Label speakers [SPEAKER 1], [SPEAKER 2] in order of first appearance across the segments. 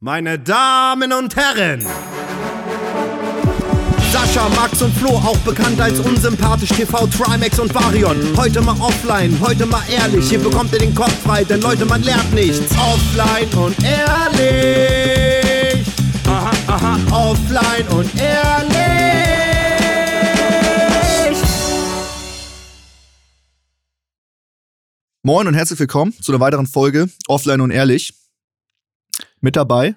[SPEAKER 1] Meine Damen und Herren! Sascha, Max und Flo, auch bekannt als unsympathisch TV, Trimax und Varion. Heute mal offline, heute mal ehrlich. Hier bekommt ihr den Kopf frei, denn Leute, man lernt nichts. Offline und ehrlich. Aha, aha. Offline und ehrlich.
[SPEAKER 2] Moin und herzlich willkommen zu einer weiteren Folge Offline und Ehrlich. Mit dabei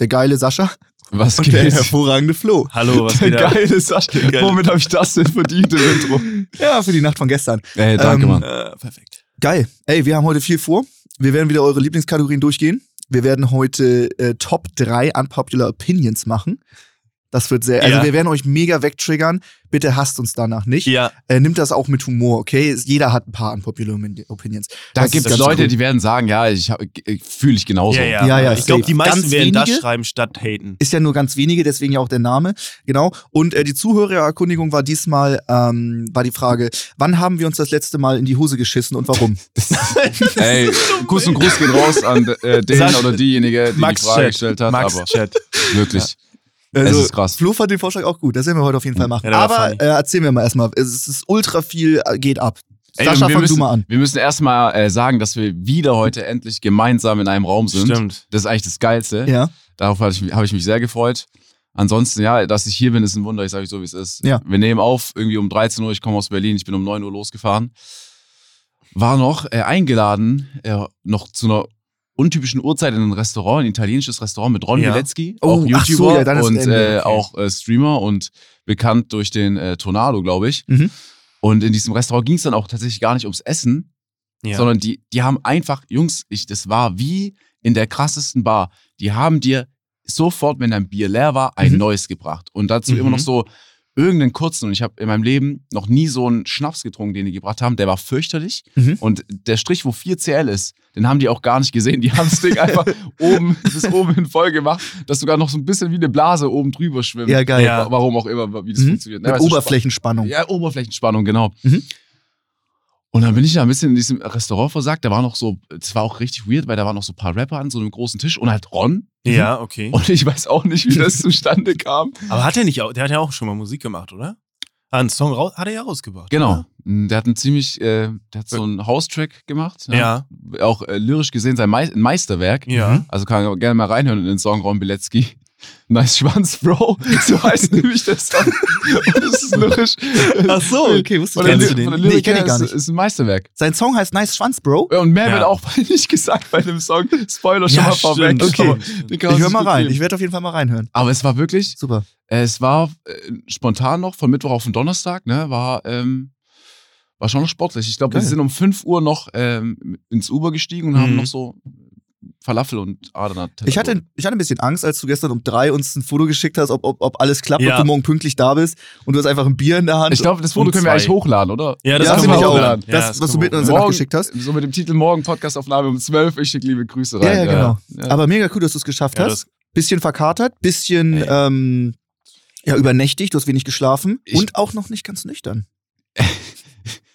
[SPEAKER 2] der geile Sascha
[SPEAKER 3] Was
[SPEAKER 2] und der hervorragende Flo.
[SPEAKER 3] Hallo, was geht ab?
[SPEAKER 2] geile Sascha.
[SPEAKER 3] Genau. geile-
[SPEAKER 2] Womit habe ich das denn verdient im Intro? Ja, für die Nacht von gestern.
[SPEAKER 3] Ey, danke,
[SPEAKER 2] Ähm,
[SPEAKER 3] Mann.
[SPEAKER 1] perfekt.
[SPEAKER 2] Geil. Ey, wir haben heute viel vor. Wir werden wieder eure Lieblingskategorien durchgehen. Wir werden heute äh, Top 3 Unpopular Opinions machen. Das wird sehr, also
[SPEAKER 3] Ja.
[SPEAKER 2] wir werden euch mega wegtriggern. Bitte hasst uns danach nicht.
[SPEAKER 3] Ja,
[SPEAKER 2] Äh, nimmt das auch mit Humor, okay? Jeder hat ein paar Unpopular Opinions.
[SPEAKER 3] da
[SPEAKER 2] Das
[SPEAKER 3] gibt
[SPEAKER 2] ist
[SPEAKER 3] es
[SPEAKER 2] ganz
[SPEAKER 3] Leute,
[SPEAKER 2] cool.
[SPEAKER 3] die werden sagen, ja, ich fühle ich genauso.
[SPEAKER 4] Ja, ja.
[SPEAKER 2] Ja, ja,
[SPEAKER 4] ich glaube,
[SPEAKER 2] safe.
[SPEAKER 4] die meisten
[SPEAKER 2] Ganz
[SPEAKER 4] werden das
[SPEAKER 2] wenige?
[SPEAKER 4] schreiben statt haten.
[SPEAKER 2] ist ja nur ganz wenige, deswegen ja auch der Name, genau. Und äh, die Zuhörererkundigung war diesmal, ähm, war die Frage, wann haben wir uns das letzte Mal in die Hose geschissen und warum?
[SPEAKER 3] Ey, Kuss und Gruß geht raus an äh, den
[SPEAKER 4] Sag-
[SPEAKER 3] oder diejenige, die
[SPEAKER 4] Max
[SPEAKER 3] die Frage
[SPEAKER 4] Chat.
[SPEAKER 3] gestellt hat.
[SPEAKER 4] Max
[SPEAKER 3] aber
[SPEAKER 4] Chat.
[SPEAKER 3] wirklich, es ist krass.
[SPEAKER 2] Also,
[SPEAKER 3] Mhm.
[SPEAKER 2] Flo fand den Vorschlag auch gut, das werden wir heute auf jeden Fall machen.
[SPEAKER 4] Ja, der war
[SPEAKER 2] Aber äh,
[SPEAKER 4] funny.
[SPEAKER 2] erzählen wir mal erstmal, es ist ultra viel, äh, geht ab.
[SPEAKER 3] Ey,
[SPEAKER 2] Sascha,
[SPEAKER 3] wir
[SPEAKER 2] fang
[SPEAKER 3] müssen,
[SPEAKER 2] du mal an.
[SPEAKER 3] Wir müssen erstmal äh, sagen, dass wir wieder heute endlich gemeinsam in einem Raum sind.
[SPEAKER 4] Stimmt.
[SPEAKER 3] Das ist eigentlich das Geilste.
[SPEAKER 2] Ja,
[SPEAKER 3] Darauf habe ich, mich- habe ich mich sehr gefreut. Ansonsten, ja, dass ich hier bin, ist ein Wunder. Ich sage euch so, wie es ist.
[SPEAKER 2] Ja.
[SPEAKER 3] Wir nehmen auf, irgendwie um 13 Uhr. Ich komme aus Berlin. Ich bin um 9 Uhr losgefahren. War noch äh, eingeladen, äh, noch zu einer untypischen Uhrzeit in ein Restaurant, ein italienisches Restaurant mit Ron
[SPEAKER 4] Ja.
[SPEAKER 3] Wilecki,
[SPEAKER 2] Oh,
[SPEAKER 3] auch
[SPEAKER 2] ach so,
[SPEAKER 3] YouTuber
[SPEAKER 2] ja, dann ist
[SPEAKER 3] und
[SPEAKER 2] es
[SPEAKER 3] äh,
[SPEAKER 2] Ende,
[SPEAKER 4] okay.
[SPEAKER 3] auch äh, Streamer und bekannt durch den äh, Tornado, glaube ich.
[SPEAKER 2] Mhm.
[SPEAKER 3] Und in diesem Restaurant ging es dann auch tatsächlich gar nicht ums Essen,
[SPEAKER 4] Ja.
[SPEAKER 3] sondern die, die haben einfach, Jungs, ich, das war wie in der krassesten Bar. Die haben dir sofort, wenn dein Bier leer war, ein
[SPEAKER 2] Mhm.
[SPEAKER 3] neues gebracht. Und dazu
[SPEAKER 4] Mhm.
[SPEAKER 3] immer noch so irgendeinen kurzen. Und ich habe in meinem Leben noch nie so einen Schnaps getrunken, den die gebracht haben. Der war fürchterlich.
[SPEAKER 2] Mhm.
[SPEAKER 3] Und der Strich, wo 4CL ist, den haben die auch gar nicht gesehen. Die haben das Ding einfach oben bis oben hin voll gemacht, dass sogar noch so ein bisschen wie eine Blase oben drüber schwimmt.
[SPEAKER 2] ja geil.
[SPEAKER 4] Ja.
[SPEAKER 3] Warum auch immer, wie das
[SPEAKER 2] Mhm.
[SPEAKER 3] funktioniert. Ne,
[SPEAKER 2] Mit
[SPEAKER 3] weißt du, Spaß.
[SPEAKER 2] Oberflächenspannung.
[SPEAKER 3] Ja, Oberflächenspannung, genau.
[SPEAKER 2] Mhm.
[SPEAKER 3] Und dann bin ich da ein bisschen in diesem Restaurant versagt. Da war noch so, es war auch richtig weird, weil da waren noch so ein paar Rapper an so einem großen Tisch und halt Ron.
[SPEAKER 4] ja, okay.
[SPEAKER 3] Und ich weiß auch nicht, wie das zustande kam.
[SPEAKER 4] Aber hat er nicht auch, der hat ja auch schon mal Musik gemacht, oder? Hat einen Song raus, hat er ja rausgebracht.
[SPEAKER 3] Genau. Der hat einen ziemlich, äh, der hat so einen House-Track gemacht. ne?
[SPEAKER 4] Oder? Ja. Mhm.
[SPEAKER 3] Auch äh, lyrisch gesehen sein Mei- ein Meisterwerk.
[SPEAKER 4] Ja.
[SPEAKER 3] Also kann man gerne mal reinhören in den Song Ron Bilecki. Nice Schwanz, Bro. So heißt nämlich der Song. Und das ist lyrisch.
[SPEAKER 2] Ach so, okay, wusste
[SPEAKER 3] Von
[SPEAKER 2] ich gar
[SPEAKER 3] der, Ly-
[SPEAKER 2] nicht.
[SPEAKER 3] von der
[SPEAKER 2] Nee,
[SPEAKER 3] Lyrik
[SPEAKER 2] kenn ich
[SPEAKER 3] her
[SPEAKER 2] gar
[SPEAKER 3] ist,
[SPEAKER 2] nicht.
[SPEAKER 3] ist ein Meisterwerk.
[SPEAKER 2] Sein Song heißt Nice Schwanz, Bro.
[SPEAKER 3] Ja, Und mehr
[SPEAKER 4] Ja.
[SPEAKER 3] wird auch nicht gesagt bei dem Song. Spoiler schon mal vorweg.
[SPEAKER 2] Okay.
[SPEAKER 4] stimmt.
[SPEAKER 3] Den kann man
[SPEAKER 2] Ich höre
[SPEAKER 3] sich
[SPEAKER 2] mal
[SPEAKER 3] gut
[SPEAKER 2] rein,
[SPEAKER 3] geben.
[SPEAKER 2] ich werde auf jeden Fall mal reinhören.
[SPEAKER 3] Aber es war wirklich,
[SPEAKER 2] Super.
[SPEAKER 3] äh, es war äh, spontan noch von Mittwoch auf den Donnerstag, ne, war, ähm, war schon noch sportlich. Ich glaube, wir
[SPEAKER 2] Geil.
[SPEAKER 3] sind um 5 Uhr noch ähm, ins Uber gestiegen und haben
[SPEAKER 4] Mhm.
[SPEAKER 3] noch so Falafel und Adana.
[SPEAKER 2] Ich hatte, ich hatte ein bisschen Angst, als du gestern um drei uns ein Foto geschickt hast, ob, ob, ob alles klappt,
[SPEAKER 4] Ja.
[SPEAKER 2] ob du morgen pünktlich da bist und du hast einfach ein Bier in der Hand.
[SPEAKER 3] Ich glaube, das Foto
[SPEAKER 4] um
[SPEAKER 3] können wir
[SPEAKER 4] zwei.
[SPEAKER 3] eigentlich hochladen, oder?
[SPEAKER 4] Ja, das,
[SPEAKER 2] das ja,
[SPEAKER 4] kann
[SPEAKER 2] das
[SPEAKER 4] man
[SPEAKER 2] ich auch.
[SPEAKER 4] hochladen. Ja,
[SPEAKER 2] das, was
[SPEAKER 4] kann
[SPEAKER 2] du
[SPEAKER 4] man
[SPEAKER 2] mit uns in
[SPEAKER 4] hochladen.
[SPEAKER 2] der Nacht
[SPEAKER 3] Morgen-
[SPEAKER 2] geschickt hast.
[SPEAKER 3] So mit dem Titel Morgen Podcastaufnahme um 12. Ich schicke liebe Grüße rein.
[SPEAKER 2] Ja, ja, genau.
[SPEAKER 3] Ja.
[SPEAKER 2] Aber mega cool, dass du es geschafft
[SPEAKER 4] Ja,
[SPEAKER 2] hast.
[SPEAKER 4] das-
[SPEAKER 2] Bisschen verkatert, bisschen
[SPEAKER 4] Ey.
[SPEAKER 2] ähm, ja, übernächtig, du hast wenig geschlafen
[SPEAKER 3] Ich-
[SPEAKER 2] und auch noch nicht ganz nüchtern.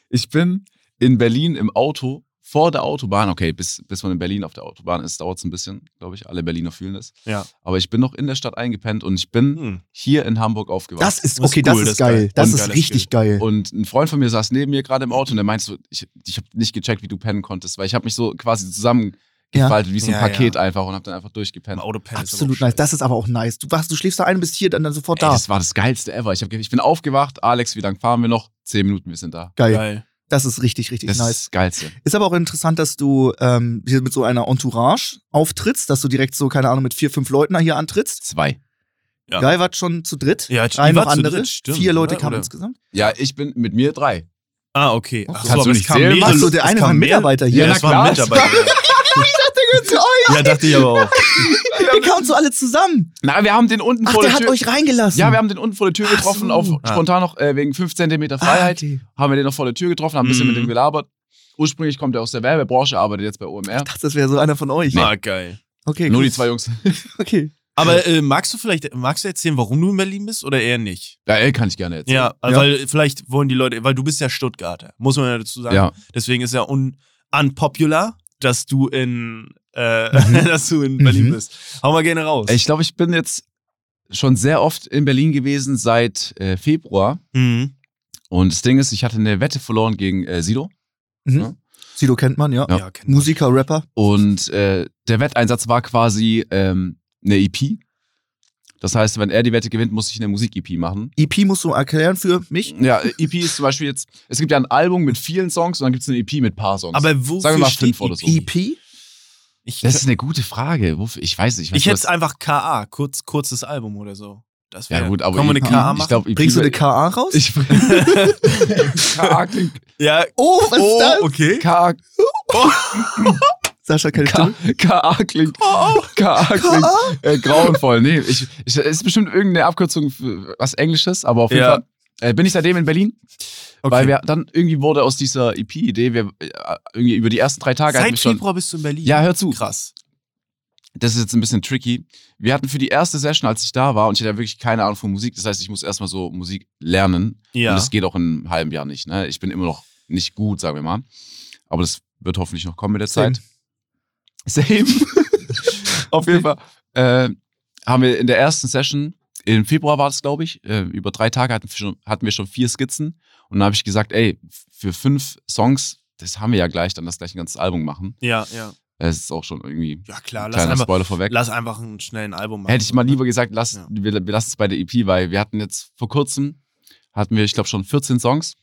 [SPEAKER 3] Ich bin in Berlin im Auto vor der Autobahn. Okay, bis, bis man in Berlin auf der Autobahn ist, dauert es ein bisschen, glaube ich. Alle Berliner fühlen das.
[SPEAKER 4] Ja.
[SPEAKER 3] Aber ich bin noch in der Stadt eingepennt und ich bin
[SPEAKER 4] Hm.
[SPEAKER 3] hier in Hamburg aufgewacht.
[SPEAKER 2] Das ist,
[SPEAKER 4] Das ist
[SPEAKER 2] okay,
[SPEAKER 4] cool,
[SPEAKER 2] das
[SPEAKER 4] das
[SPEAKER 2] ist
[SPEAKER 4] ist
[SPEAKER 2] geil.
[SPEAKER 4] geil.
[SPEAKER 2] Das
[SPEAKER 3] Und
[SPEAKER 2] ist
[SPEAKER 4] geiles
[SPEAKER 2] richtig geil.
[SPEAKER 3] Und ein Freund von mir saß neben mir gerade im Auto und der meinte so, ich, ich habe nicht gecheckt, wie du pennen konntest, weil ich habe mich so quasi zusammengefaltet wie so ein
[SPEAKER 4] Ja,
[SPEAKER 3] Paket
[SPEAKER 4] ja.
[SPEAKER 3] einfach und habe dann einfach durchgepennt.
[SPEAKER 4] Autopen ist
[SPEAKER 2] Hm. Absolut
[SPEAKER 4] aber auch
[SPEAKER 2] nice. Das ist aber auch nice. Du, wachst, du schläfst da ein, bist hier, dann, dann sofort
[SPEAKER 3] Ey,
[SPEAKER 2] da.
[SPEAKER 3] das war das geilste ever. Ich, hab, ge- ich bin aufgewacht, Alex, wie lange fahren wir noch? Zehn Minuten, wir sind da.
[SPEAKER 2] geil.
[SPEAKER 4] scheiße. Geil.
[SPEAKER 2] Das ist richtig, richtig
[SPEAKER 3] Das
[SPEAKER 2] nice.
[SPEAKER 3] ist das geilste.
[SPEAKER 2] Ist aber auch interessant, dass du ähm, hier mit so einer Entourage auftrittst, dass du direkt so, keine Ahnung, mit vier, fünf Leuten hier antrittst.
[SPEAKER 3] Zwei.
[SPEAKER 4] Ja.
[SPEAKER 2] Geil, war schon zu dritt.
[SPEAKER 4] Ja, die
[SPEAKER 2] Drei
[SPEAKER 4] war
[SPEAKER 2] noch
[SPEAKER 4] zu
[SPEAKER 2] andere.
[SPEAKER 4] dritt, stimmt,
[SPEAKER 2] vier Leute
[SPEAKER 4] oder?
[SPEAKER 2] kamen
[SPEAKER 4] Oder-
[SPEAKER 2] insgesamt.
[SPEAKER 3] Ja, ich bin mit mir drei.
[SPEAKER 4] Ah, okay.
[SPEAKER 2] Kannst
[SPEAKER 4] Ach so,
[SPEAKER 3] du
[SPEAKER 4] aber es
[SPEAKER 3] nicht
[SPEAKER 4] kamen
[SPEAKER 3] zählen?
[SPEAKER 4] mehrere-
[SPEAKER 2] Ach so, Also der
[SPEAKER 4] es
[SPEAKER 2] eine
[SPEAKER 4] kamen
[SPEAKER 2] war ein
[SPEAKER 4] mehr-
[SPEAKER 2] Mitarbeiter hier.
[SPEAKER 4] Ja,
[SPEAKER 3] Ja,
[SPEAKER 4] das
[SPEAKER 3] na
[SPEAKER 4] war ein
[SPEAKER 3] klar.
[SPEAKER 4] Mitarbeiter. Ja, dachte ich aber auch.
[SPEAKER 2] Ihr kamt so alle zusammen.
[SPEAKER 3] Na, wir haben den unten
[SPEAKER 2] Ach,
[SPEAKER 3] vor
[SPEAKER 2] der
[SPEAKER 3] der,
[SPEAKER 2] hat
[SPEAKER 3] Tür.
[SPEAKER 2] euch reingelassen.
[SPEAKER 3] ja, wir haben den unten vor der Tür
[SPEAKER 2] Ach
[SPEAKER 3] getroffen,
[SPEAKER 2] so.
[SPEAKER 3] auf,
[SPEAKER 4] Ah.
[SPEAKER 3] spontan noch äh, wegen 5 cm Freiheit.
[SPEAKER 2] Ah, okay.
[SPEAKER 3] Haben wir den noch vor der Tür getroffen, haben ein bisschen
[SPEAKER 4] Mhm.
[SPEAKER 3] mit dem gelabert. Ursprünglich kommt er aus der Werbebranche, arbeitet jetzt bei OMR.
[SPEAKER 2] Ich dachte, das wäre so einer von euch.
[SPEAKER 4] Ah, geil.
[SPEAKER 2] Okay,
[SPEAKER 3] Nur
[SPEAKER 2] gut.
[SPEAKER 3] die zwei Jungs.
[SPEAKER 2] Okay.
[SPEAKER 4] Aber äh, magst du vielleicht, magst du erzählen, warum du in Berlin bist oder eher nicht?
[SPEAKER 3] Ja, ey, kann ich gerne erzählen.
[SPEAKER 4] Ja, also
[SPEAKER 2] Ja.
[SPEAKER 4] weil vielleicht wollen die Leute, weil du bist ja Stuttgarter, muss man ja dazu sagen.
[SPEAKER 3] Ja.
[SPEAKER 4] Deswegen ist ja un unpopular, dass du in äh,
[SPEAKER 3] Mhm.
[SPEAKER 4] dass du in Berlin bist. Hau mal gerne raus.
[SPEAKER 3] Ich glaube, ich bin jetzt schon sehr oft in Berlin gewesen seit äh, Februar.
[SPEAKER 4] Mhm.
[SPEAKER 3] Und das Ding ist, ich hatte eine Wette verloren gegen äh, Sido.
[SPEAKER 2] Mhm. Sido kennt man, ja.
[SPEAKER 4] Ja,
[SPEAKER 3] Ja.
[SPEAKER 4] genau. kenn ich.
[SPEAKER 2] Musiker, Rapper.
[SPEAKER 3] Und äh, der Wetteinsatz war quasi ähm, eine EP. Das heißt, wenn er die Wette gewinnt, muss ich eine Musik-EP machen.
[SPEAKER 2] EP E musst du erklären für mich.
[SPEAKER 3] Ja, äh, EP ist zum Beispiel jetzt, es gibt ja ein Album mit vielen Songs und dann gibt es eine EP mit paar Songs.
[SPEAKER 4] Aber wofür
[SPEAKER 3] Sagen wir mal
[SPEAKER 4] steht
[SPEAKER 3] fünf oder so.
[SPEAKER 2] EP?
[SPEAKER 4] Ich,
[SPEAKER 3] das ist eine gute Frage. Wofür- Ich weiß nicht.
[SPEAKER 4] ich
[SPEAKER 3] weiß,
[SPEAKER 4] hätte es einfach KA, kurz, kurzes Album oder so. Das wär,
[SPEAKER 3] Ja gut, aber
[SPEAKER 4] Kann man
[SPEAKER 3] EP,
[SPEAKER 4] eine KA äh, machen?
[SPEAKER 3] ich glaube, EP
[SPEAKER 2] Bringst du eine KA raus?
[SPEAKER 3] Ich KA klingt
[SPEAKER 4] ja.
[SPEAKER 2] oh, was
[SPEAKER 4] oh,
[SPEAKER 2] ist das?
[SPEAKER 4] okay.
[SPEAKER 3] KA
[SPEAKER 2] Sascha, keine
[SPEAKER 3] K-
[SPEAKER 2] Stimme.
[SPEAKER 3] KA klingt KA klingt äh, grauenvoll. Nee, ich, ich ist bestimmt irgendeine Abkürzung für was Englisches, aber auf jeden
[SPEAKER 4] Ja.
[SPEAKER 3] Fall äh, bin ich seitdem in Berlin,
[SPEAKER 4] okay.
[SPEAKER 3] weil wir dann irgendwie wurde aus dieser EP Idee, wir äh, irgendwie über die ersten drei Tage hatten wir
[SPEAKER 4] Seit
[SPEAKER 3] schon
[SPEAKER 4] Februar bist du in Berlin.
[SPEAKER 3] Ja, hör zu.
[SPEAKER 4] Krass.
[SPEAKER 3] das ist jetzt ein bisschen tricky. Wir hatten für die erste Session, als ich da war, und ich hatte ja wirklich keine Ahnung von Musik, das heißt, ich muss erstmal so Musik lernen.
[SPEAKER 4] Ja.
[SPEAKER 3] Und das geht auch in einem halben Jahr nicht. Ne? Ich bin immer noch nicht gut, sagen wir mal. Aber das wird hoffentlich noch kommen mit der
[SPEAKER 2] Same.
[SPEAKER 3] Zeit. Same. Auf jeden Fall. Äh, haben wir in der ersten Session, im Februar war das, glaube ich, äh, über drei Tage hatten wir, schon, hatten wir schon vier Skizzen. Und dann habe ich gesagt, ey, für fünf Songs, das haben wir ja gleich, dann das gleich ein ganzes Album machen.
[SPEAKER 4] Ja, ja.
[SPEAKER 3] Es ist auch schon irgendwie
[SPEAKER 4] Ja, klar. Lass
[SPEAKER 3] kleiner
[SPEAKER 4] einfach,
[SPEAKER 3] Spoiler vorweg.
[SPEAKER 4] lass einfach einen schnellen Album machen.
[SPEAKER 3] Hätte ich mal lieber gesagt, lass,
[SPEAKER 4] Ja.
[SPEAKER 3] wir, wir lassen es bei der EP, weil wir hatten jetzt vor kurzem, hatten wir, ich glaube, schon 14 Songs.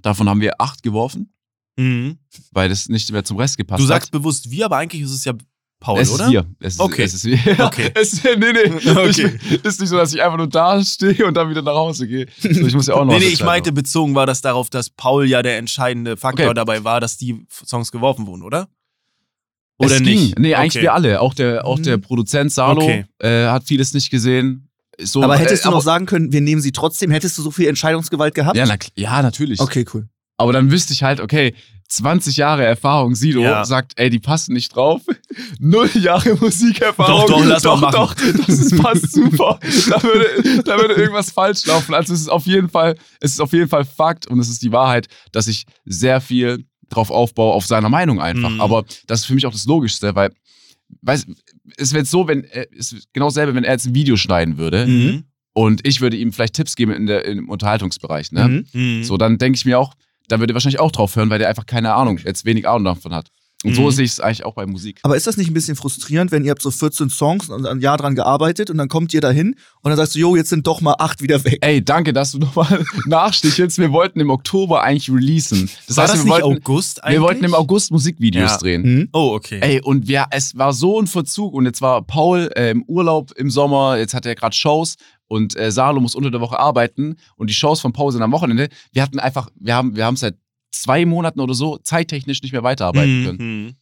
[SPEAKER 3] Davon haben wir acht geworfen,
[SPEAKER 4] Mhm.
[SPEAKER 3] weil das nicht mehr zum Rest gepasst
[SPEAKER 4] Du sagst
[SPEAKER 3] hat.
[SPEAKER 4] bewusst wir, aber eigentlich ist es ja Paul,
[SPEAKER 3] es
[SPEAKER 4] oder?
[SPEAKER 3] ist wir. Es ist,
[SPEAKER 4] Okay.
[SPEAKER 3] Es ist wir.
[SPEAKER 4] Okay.
[SPEAKER 3] es, ist- nee, nee.
[SPEAKER 4] Okay.
[SPEAKER 3] Ich, ist nicht so, dass ich einfach nur da stehe und dann wieder nach Hause gehe. So, ich muss ja auch noch
[SPEAKER 4] Nee,
[SPEAKER 3] was
[SPEAKER 4] nee, ich
[SPEAKER 3] entscheiden.
[SPEAKER 4] meinte, bezogen war das darauf, dass Paul ja der entscheidende Faktor
[SPEAKER 3] Okay.
[SPEAKER 4] dabei war, dass die Songs geworfen wurden, oder?
[SPEAKER 3] Es
[SPEAKER 4] Oder
[SPEAKER 3] ging.
[SPEAKER 4] nicht?
[SPEAKER 3] Nee, eigentlich
[SPEAKER 4] Okay. Hm.
[SPEAKER 3] wir alle. Auch der, auch der
[SPEAKER 2] Mhm.
[SPEAKER 3] Produzent Salo
[SPEAKER 4] Okay.
[SPEAKER 3] äh, hat vieles nicht gesehen. So,
[SPEAKER 2] Aber hättest
[SPEAKER 3] äh,
[SPEAKER 2] du noch sagen können, wir nehmen sie trotzdem, hättest du so viel Entscheidungsgewalt gehabt?
[SPEAKER 3] ja, na, kl- ja, natürlich.
[SPEAKER 2] Okay, cool.
[SPEAKER 3] Aber dann wüsste ich halt, okay, 20 Jahre Erfahrung, Sido
[SPEAKER 4] Ja.
[SPEAKER 3] sagt, ey, die passen nicht drauf. Null Jahre Musikerfahrung.
[SPEAKER 4] Doch, doch, lass mal machen.
[SPEAKER 3] Doch, das ist, passt super. Da würde, da würde irgendwas falsch laufen. Also es ist auf jeden Fall, es ist auf jeden Fall Fakt und es ist die Wahrheit, dass ich sehr viel drauf aufbaue, auf seiner Meinung einfach.
[SPEAKER 4] Mhm.
[SPEAKER 3] Aber das ist für mich auch das Logischste, weil, weißt, es wäre jetzt so, wenn, er- es ist genau dasselbe, wenn er jetzt ein Video schneiden würde
[SPEAKER 4] Mhm.
[SPEAKER 3] und ich würde ihm vielleicht Tipps geben in der, im Unterhaltungsbereich, ne?
[SPEAKER 2] Mhm.
[SPEAKER 4] Mhm.
[SPEAKER 3] So, dann denke ich mir auch, da würde er wahrscheinlich auch drauf hören, weil der einfach keine Ahnung, jetzt wenig Ahnung davon hat. Und
[SPEAKER 4] Mhm.
[SPEAKER 3] so sehe ich es eigentlich auch bei Musik.
[SPEAKER 2] Aber ist das nicht ein bisschen frustrierend, wenn ihr habt so 14 Songs und ein Jahr dran gearbeitet und dann kommt ihr dahin und dann sagst du, jo, jetzt sind doch mal acht wieder weg.
[SPEAKER 3] Ey, danke, dass du nochmal nachstichelst. Wir wollten im Oktober eigentlich releasen. Das
[SPEAKER 4] war
[SPEAKER 3] heißt,
[SPEAKER 4] das
[SPEAKER 3] wir,
[SPEAKER 4] nicht
[SPEAKER 3] wollten,
[SPEAKER 4] August eigentlich?
[SPEAKER 3] wir wollten im August Musikvideos
[SPEAKER 4] Ja.
[SPEAKER 3] drehen.
[SPEAKER 2] Mhm.
[SPEAKER 4] Oh, okay.
[SPEAKER 3] Ey, und wir, es war so ein Verzug. Und jetzt war Paul äh, im Urlaub im Sommer, jetzt hat er gerade Shows und äh, Salo muss unter der Woche arbeiten und die Shows von Paul sind am Wochenende. Wir hatten einfach, wir haben, wir haben seit zwei Monaten oder so zeittechnisch nicht mehr weiterarbeiten können.
[SPEAKER 4] Mhm.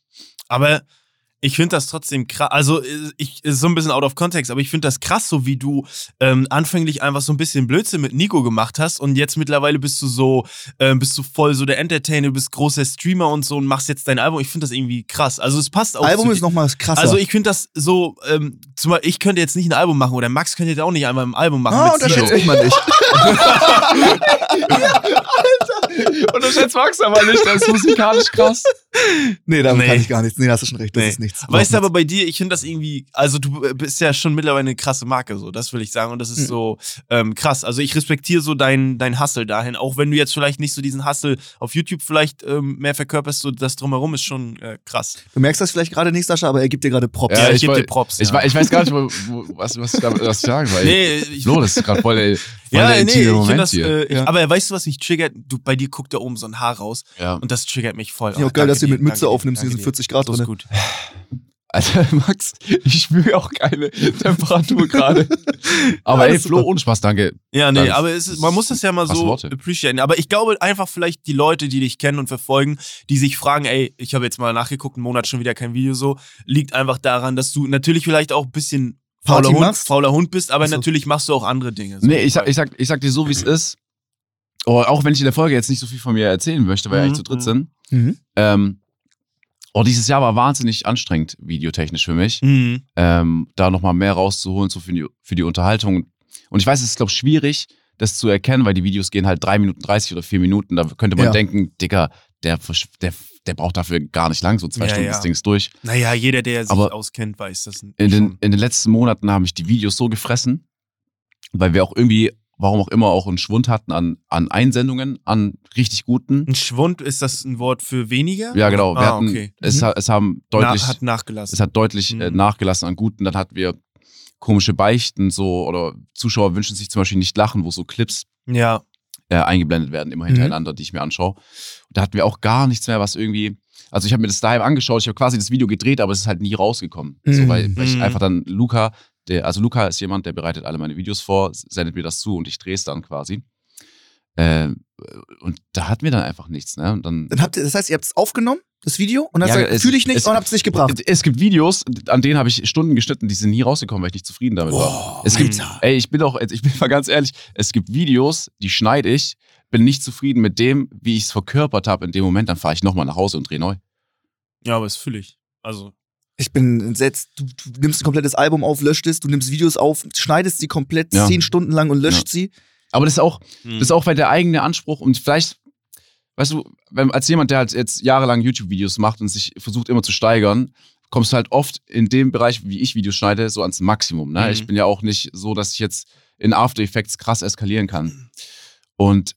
[SPEAKER 4] Aber ich finde das trotzdem krass. Also, ich ist so ein bisschen out of context, aber ich finde das krass, so wie du ähm, anfänglich einfach so ein bisschen Blödsinn mit Nico gemacht hast und jetzt mittlerweile bist du so, ähm, bist du voll so der Entertainer, bist großer Streamer und so und machst jetzt dein Album. Ich finde das irgendwie krass. Also, es passt auch.
[SPEAKER 2] Album
[SPEAKER 4] zu
[SPEAKER 2] ist
[SPEAKER 4] dir.
[SPEAKER 2] nochmal krasser.
[SPEAKER 4] Also ich finde das so, ähm, zumal ich könnte jetzt nicht ein Album machen oder Max könnte jetzt auch nicht einmal ein Album machen.
[SPEAKER 2] ah,
[SPEAKER 4] mit Sido.
[SPEAKER 2] unterschätzt mich mal nicht.
[SPEAKER 3] Und das jetzt magst du aber nicht, das ist musikalisch krass.
[SPEAKER 2] Nee, damit
[SPEAKER 4] Nee.
[SPEAKER 2] kann ich gar nichts. Nee, hast du schon recht, das
[SPEAKER 4] Nee.
[SPEAKER 2] ist nichts.
[SPEAKER 4] Weißt du, aber bei dir, ich finde das irgendwie, also du bist ja schon mittlerweile eine krasse Marke, so, das will ich sagen. Und das ist
[SPEAKER 3] Hm.
[SPEAKER 2] Mhm.
[SPEAKER 4] so ähm, krass. Also ich respektiere so dein, dein Hustle dahin, auch wenn du jetzt vielleicht nicht so diesen Hustle auf YouTube vielleicht ähm, mehr verkörperst, so das drumherum ist schon äh, krass.
[SPEAKER 2] Du merkst das vielleicht gerade nicht, Sascha, aber er gibt dir gerade Props.
[SPEAKER 3] Ja, ich
[SPEAKER 4] geb
[SPEAKER 3] woll-
[SPEAKER 4] Props.
[SPEAKER 3] Ich,
[SPEAKER 4] ja.
[SPEAKER 3] wei- ich weiß gar nicht, wo, wo, was, was, ich da, was ich sagen wollte.
[SPEAKER 4] Nee, ich,
[SPEAKER 3] Flo, das ist gerade voll der, voll
[SPEAKER 4] ja,
[SPEAKER 3] der
[SPEAKER 4] nee, ich
[SPEAKER 3] intime
[SPEAKER 4] finde
[SPEAKER 3] Moment
[SPEAKER 4] das,
[SPEAKER 3] hier.
[SPEAKER 4] äh, ich,
[SPEAKER 2] Ja.
[SPEAKER 4] aber weißt du, was mich triggert? Du, bei dir guckt da oben so ein Haar raus
[SPEAKER 3] ja.
[SPEAKER 4] und das triggert mich voll.
[SPEAKER 2] Ich finde auch
[SPEAKER 4] Oh,
[SPEAKER 2] geil,
[SPEAKER 4] danke
[SPEAKER 2] dass du
[SPEAKER 4] dir,
[SPEAKER 2] mit Mütze
[SPEAKER 4] danke dir,
[SPEAKER 2] aufnimmst, hier
[SPEAKER 4] danke
[SPEAKER 2] sind
[SPEAKER 4] dir.
[SPEAKER 2] 40 Grad
[SPEAKER 4] So ist
[SPEAKER 2] drin.
[SPEAKER 4] gut.
[SPEAKER 3] Alter, Max, ich spüre auch keine Temperatur gerade. Aber
[SPEAKER 2] Alles
[SPEAKER 3] ey, Flo,
[SPEAKER 2] super.
[SPEAKER 3] ohne Spaß, danke.
[SPEAKER 4] Ja, nee,
[SPEAKER 3] Dann-
[SPEAKER 4] aber es ist, man muss das ja mal
[SPEAKER 3] Krasse
[SPEAKER 4] so
[SPEAKER 3] Worte.
[SPEAKER 4] appreciaten. Aber ich glaube einfach vielleicht die Leute, die dich kennen und verfolgen, die sich fragen, ey, ich habe jetzt mal nachgeguckt, einen Monat schon wieder kein Video so, liegt einfach daran, dass du natürlich vielleicht auch ein bisschen
[SPEAKER 2] Party
[SPEAKER 4] fauler Hund,
[SPEAKER 2] machst?
[SPEAKER 4] fauler Hund bist, aber
[SPEAKER 2] Ach so.
[SPEAKER 4] natürlich machst du auch andere Dinge. So.
[SPEAKER 3] Nee, ich, sag- ich, sag, ich sag dir so, wie
[SPEAKER 4] Mhm.
[SPEAKER 3] es ist. Oh, auch wenn ich in der Folge jetzt nicht so viel von mir erzählen möchte, weil wir
[SPEAKER 4] Mhm,
[SPEAKER 3] eigentlich zu dritt
[SPEAKER 4] mhm.
[SPEAKER 3] sind.
[SPEAKER 2] Mhm.
[SPEAKER 3] Ähm, oh, dieses Jahr war wahnsinnig anstrengend, videotechnisch für mich.
[SPEAKER 4] Mhm.
[SPEAKER 3] ähm, da nochmal mehr rauszuholen so für, die, für die Unterhaltung. Und ich weiß, es ist, glaube ich, schwierig, das zu erkennen, weil die Videos gehen halt 3 Minuten 30 oder 4 Minuten. Da könnte man
[SPEAKER 2] Ja.
[SPEAKER 3] denken, Dicker, der, versch- der, der braucht dafür gar nicht lang, so zwei
[SPEAKER 4] Ja,
[SPEAKER 3] Stunden
[SPEAKER 4] ja.
[SPEAKER 3] das Ding ist durch.
[SPEAKER 4] Naja, jeder, der sich
[SPEAKER 3] Aber
[SPEAKER 4] auskennt, weiß das.
[SPEAKER 3] In den,
[SPEAKER 4] schon.
[SPEAKER 3] in den letzten Monaten haben mich die Videos so gefressen, weil wir auch irgendwie, warum auch immer, auch einen Schwund hatten an, an Einsendungen, an richtig guten.
[SPEAKER 4] Ein Schwund, ist das ein Wort für weniger?
[SPEAKER 3] Ja, genau. Wir
[SPEAKER 4] Mhm. Ah,
[SPEAKER 3] hatten,
[SPEAKER 4] okay.
[SPEAKER 3] es, ha- es haben deutlich,
[SPEAKER 4] Na, hat
[SPEAKER 3] es
[SPEAKER 4] nachgelassen.
[SPEAKER 3] hat deutlich äh,
[SPEAKER 4] Mhm.
[SPEAKER 3] nachgelassen an guten. Dann hatten wir komische Beichten so oder Zuschauer wünschen sich zum Beispiel nicht lachen, wo so Clips
[SPEAKER 4] ja,
[SPEAKER 3] äh, eingeblendet werden,
[SPEAKER 4] Mhm.
[SPEAKER 3] immer hintereinander, die ich mir anschaue. Und da hatten wir auch gar nichts mehr, was irgendwie. Also ich habe mir das daheim angeschaut, ich habe quasi das Video gedreht, aber es ist halt nie rausgekommen. So,
[SPEAKER 2] Mhm.
[SPEAKER 3] weil, weil ich
[SPEAKER 4] Mhm.
[SPEAKER 3] einfach dann Luca, der, also Luca ist jemand, der bereitet alle meine Videos vor, sendet mir das zu und ich drehe es dann quasi. Ähm, und da hatten wir dann einfach nichts, ne? Und dann,
[SPEAKER 2] Dann habt ihr, das heißt, ihr habt es aufgenommen, das Video, und dann
[SPEAKER 3] Ja,
[SPEAKER 2] sagt,
[SPEAKER 3] es-
[SPEAKER 2] fühle ich nichts
[SPEAKER 3] es-
[SPEAKER 2] und habt es nicht gebracht.
[SPEAKER 3] es gibt Videos, an denen habe ich Stunden geschnitten, die sind nie rausgekommen, weil ich nicht zufrieden damit war. Es gibt,
[SPEAKER 2] Alter.
[SPEAKER 3] ey, ich bin doch, ich bin mal ganz ehrlich, es gibt Videos, die schneide ich, bin nicht zufrieden mit dem, wie ich es verkörpert habe in dem Moment, dann fahre ich nochmal nach Hause und drehe neu.
[SPEAKER 4] ja, aber ist füllig. Also,
[SPEAKER 2] Ich bin entsetzt. Du, du nimmst ein komplettes Album auf, löscht es, du nimmst Videos auf, schneidest sie komplett
[SPEAKER 3] Ja.
[SPEAKER 2] zehn Stunden lang und löscht sie.
[SPEAKER 3] Aber das ist auch,
[SPEAKER 4] mh.
[SPEAKER 3] das ist auch weil der eigene Anspruch und vielleicht, weißt du, wenn, als jemand, der halt jetzt jahrelang YouTube-Videos macht und sich versucht immer zu steigern, kommst du halt oft in dem Bereich, wie ich Videos schneide, so ans Maximum. Ne?
[SPEAKER 4] Mhm.
[SPEAKER 3] Ich bin ja auch nicht so, dass ich jetzt in After Effects krass eskalieren kann. Und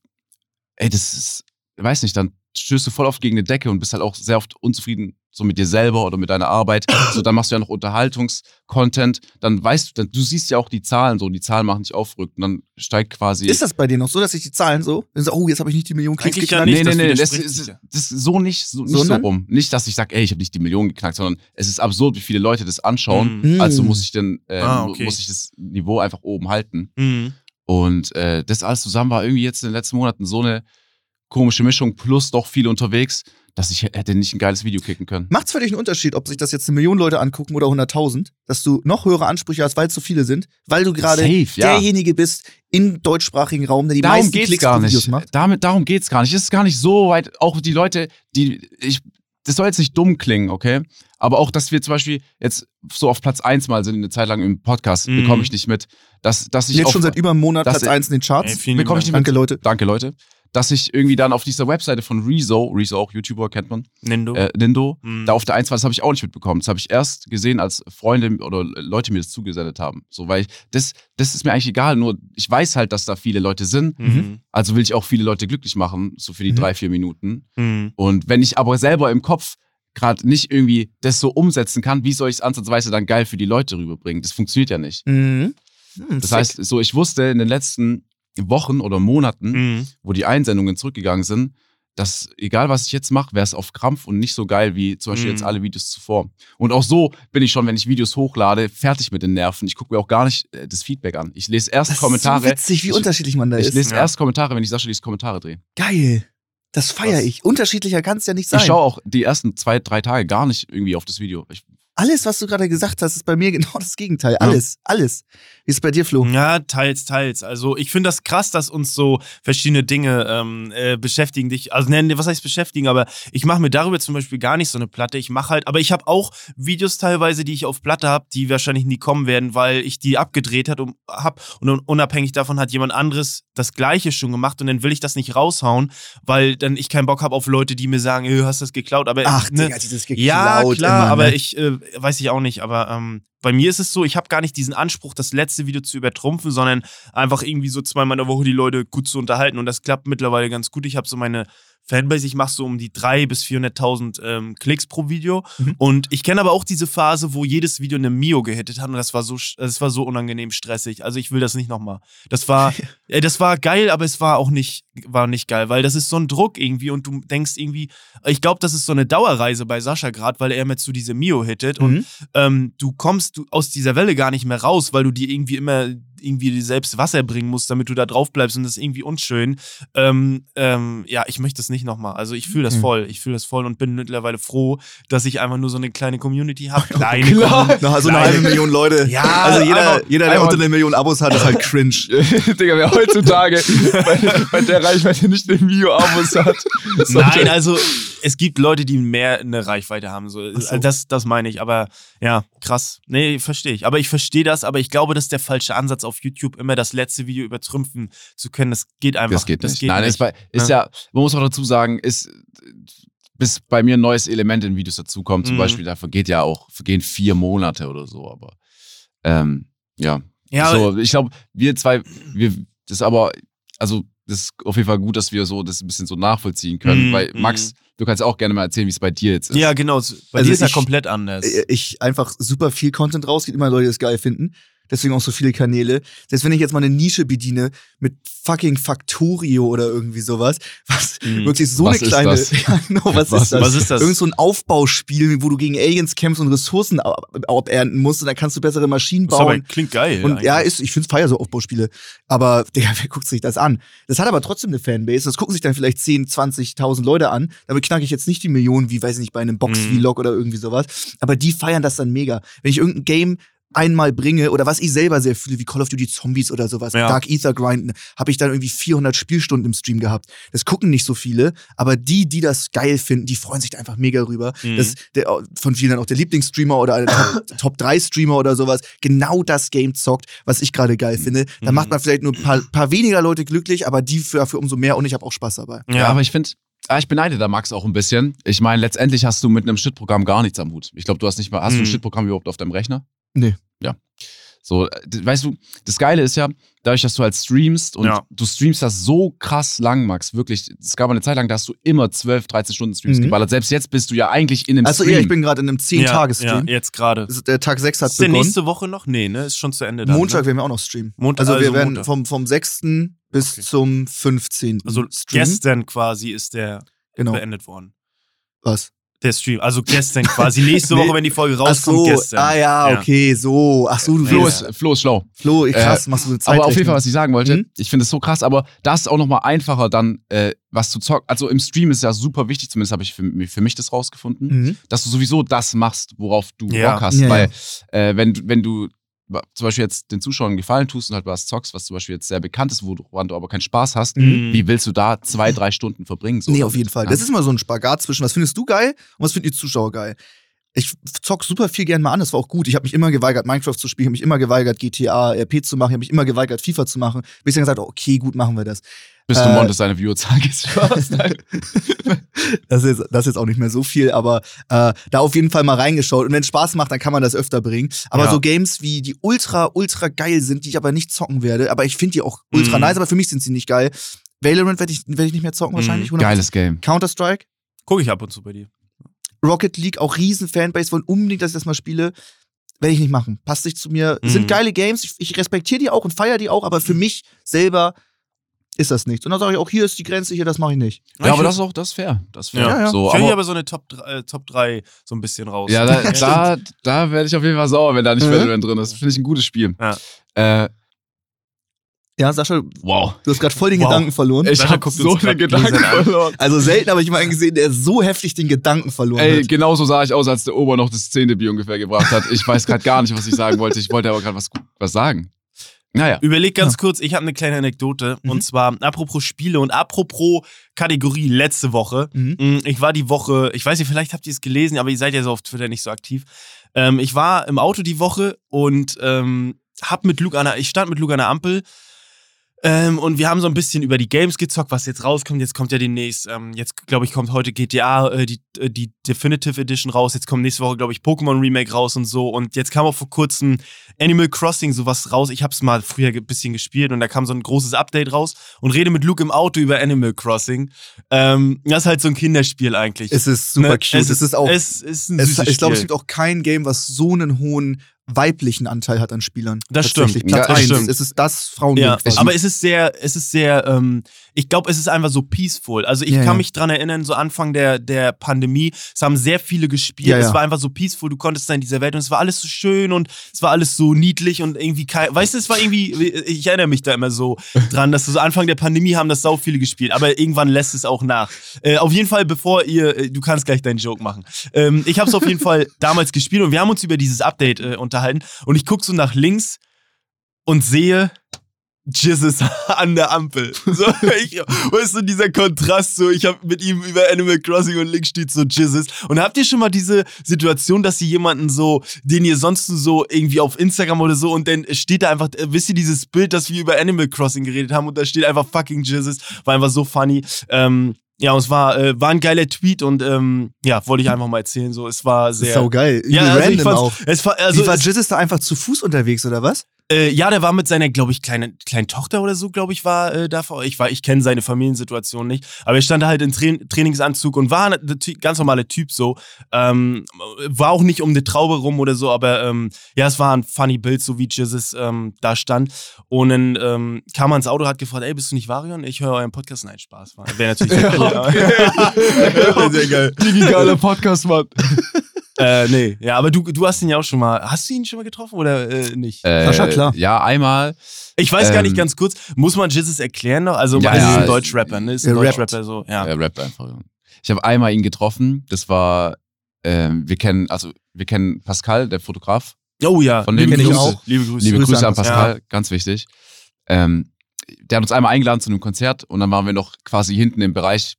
[SPEAKER 3] ey, das ist, weiß nicht, dann stößt du voll oft gegen eine Decke und bist halt auch sehr oft unzufrieden so mit dir selber oder mit deiner Arbeit. So, dann machst du ja noch Unterhaltungscontent. Dann weißt du, dann, du siehst ja auch die Zahlen so, die Zahlen machen dich aufgerückt und dann steigt quasi.
[SPEAKER 2] Ist das bei dir noch so, dass ich die Zahlen so? Dann so oh, jetzt habe ich nicht die Million Klicks
[SPEAKER 4] Eigentlich ja
[SPEAKER 2] geknackt.
[SPEAKER 4] nicht.
[SPEAKER 3] Nee, nee,
[SPEAKER 4] das
[SPEAKER 3] nee, das,
[SPEAKER 4] widerspricht
[SPEAKER 3] ist,
[SPEAKER 4] sich ja.
[SPEAKER 3] das ist so nicht, so, nicht so
[SPEAKER 2] Sondern?
[SPEAKER 3] rum. Nicht, dass ich sage, ey, ich habe nicht die Millionen geknackt, sondern es ist absurd, wie viele Leute das anschauen.
[SPEAKER 4] Mh.
[SPEAKER 2] Mhm.
[SPEAKER 3] Also muss ich dann, äh,
[SPEAKER 4] Ah,
[SPEAKER 3] mu-
[SPEAKER 4] okay.
[SPEAKER 3] muss ich das Niveau einfach oben halten.
[SPEAKER 4] Mh.
[SPEAKER 3] Und äh, das alles zusammen war irgendwie jetzt in den letzten Monaten so eine komische Mischung, plus doch viele unterwegs, dass ich h- hätte nicht ein geiles Video kicken können.
[SPEAKER 2] Macht's für dich einen Unterschied, ob sich das jetzt eine Million Leute angucken oder 100.000, dass du noch höhere Ansprüche hast, weil es so viele sind, weil du gerade
[SPEAKER 3] Safe, ja.
[SPEAKER 2] derjenige bist im deutschsprachigen Raum, der die
[SPEAKER 3] Darum
[SPEAKER 2] meisten
[SPEAKER 3] geht's
[SPEAKER 2] Klicks
[SPEAKER 3] gar
[SPEAKER 2] auf Videos
[SPEAKER 3] nicht.
[SPEAKER 2] macht.
[SPEAKER 3] Damit, darum geht's gar nicht. Es ist gar nicht so weit. Auch die Leute, die ich, das soll jetzt nicht dumm klingen, okay? Aber auch, dass wir zum Beispiel jetzt so auf Platz 1 mal sind, eine Zeit lang im Podcast,
[SPEAKER 4] Mhm.
[SPEAKER 3] bekomme ich nicht mit. Dass, dass ich
[SPEAKER 2] Jetzt
[SPEAKER 3] auf,
[SPEAKER 2] schon seit über einem Monat
[SPEAKER 3] das-
[SPEAKER 2] Platz 1 in den
[SPEAKER 4] Ey,
[SPEAKER 2] Charts.
[SPEAKER 4] vielen
[SPEAKER 3] bekomme ich
[SPEAKER 4] Dank.
[SPEAKER 3] nicht
[SPEAKER 2] Danke, Leute.
[SPEAKER 3] Danke, Leute. Dass ich irgendwie dann auf dieser Webseite von Rezo, Rezo auch YouTuber kennt man,
[SPEAKER 4] Nendo.
[SPEAKER 3] äh, Nindo,
[SPEAKER 4] Mhm.
[SPEAKER 3] da auf der 1 war, das habe ich auch nicht mitbekommen. Das habe ich erst gesehen, als Freunde oder Leute mir das zugesendet haben. So, weil ich, das, das ist mir eigentlich egal, nur ich weiß halt, dass da viele Leute sind.
[SPEAKER 4] Mhm.
[SPEAKER 3] Also will ich auch viele Leute glücklich machen, so für die
[SPEAKER 2] Mhm.
[SPEAKER 3] drei, vier Minuten.
[SPEAKER 4] Mhm.
[SPEAKER 3] Und wenn ich aber selber im Kopf gerade nicht irgendwie das so umsetzen kann, wie soll ich es ansatzweise dann geil für die Leute rüberbringen? Das funktioniert ja nicht.
[SPEAKER 2] Mhm. Hm,
[SPEAKER 3] Das
[SPEAKER 2] sick.
[SPEAKER 3] heißt, so ich wusste in den letzten Wochen oder Monaten,
[SPEAKER 4] Mhm.
[SPEAKER 3] wo die Einsendungen zurückgegangen sind, dass egal was ich jetzt mache, wäre es auf Krampf und nicht so geil wie zum Beispiel
[SPEAKER 4] Mhm.
[SPEAKER 3] jetzt alle Videos zuvor. Und auch so bin ich schon, wenn ich Videos hochlade, fertig mit den Nerven. Ich gucke mir auch gar nicht äh, das Feedback an. Ich lese erst
[SPEAKER 2] das
[SPEAKER 3] Kommentare.
[SPEAKER 2] Ist so witzig, wie
[SPEAKER 3] ich,
[SPEAKER 2] unterschiedlich man da
[SPEAKER 3] ich
[SPEAKER 2] ist.
[SPEAKER 3] lese
[SPEAKER 4] ja.
[SPEAKER 3] erst Kommentare, wenn ich Sascha Lies Kommentare drehe.
[SPEAKER 2] Geil. Das feiere
[SPEAKER 4] Krass.
[SPEAKER 2] ich. Unterschiedlicher kann es ja nicht sein.
[SPEAKER 3] Ich schaue auch die ersten zwei, drei Tage gar nicht irgendwie auf das Video. Ich,
[SPEAKER 2] Alles, was du gerade gesagt hast, ist bei mir genau das Gegenteil. Alles, alles. Wie ist es bei dir, Flo?
[SPEAKER 4] Ja, teils, teils. Also ich finde das krass, dass uns so verschiedene Dinge ähm, äh, beschäftigen dich. Also ne, ne, was heißt beschäftigen, aber ich mache mir darüber zum Beispiel gar nicht so eine Platte. Ich mache halt, aber ich habe auch Videos teilweise, die ich auf Platte habe, die wahrscheinlich nie kommen werden, weil ich die abgedreht hat und hab und un- unabhängig davon hat jemand anderes das Gleiche schon gemacht und dann will ich das nicht raushauen, weil dann ich keinen Bock habe auf Leute, die mir sagen, "Äh, hast das geklaut, aber
[SPEAKER 2] Ach,
[SPEAKER 4] ne,
[SPEAKER 2] Digga, dieses geklaut
[SPEAKER 4] ja, klar,
[SPEAKER 2] immer,
[SPEAKER 4] aber
[SPEAKER 2] ne?
[SPEAKER 4] ich äh, weiß ich auch nicht. Aber ähm, bei mir ist es so, ich habe gar nicht diesen Anspruch, das letzte Video zu übertrumpfen, sondern einfach irgendwie so zweimal in der Woche die Leute gut zu unterhalten. Und das klappt mittlerweile ganz gut. Ich habe so meine Fanbase, ich mache so um die 300.000 bis 400.000 ähm, Klicks pro Video.
[SPEAKER 2] Mhm.
[SPEAKER 4] Und ich kenne aber auch diese Phase, wo jedes Video eine Mio gehittet hat. Und das war so, sch- das war so unangenehm stressig. Also ich will das nicht nochmal. Das war, äh, das war geil, aber es war auch nicht, war nicht geil, weil das ist so ein Druck irgendwie. Und du denkst irgendwie, ich glaube, das ist so eine Dauerreise bei Sascha gerade, weil er immer zu diese Mio hittet und
[SPEAKER 2] Mhm.
[SPEAKER 4] ähm, du kommst du aus dieser Welle gar nicht mehr raus, weil du dir irgendwie immer irgendwie dir selbst Wasser bringen musst, damit du da drauf bleibst und das ist irgendwie unschön. Ähm, ähm, ja, ich möchte das nicht nochmal. Also ich fühle das
[SPEAKER 2] Mhm.
[SPEAKER 4] voll. Ich fühle das voll und bin mittlerweile froh, dass ich einfach nur so eine kleine Community habe. Kleine Community.
[SPEAKER 2] Na, so eine
[SPEAKER 4] Nein.
[SPEAKER 2] halbe Million Leute.
[SPEAKER 4] Ja,
[SPEAKER 2] also jeder,
[SPEAKER 4] einmal-
[SPEAKER 2] jeder der
[SPEAKER 3] einmal-
[SPEAKER 2] unter einer Million Abos hat, ist halt cringe.
[SPEAKER 3] Digga, wer heutzutage bei, bei der Reichweite nicht den Video-Abos hat.
[SPEAKER 4] Nein, also es gibt Leute, die mehr eine Reichweite haben. So. äh,
[SPEAKER 2] so.
[SPEAKER 4] Das, das meine ich, aber ja, krass. Nee, verstehe ich. Aber ich verstehe das, aber ich glaube, das ist der falsche Ansatz, auf auf YouTube immer das letzte Video übertrümpfen zu können. Das geht einfach.
[SPEAKER 3] Das geht nicht.
[SPEAKER 4] Geht
[SPEAKER 3] Nein,
[SPEAKER 4] nicht.
[SPEAKER 3] Ist, bei, ist ja. man muss auch dazu sagen, ist, bis bei mir ein neues Element in Videos dazukommt, zum
[SPEAKER 4] Mhm.
[SPEAKER 3] Beispiel, da vergeht ja auch, vergehen vier Monate oder so, aber ähm, ja.
[SPEAKER 4] ja,
[SPEAKER 3] so, ich glaube, wir zwei, wir, das ist aber, also, das ist auf jeden Fall gut, dass wir so das ein bisschen so nachvollziehen können,
[SPEAKER 4] Mhm,
[SPEAKER 3] weil
[SPEAKER 4] mhm.
[SPEAKER 3] Max, du kannst auch gerne mal erzählen, wie es bei dir jetzt ist.
[SPEAKER 4] ja, genau. so- Bei
[SPEAKER 2] Also
[SPEAKER 4] dir ist ja
[SPEAKER 2] ich-
[SPEAKER 4] komplett anders.
[SPEAKER 2] Äh, ich einfach super viel Content rausgeht, immer Leute die das geil finden. Deswegen auch so viele Kanäle. Selbst wenn ich jetzt mal eine Nische bediene mit fucking Factorio oder irgendwie sowas, was
[SPEAKER 4] Mhm.
[SPEAKER 2] wirklich so
[SPEAKER 3] Was
[SPEAKER 2] eine
[SPEAKER 3] ist
[SPEAKER 2] kleine.
[SPEAKER 3] das?
[SPEAKER 2] Ja, genau, was,
[SPEAKER 3] Was-
[SPEAKER 2] ist das?
[SPEAKER 4] was ist das?
[SPEAKER 2] Irgend so ein Aufbauspiel, wo du gegen Aliens kämpfst und Ressourcen ab- abernten musst und dann kannst du bessere Maschinen
[SPEAKER 4] Das aber
[SPEAKER 2] bauen.
[SPEAKER 4] klingt geil.
[SPEAKER 2] Und ja,
[SPEAKER 4] eigentlich.
[SPEAKER 2] ist, ich find's feier so Aufbauspiele. Aber, Digga, wer guckt sich das an? Das hat aber trotzdem eine Fanbase. Das gucken sich dann vielleicht 10, 20.000 Leute an. Damit knacke ich jetzt nicht die Millionen, wie, weiß ich nicht, bei einem
[SPEAKER 4] Mhm.
[SPEAKER 2] Box-Vlog oder irgendwie sowas. Aber die feiern das dann mega. Wenn ich irgendein Game einmal bringe oder was ich selber sehr fühle, wie Call of Duty Zombies oder sowas,
[SPEAKER 4] Ja.
[SPEAKER 2] Dark Ether Grinden, habe ich dann irgendwie 400 Spielstunden im Stream gehabt. Das gucken nicht so viele, aber die, die das geil finden, die freuen sich da einfach mega rüber.
[SPEAKER 4] Mhm.
[SPEAKER 2] Das, der, oh, von vielen dann auch der Lieblingsstreamer oder der Top- Top-3-Streamer oder sowas genau das Game zockt, was ich gerade geil finde. Da
[SPEAKER 4] Mhm.
[SPEAKER 2] macht man vielleicht nur ein paar, paar weniger Leute glücklich, aber die für- dafür umso mehr und ich habe auch Spaß dabei.
[SPEAKER 4] ja.
[SPEAKER 3] Ja, aber ich finde, ah, ich beneide da Max auch ein bisschen. Ich meine, letztendlich hast du mit einem Shit-Programm gar nichts am Hut. Ich glaube, du hast nicht mal, hast du ein
[SPEAKER 4] Mhm.
[SPEAKER 3] Shit-Programm überhaupt auf deinem Rechner?
[SPEAKER 2] Nee.
[SPEAKER 3] Ja. So, äh, d- weißt du, das Geile ist ja, dadurch, dass du halt streamst und
[SPEAKER 4] Ja.
[SPEAKER 3] du streamst das so krass lang, Max, wirklich. Es gab mal eine Zeit lang, da hast du immer 12, 13 Stunden Streams
[SPEAKER 2] Mhm.
[SPEAKER 3] geballert. Selbst jetzt bist du ja eigentlich in einem
[SPEAKER 2] Also
[SPEAKER 3] Stream.
[SPEAKER 2] ja, ich bin gerade in einem
[SPEAKER 4] ja,
[SPEAKER 2] 10-Tages-Stream.
[SPEAKER 4] Ja, jetzt gerade.
[SPEAKER 2] Also Der Tag 6 hat
[SPEAKER 4] Ist der
[SPEAKER 2] begonnen.
[SPEAKER 4] nächste Woche noch? Nee, ne? Ist schon zu Ende. Dann,
[SPEAKER 2] Montag
[SPEAKER 4] Ne?
[SPEAKER 2] werden wir auch noch streamen.
[SPEAKER 4] Montag,
[SPEAKER 2] Also, wir
[SPEAKER 4] also
[SPEAKER 2] werden
[SPEAKER 4] Montag.
[SPEAKER 2] vom, vom 6. bis
[SPEAKER 4] Okay.
[SPEAKER 2] zum 15.
[SPEAKER 4] Also gestern quasi ist der
[SPEAKER 2] Genau.
[SPEAKER 4] beendet worden.
[SPEAKER 2] Was?
[SPEAKER 4] Der Stream. Also gestern quasi. Nächste Woche,
[SPEAKER 2] Nee.
[SPEAKER 4] wenn die Folge
[SPEAKER 2] Ach
[SPEAKER 4] rauskommt,
[SPEAKER 2] so,
[SPEAKER 4] gestern.
[SPEAKER 2] ah ja,
[SPEAKER 4] Ja.
[SPEAKER 2] okay, so. Ach so, du
[SPEAKER 3] Flo,
[SPEAKER 4] Ja.
[SPEAKER 2] willst.
[SPEAKER 3] ist, Flo ist schlau.
[SPEAKER 2] Flo, krass, machst du eine Zeit.
[SPEAKER 3] Äh, Aber auf jeden Fall, was ich sagen wollte,
[SPEAKER 2] Mhm.
[SPEAKER 3] ich finde es so krass, aber das ist auch nochmal einfacher, dann äh, was zu zocken. Also im Stream ist ja super wichtig, zumindest habe ich für, für mich das rausgefunden.
[SPEAKER 2] Mhm.
[SPEAKER 3] dass du sowieso das machst, worauf du
[SPEAKER 4] Ja.
[SPEAKER 3] Bock hast.
[SPEAKER 2] Ja,
[SPEAKER 3] Weil Äh, wenn, du- wenn du wa- zum Beispiel jetzt den Zuschauern gefallen tust und halt was zockst, was zum Beispiel jetzt sehr bekannt ist, woran du aber keinen Spaß hast,
[SPEAKER 4] Mhm.
[SPEAKER 3] wie willst du da zwei, drei Stunden verbringen? So
[SPEAKER 2] nee, auf jeden Fall.
[SPEAKER 3] Ja.
[SPEAKER 2] Das ist mal so ein Spagat zwischen, was findest du geil und was finden die Zuschauer geil. Ich zock super viel gern mal an, das war auch gut. Ich habe mich immer geweigert, Minecraft zu spielen, habe mich immer geweigert, GTA, RP zu machen, habe mich immer geweigert, FIFA zu machen. Bis ich dann gesagt, hab, okay, gut, machen wir das.
[SPEAKER 3] Bis du
[SPEAKER 2] äh,
[SPEAKER 3] Montes deine Viewerzahl gehst. Spaß. Nein.
[SPEAKER 2] Das ist, das ist jetzt auch nicht mehr so viel, aber äh, da auf jeden Fall mal reingeschaut. Und wenn es Spaß macht, dann kann man das öfter bringen. Aber
[SPEAKER 4] Ja.
[SPEAKER 2] so Games wie die ultra, ultra geil sind, die ich aber nicht zocken werde, aber ich finde die auch ultra
[SPEAKER 4] Mhm.
[SPEAKER 2] nice, aber für mich sind sie nicht geil. Valorant werde ich, werd ich nicht mehr zocken wahrscheinlich. 100%.
[SPEAKER 3] Mhm. Geiles Game.
[SPEAKER 2] Counter-Strike.
[SPEAKER 4] Guck ich ab und zu bei dir.
[SPEAKER 2] Rocket League, auch riesen Fanbase, wollen unbedingt, dass ich das mal spiele. Werde ich nicht machen. Passt nicht zu mir.
[SPEAKER 4] Mhm.
[SPEAKER 2] Sind geile Games, ich, ich respektiere die auch und feiere die auch, aber für mich selber ist das nichts. Und dann sage ich auch, hier ist die Grenze, hier, das mache ich nicht.
[SPEAKER 3] Ja, aber das ist auch das ist fair. Das ist fair.
[SPEAKER 4] Ja,
[SPEAKER 2] ja.
[SPEAKER 3] So,
[SPEAKER 4] ich höre hier
[SPEAKER 3] aber,
[SPEAKER 4] aber so eine Top 3, äh, Top 3 so ein bisschen raus.
[SPEAKER 3] ja, da, da, da werde ich auf jeden Fall sauer, wenn da nicht
[SPEAKER 2] Mhm.
[SPEAKER 3] Valorant drin ist. Finde ich ein gutes Spiel. Äh,
[SPEAKER 2] Ja, Sascha,
[SPEAKER 3] wow.
[SPEAKER 2] du hast gerade voll den
[SPEAKER 4] Wow.
[SPEAKER 2] Gedanken verloren.
[SPEAKER 3] Ich
[SPEAKER 4] Sascha
[SPEAKER 3] habe
[SPEAKER 4] guckt
[SPEAKER 3] so
[SPEAKER 4] uns
[SPEAKER 3] viele
[SPEAKER 4] grad böse
[SPEAKER 3] Gedanken
[SPEAKER 4] an.
[SPEAKER 3] verloren.
[SPEAKER 2] Also selten habe ich jemanden gesehen, der so heftig den Gedanken verloren
[SPEAKER 3] Ey,
[SPEAKER 2] hat.
[SPEAKER 3] genau so sah ich aus, als der Ober noch das 10. Bier ungefähr gebracht hat. Ich weiß gerade gar nicht, was ich sagen wollte. Ich wollte aber gerade was, was sagen. Naja.
[SPEAKER 4] Überleg ganz kurz, ich habe eine kleine Anekdote.
[SPEAKER 2] Mhm.
[SPEAKER 4] Und zwar, apropos Spiele und apropos Kategorie letzte Woche.
[SPEAKER 2] Mhm.
[SPEAKER 4] Mm, Ich war die Woche, ich weiß nicht, vielleicht habt ihr es gelesen, aber ihr seid ja so auf Twitter nicht so aktiv. Ähm, ich war im Auto die Woche und ähm, hab mit Luke an der, ich stand mit Luke an der Ampel ähm, und wir haben so ein bisschen über die Games gezockt, was jetzt rauskommt. Jetzt kommt ja demnächst, ähm, jetzt glaube ich, kommt heute GTA, äh, die, äh, die Definitive Edition raus. Jetzt kommt nächste Woche, glaube ich, Pokémon Remake raus und so. Und jetzt kam auch vor kurzem Animal Crossing sowas raus. Ich habe es mal früher ein bisschen gespielt und da kam so ein großes Update raus und rede mit Luke im Auto über Animal Crossing. Ähm, das ist halt so ein Kinderspiel eigentlich.
[SPEAKER 2] Es ist super
[SPEAKER 4] Ne?
[SPEAKER 2] cute. Es, ist auch. Es,
[SPEAKER 4] Es ist ein süßes
[SPEAKER 2] ich glaube, es
[SPEAKER 4] Spiel.
[SPEAKER 2] gibt auch kein Game, was so einen hohen weiblichen Anteil hat an Spielern.
[SPEAKER 4] Das stimmt.
[SPEAKER 2] Tatsächlich.
[SPEAKER 3] Ja,
[SPEAKER 2] Platz
[SPEAKER 3] das
[SPEAKER 2] eins.
[SPEAKER 4] stimmt.
[SPEAKER 2] Es ist das Frauenbild.
[SPEAKER 4] Ja,
[SPEAKER 2] quasi.
[SPEAKER 4] aber es ist sehr, es ist sehr, ähm, ich glaube, es ist einfach so peaceful. Also ich
[SPEAKER 2] Ja,
[SPEAKER 4] kann
[SPEAKER 2] ja.
[SPEAKER 4] mich dran erinnern, so Anfang der, der Pandemie, es haben sehr viele gespielt,
[SPEAKER 2] Ja, ja.
[SPEAKER 4] es war einfach so peaceful, du konntest da in dieser Welt und es war alles so schön und es war alles so niedlich und irgendwie, kei- weißt du, es war irgendwie, ich erinnere mich da immer so dran, dass so Anfang der Pandemie haben das sau viele gespielt, aber irgendwann lässt es auch nach. Äh, auf jeden Fall, bevor ihr, äh, du kannst gleich deinen Joke machen. Ähm, ich habe es auf jeden Fall damals gespielt und wir haben uns über dieses Update äh, unterhalten und ich gucke so nach links und sehe Jizzes an der Ampel. So, ich, weißt du, dieser Kontrast, so, ich habe mit ihm über Animal Crossing und links steht so Jizzes. Und habt ihr schon mal diese Situation, dass ihr jemanden so, den ihr sonst so irgendwie auf Instagram oder so und dann steht da einfach, äh, wisst ihr dieses Bild, dass wir über Animal Crossing geredet haben und da steht einfach fucking Jizzes. War einfach so funny. Ähm, ja, und es war, äh, war ein geiler Tweet und ähm, ja, wollte ich einfach mal erzählen. So, es war sehr.
[SPEAKER 2] Sau geil.
[SPEAKER 4] ja,
[SPEAKER 2] Irgendwie
[SPEAKER 4] also ich
[SPEAKER 2] random
[SPEAKER 4] fand's-
[SPEAKER 2] auch.
[SPEAKER 4] Es war, also
[SPEAKER 2] Wie war
[SPEAKER 4] es-
[SPEAKER 2] Jizzes da einfach zu Fuß unterwegs oder was?
[SPEAKER 4] äh, ja, der war mit seiner, glaube ich, kleinen, kleinen Tochter oder so, glaube ich, war äh, da vor. Ich, war- ich kenne seine Familiensituation nicht. Aber er stand da halt in Tra Trainingsanzug und war ein Ty- ganz normaler Typ so. Ähm, war auch nicht um eine Traube rum oder so, aber ähm, ja, es war ein funny Bild, so wie Jesus ähm, da stand. Und dann ähm, kam er ins Auto, hat gefragt, ey, bist du nicht Varion? Ich höre euren Podcast. Nein, Spaß. war- Wäre natürlich sehr cool. aber- Sehr geil.
[SPEAKER 3] Digitaler Podcast, Mann.
[SPEAKER 4] Äh, nee, ja, aber du, du hast ihn ja auch schon mal, hast du ihn schon mal getroffen oder äh, nicht?
[SPEAKER 3] Äh,
[SPEAKER 2] Sascha, klar.
[SPEAKER 3] Ja, einmal.
[SPEAKER 4] Ich weiß gar nicht
[SPEAKER 3] Ähm,
[SPEAKER 4] ganz kurz, muss man Jizzes erklären noch? Also,
[SPEAKER 3] Ja,
[SPEAKER 4] es ist
[SPEAKER 3] ja,
[SPEAKER 4] ein Deutschrapper, ne? Ist ein
[SPEAKER 2] er rappt.
[SPEAKER 4] Deutschrapper, so, ja.
[SPEAKER 3] Er rappt äh, einfach. ja. Ich habe einmal ihn getroffen. Das war, ähm, wir kennen, also wir kennen Pascal, der Fotograf.
[SPEAKER 4] Oh ja,
[SPEAKER 3] Von dem
[SPEAKER 4] liebe
[SPEAKER 2] kenn ich
[SPEAKER 4] Grüße.
[SPEAKER 2] auch.
[SPEAKER 4] Liebe Grüße.
[SPEAKER 3] Liebe
[SPEAKER 2] Grüße
[SPEAKER 3] Grüße,
[SPEAKER 2] an
[SPEAKER 3] an Pascal, ganz wichtig. Ähm, der hat uns einmal eingeladen zu einem Konzert und dann waren wir noch quasi hinten im Bereich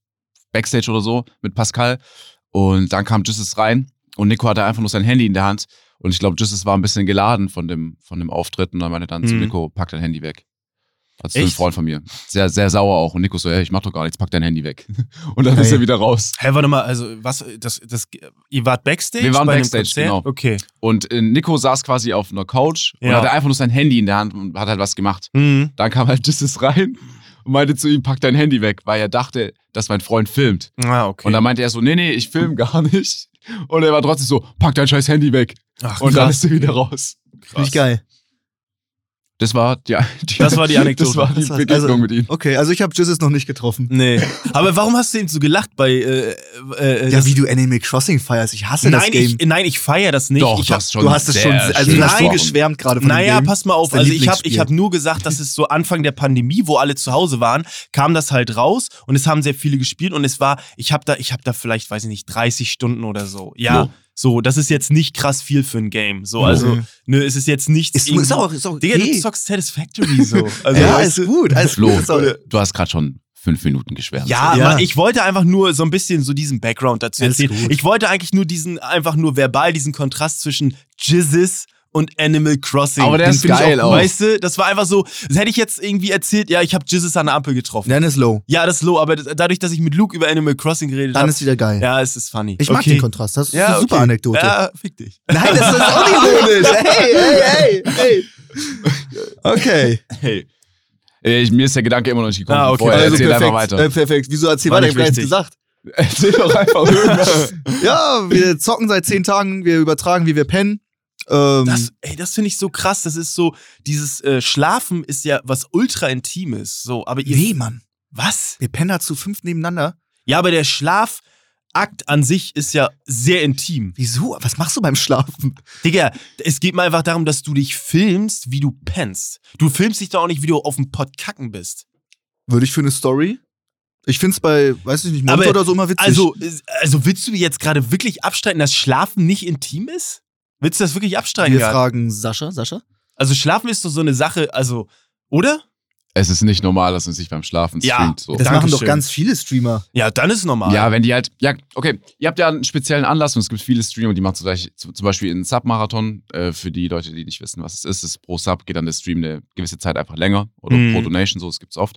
[SPEAKER 3] Backstage oder so mit Pascal. Und dann kam Justice rein und Nico hatte einfach nur sein Handy in der Hand. Und ich glaube, Justice war ein bisschen geladen von dem, von dem Auftritt und dann meinte dann zu
[SPEAKER 4] Mhm.
[SPEAKER 3] Nico, pack dein Handy weg. Also ein
[SPEAKER 4] Echt?
[SPEAKER 3] Freund von mir. Sehr, sehr sauer auch. Und Nico so, ja, ich mach doch gar nichts, pack dein Handy weg. Und dann ist
[SPEAKER 2] Geil.
[SPEAKER 3] er wieder raus.
[SPEAKER 4] Hä, warte mal, also, was, das, das, ihr wart Backstage?
[SPEAKER 3] Wir waren
[SPEAKER 4] bei einem
[SPEAKER 3] Backstage,
[SPEAKER 4] Konzert?
[SPEAKER 3] genau.
[SPEAKER 4] Okay.
[SPEAKER 3] Und äh, Nico saß quasi auf einer Couch und
[SPEAKER 4] Ja.
[SPEAKER 3] hatte einfach nur sein Handy in der Hand und hat halt was gemacht.
[SPEAKER 4] Mhm.
[SPEAKER 3] Dann kam halt Justice rein und meinte zu ihm, pack dein Handy weg, weil er dachte, dass mein Freund filmt.
[SPEAKER 4] Ah, okay.
[SPEAKER 3] Und dann meinte er so, nee, nee, ich film gar nicht. Und er war trotzdem so, pack dein scheiß Handy weg.
[SPEAKER 4] Ach,
[SPEAKER 3] Und dann
[SPEAKER 4] krass,
[SPEAKER 3] ist er wieder raus.
[SPEAKER 2] Nicht geil.
[SPEAKER 3] Das war die, die,
[SPEAKER 4] Das war die Anekdote.
[SPEAKER 3] Das war die
[SPEAKER 2] Das war's.
[SPEAKER 3] Begegnung
[SPEAKER 2] Also-
[SPEAKER 3] mit ihm.
[SPEAKER 2] Okay, also ich habe Jizzes noch nicht getroffen.
[SPEAKER 4] Nee. Aber warum hast du eben so gelacht bei, äh, äh, äh,
[SPEAKER 2] Ja,
[SPEAKER 4] das-
[SPEAKER 2] wie du Animal Crossing feierst. Ich hasse das
[SPEAKER 4] nein,
[SPEAKER 2] Game.
[SPEAKER 4] ich, nein, ich feiere das nicht. ich hab,
[SPEAKER 3] schon
[SPEAKER 2] du hast es
[SPEAKER 3] sehr
[SPEAKER 2] schon, also
[SPEAKER 3] schön
[SPEAKER 2] du hast
[SPEAKER 4] nein,
[SPEAKER 2] schon
[SPEAKER 3] gesprochen.
[SPEAKER 2] geschwärmt gerade von
[SPEAKER 4] Naja,
[SPEAKER 2] dem Game.
[SPEAKER 4] pass mal auf.
[SPEAKER 2] Ist dein
[SPEAKER 4] Also ich habe ich
[SPEAKER 2] Lieblingsspiel.
[SPEAKER 4] hab nur gesagt, dass es so Anfang der Pandemie, wo alle zu Hause waren, kam das halt raus und es haben sehr viele gespielt und es war, ich habe da, ich habe da vielleicht, weiß ich nicht, 30 Stunden oder so. Ja.
[SPEAKER 3] Wo?
[SPEAKER 4] So, das ist jetzt nicht krass viel für ein Game. So, also, ne, es ist jetzt nichts.
[SPEAKER 2] Mhm. Ist,
[SPEAKER 4] irgendwie-
[SPEAKER 2] ist auch, ist auch
[SPEAKER 4] Digga,
[SPEAKER 2] okay.
[SPEAKER 4] du zockst Satisfactory so. Also,
[SPEAKER 2] ja,
[SPEAKER 4] weißt
[SPEAKER 2] ist
[SPEAKER 4] du-
[SPEAKER 2] gut. Alles
[SPEAKER 3] Flo,
[SPEAKER 2] gut. Ist auch,
[SPEAKER 3] du hast gerade schon fünf Minuten geschwärmt.
[SPEAKER 4] Ja,
[SPEAKER 2] Ja.
[SPEAKER 4] aber ich wollte einfach nur so ein bisschen so diesen Background dazu
[SPEAKER 2] Alles
[SPEAKER 4] erzählen.
[SPEAKER 2] gut.
[SPEAKER 4] Ich wollte eigentlich nur diesen, einfach nur verbal diesen Kontrast zwischen Jizzes und Animal Crossing.
[SPEAKER 3] Aber der
[SPEAKER 4] Den
[SPEAKER 3] ist
[SPEAKER 4] find ich
[SPEAKER 3] geil auch.
[SPEAKER 4] Weißt du, das war einfach so, das hätte ich jetzt irgendwie erzählt, ja, ich habe Jizzes an der Ampel getroffen.
[SPEAKER 2] dann ist low.
[SPEAKER 4] Ja, das ist low, aber das, dadurch, dass ich mit Luke über Animal Crossing geredet
[SPEAKER 2] Dann
[SPEAKER 4] habe,
[SPEAKER 2] ist wieder geil.
[SPEAKER 4] ja, es ist funny.
[SPEAKER 2] Ich mag
[SPEAKER 4] Okay.
[SPEAKER 2] den Kontrast. Das ist
[SPEAKER 4] Ja,
[SPEAKER 2] eine super
[SPEAKER 4] okay.
[SPEAKER 2] Anekdote.
[SPEAKER 4] Ja, fick dich.
[SPEAKER 2] Nein, das ist auch unironisch. Hey, hey, hey, hey. Okay.
[SPEAKER 3] Hey. Äh, Ich, mir ist der Gedanke immer noch nicht gekommen.
[SPEAKER 4] Ah, okay.
[SPEAKER 3] Vorher
[SPEAKER 4] Also
[SPEAKER 3] erzähl einfach
[SPEAKER 2] Äh,
[SPEAKER 3] weiter.
[SPEAKER 2] perfekt. Wieso erzähl
[SPEAKER 4] War
[SPEAKER 2] weiter?
[SPEAKER 4] nicht wichtig.
[SPEAKER 2] Ich hab gar nichts gesagt.
[SPEAKER 3] Erzähl doch einfach irgendwas.
[SPEAKER 2] Ja, wir zocken seit zehn Tagen. Wir übertragen, wie wir pennen. Ähm,
[SPEAKER 4] Das, ey, das finde ich so krass. Das ist so, dieses äh, Schlafen ist ja was ultra intimes. So, aber ihr.
[SPEAKER 2] nee, Mann.
[SPEAKER 4] Was?
[SPEAKER 2] Wir pennen da zu fünf nebeneinander.
[SPEAKER 4] Ja, aber der Schlafakt an sich ist ja sehr intim.
[SPEAKER 2] Wieso? Was machst du beim Schlafen?
[SPEAKER 4] Digga, es geht mir einfach darum, dass du dich filmst, wie du pennst. Du filmst dich doch auch nicht, wie du auf dem Pott kacken bist.
[SPEAKER 2] Würde ich für eine Story? Ich find's bei, weiß ich nicht, Monte
[SPEAKER 4] Aber-
[SPEAKER 2] oder so immer witzig.
[SPEAKER 4] Also, äh, also willst du mir jetzt gerade wirklich abstreiten, dass Schlafen nicht intim ist? Willst du das wirklich abstreiten?
[SPEAKER 2] wir
[SPEAKER 4] Gerade?
[SPEAKER 2] fragen Sascha. Sascha?
[SPEAKER 4] Also Schlafen ist doch so eine Sache, also, oder?
[SPEAKER 3] Es ist nicht normal, dass man sich beim Schlafen
[SPEAKER 4] Ja,
[SPEAKER 3] streamt. So.
[SPEAKER 2] Das machen doch
[SPEAKER 4] Dankeschön.
[SPEAKER 2] ganz viele Streamer.
[SPEAKER 4] Ja, dann ist normal.
[SPEAKER 3] Ja, wenn die halt, ja, okay, ihr habt ja einen speziellen Anlass und es gibt viele Streamer, die machen zum Beispiel, zum Beispiel einen Sub-Marathon. Äh, für die Leute, die nicht wissen, was es ist, ist pro Sub geht dann der Stream eine gewisse Zeit einfach länger oder
[SPEAKER 4] Mhm.
[SPEAKER 3] pro Donation, so, es gibt's oft.